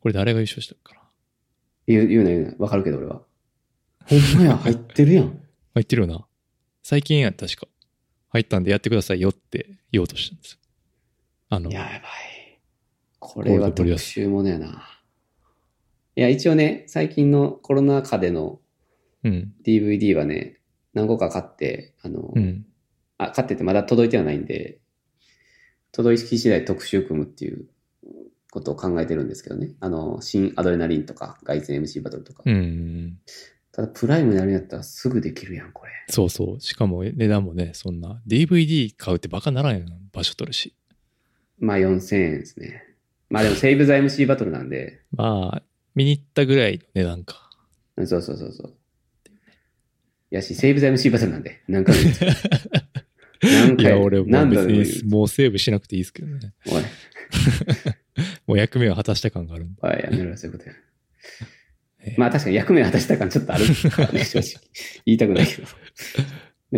[SPEAKER 3] これ誰が優勝したっけかな
[SPEAKER 2] 言う言うな言うな。わかるけど俺は。ほんまや、 入ってるやん。
[SPEAKER 3] 入ってるよな。最近やん、確か。入ったんでやってくださいよって言おうとしたんですよ。あの、
[SPEAKER 2] やばい。これは特集ものやな。いや、一応ね、最近のコロナ禍での
[SPEAKER 3] うん、
[SPEAKER 2] DVD はね、何個か買って、あの、
[SPEAKER 3] うん。
[SPEAKER 2] あ、買っててまだ届いてはないんで、届き次第特集組むっていうことを考えてるんですけどね。あの、新アドレナリンとか、外線 MC バトルとか。
[SPEAKER 3] うん。
[SPEAKER 2] ただ、プライムになるんやったらすぐできるやん、これ。
[SPEAKER 3] そうそう。しかも値段もね、そんな。DVD 買うってバカならんやん。場所取るし。
[SPEAKER 2] まあ、4000円ですね。まあ、でも、セーブ・ザ・ MC バトルなんで、
[SPEAKER 3] まあ、見に行ったぐらいの値段か。
[SPEAKER 2] うんそうそうそうそう。いやし、セーブ・ザ・ MC バトルなんで、何回も言う 何
[SPEAKER 3] い
[SPEAKER 2] 回
[SPEAKER 3] や、俺もう
[SPEAKER 2] 何度で
[SPEAKER 3] 別
[SPEAKER 2] も言う
[SPEAKER 3] にもうセーブしなくていいですけどね。
[SPEAKER 2] おい、
[SPEAKER 3] もう役目を果たした感があるんで。
[SPEAKER 2] おい、やめろよ、そういうことや
[SPEAKER 3] ええ。
[SPEAKER 2] まあ確かに役目を果たした感ちょっとあるから ね、正直。言いたくないけど。で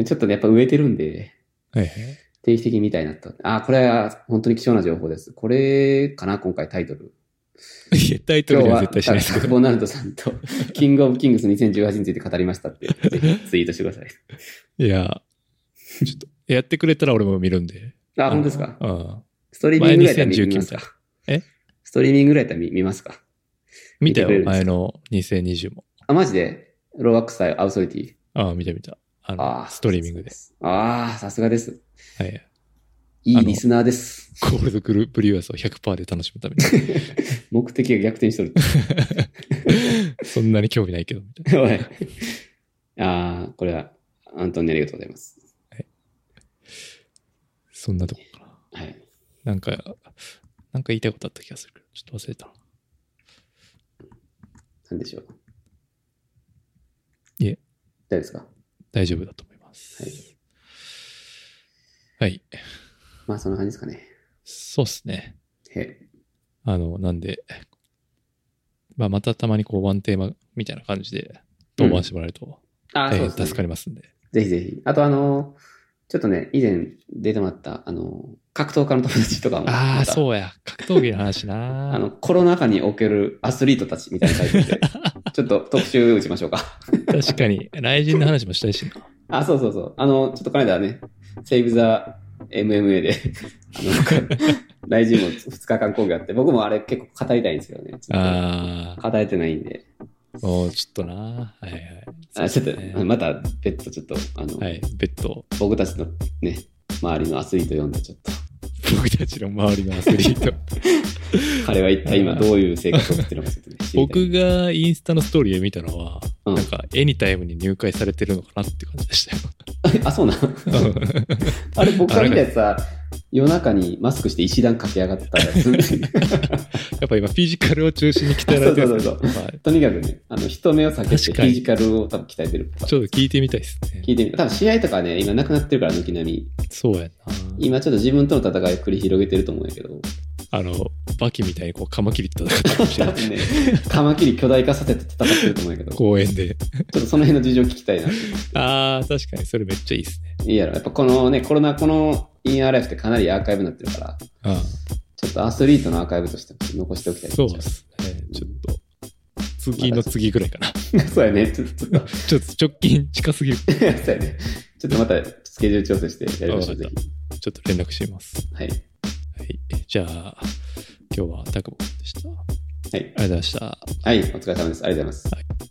[SPEAKER 2] もちょっとね、やっぱ植えてるんで、
[SPEAKER 3] はいはい。
[SPEAKER 2] 定期的に見たいなと。あー、これは本当に貴重な情報です。これかな、今回タイトル。
[SPEAKER 3] いやタイト
[SPEAKER 2] 今
[SPEAKER 3] ル
[SPEAKER 2] 日
[SPEAKER 3] には
[SPEAKER 2] は、
[SPEAKER 3] 絶対しないですけ
[SPEAKER 2] ク
[SPEAKER 3] ど。
[SPEAKER 2] ボナルドさんと、 キングオブキングス2018について語りましたって、ぜひツイートしてください。
[SPEAKER 3] いや、ちょっと、やってくれたら俺も見るんで。
[SPEAKER 2] あー、本当ですか
[SPEAKER 3] うん。
[SPEAKER 2] ストリーミングぐらいだったら見見ますか
[SPEAKER 3] 前2019みたいえ
[SPEAKER 2] ストリーミングぐらいだったら見見ますか
[SPEAKER 3] 見た
[SPEAKER 2] 見てくれる
[SPEAKER 3] よ、
[SPEAKER 2] んですか
[SPEAKER 3] 前の2020も。
[SPEAKER 2] あ、マジでローワックス対アウソリティ。
[SPEAKER 3] ああ、見た見た。あ
[SPEAKER 2] あ
[SPEAKER 3] の、
[SPEAKER 2] ー
[SPEAKER 3] ストリーミングで。。
[SPEAKER 2] ああ、さすがです。
[SPEAKER 3] はい。
[SPEAKER 2] い
[SPEAKER 3] あ
[SPEAKER 2] い
[SPEAKER 3] の
[SPEAKER 2] リスナーです。
[SPEAKER 3] ゴールドグループリュアスを100%で楽しむため に。
[SPEAKER 2] 目的が逆転し とる。
[SPEAKER 3] そんなに興味ないけど、みたい
[SPEAKER 2] おい。ああ、これは、アントンにありがとうございます。
[SPEAKER 3] な。そんなとこか
[SPEAKER 2] はい。
[SPEAKER 3] な。なんか、なんか言いたいことあった気がするけど、ちょっと忘れたな。
[SPEAKER 2] なんでしょう。
[SPEAKER 3] いえ。
[SPEAKER 2] 大丈夫ですか
[SPEAKER 3] 大丈夫だと思います。
[SPEAKER 2] はい。
[SPEAKER 3] はい。
[SPEAKER 2] まあ、そんな感じですかね。
[SPEAKER 3] そうっすね。
[SPEAKER 2] へ。
[SPEAKER 3] あの、なんで、まあ、またたまにこう、ワンテーマみたいな感じで、登板してもらえると、
[SPEAKER 2] ああ、
[SPEAKER 3] 大
[SPEAKER 2] そう
[SPEAKER 3] 変
[SPEAKER 2] です、ね。
[SPEAKER 3] 助かりますんで。
[SPEAKER 2] ぜひぜひ。あと、あのー、ちょっとね、以前出てもらった、あのー、格闘家の友達とかも。
[SPEAKER 3] ああ、
[SPEAKER 2] う。
[SPEAKER 3] そうや。格闘技の話 な。
[SPEAKER 2] あの、コロナ禍におけるアスリートたちみたいなタイトルで、 ちょっと特集打ちましょうか。
[SPEAKER 3] 確かに、雷神の話もしたいしな。
[SPEAKER 2] あ、そうそうそう。あの、ちょっとこの間ね、セーブ・ザ・ MMA で、あの、大臣も2日間講義あって、僕もあれ結構語りたいんですけどね。ちょっと
[SPEAKER 3] ああ、
[SPEAKER 2] 語れてないんで。
[SPEAKER 3] もうちょっとな。はいはい。
[SPEAKER 2] あちょっと、
[SPEAKER 3] ね
[SPEAKER 2] また別途ちょっと、あの、
[SPEAKER 3] はい、別途、
[SPEAKER 2] 僕たちのね、周りのアスリート読んで、ちょっと、
[SPEAKER 3] 僕たちの周りのアスリート。
[SPEAKER 2] 彼は一体今どういう生活を送ってるのかちょっと ね、知りたい
[SPEAKER 3] 僕がインスタのストーリーで見たのは、
[SPEAKER 2] うん
[SPEAKER 3] なんか、エニタイムに入会されてるのかなって感じでしたよ。
[SPEAKER 2] あ、そうなの あれ、僕が見たやつは、夜中にマスクして石段駆け上がったや つ。
[SPEAKER 3] やっぱ今、フィジカルを中心に鍛えられてるんですけど、
[SPEAKER 2] そう
[SPEAKER 3] まあ
[SPEAKER 2] とにかくね、あの、人目を避けて
[SPEAKER 3] 確
[SPEAKER 2] フ
[SPEAKER 3] かに
[SPEAKER 2] ィジカルを多分鍛えてる。
[SPEAKER 3] ちょっと聞いてみたいですね。
[SPEAKER 2] 聞いてみた。多分試合とかね、今なくなってるから、軒並み。
[SPEAKER 3] そうやな。
[SPEAKER 2] 今ちょっと自分との戦いを繰り広げてると思うんやけど、
[SPEAKER 3] あの、バキみたいにこう、カマキリと戦ってほし い
[SPEAKER 2] 多分ね、カマキリ巨大化させて戦ってると思うんやけど、ちょ
[SPEAKER 3] 公園で。
[SPEAKER 2] っとその辺の事情聞きたいな。
[SPEAKER 3] ああ、確かに、それめっちゃいいですね。
[SPEAKER 2] いいやろ。やっぱこのね、コロナ、このインアライフってかなりアーカイブになってるから、
[SPEAKER 3] ああ
[SPEAKER 2] ちょっとアスリートのアーカイブとして残しておきたい。
[SPEAKER 3] そうですね。ちょっと、次の次ぐらいか な。
[SPEAKER 2] そうやね。ちょっと、ちょっと
[SPEAKER 3] ちょっと直近近すぎる。
[SPEAKER 2] そうやね。ちょっとまた、ちょっスケジュール調整してやりましょう、ぜひ。
[SPEAKER 3] ちょっと連絡してみます。
[SPEAKER 2] はい。
[SPEAKER 3] はい。じゃあ、今日はタクボでした。ありがとう
[SPEAKER 2] はい。
[SPEAKER 3] ございました。
[SPEAKER 2] はい、お疲れ様です。ありがとうございます。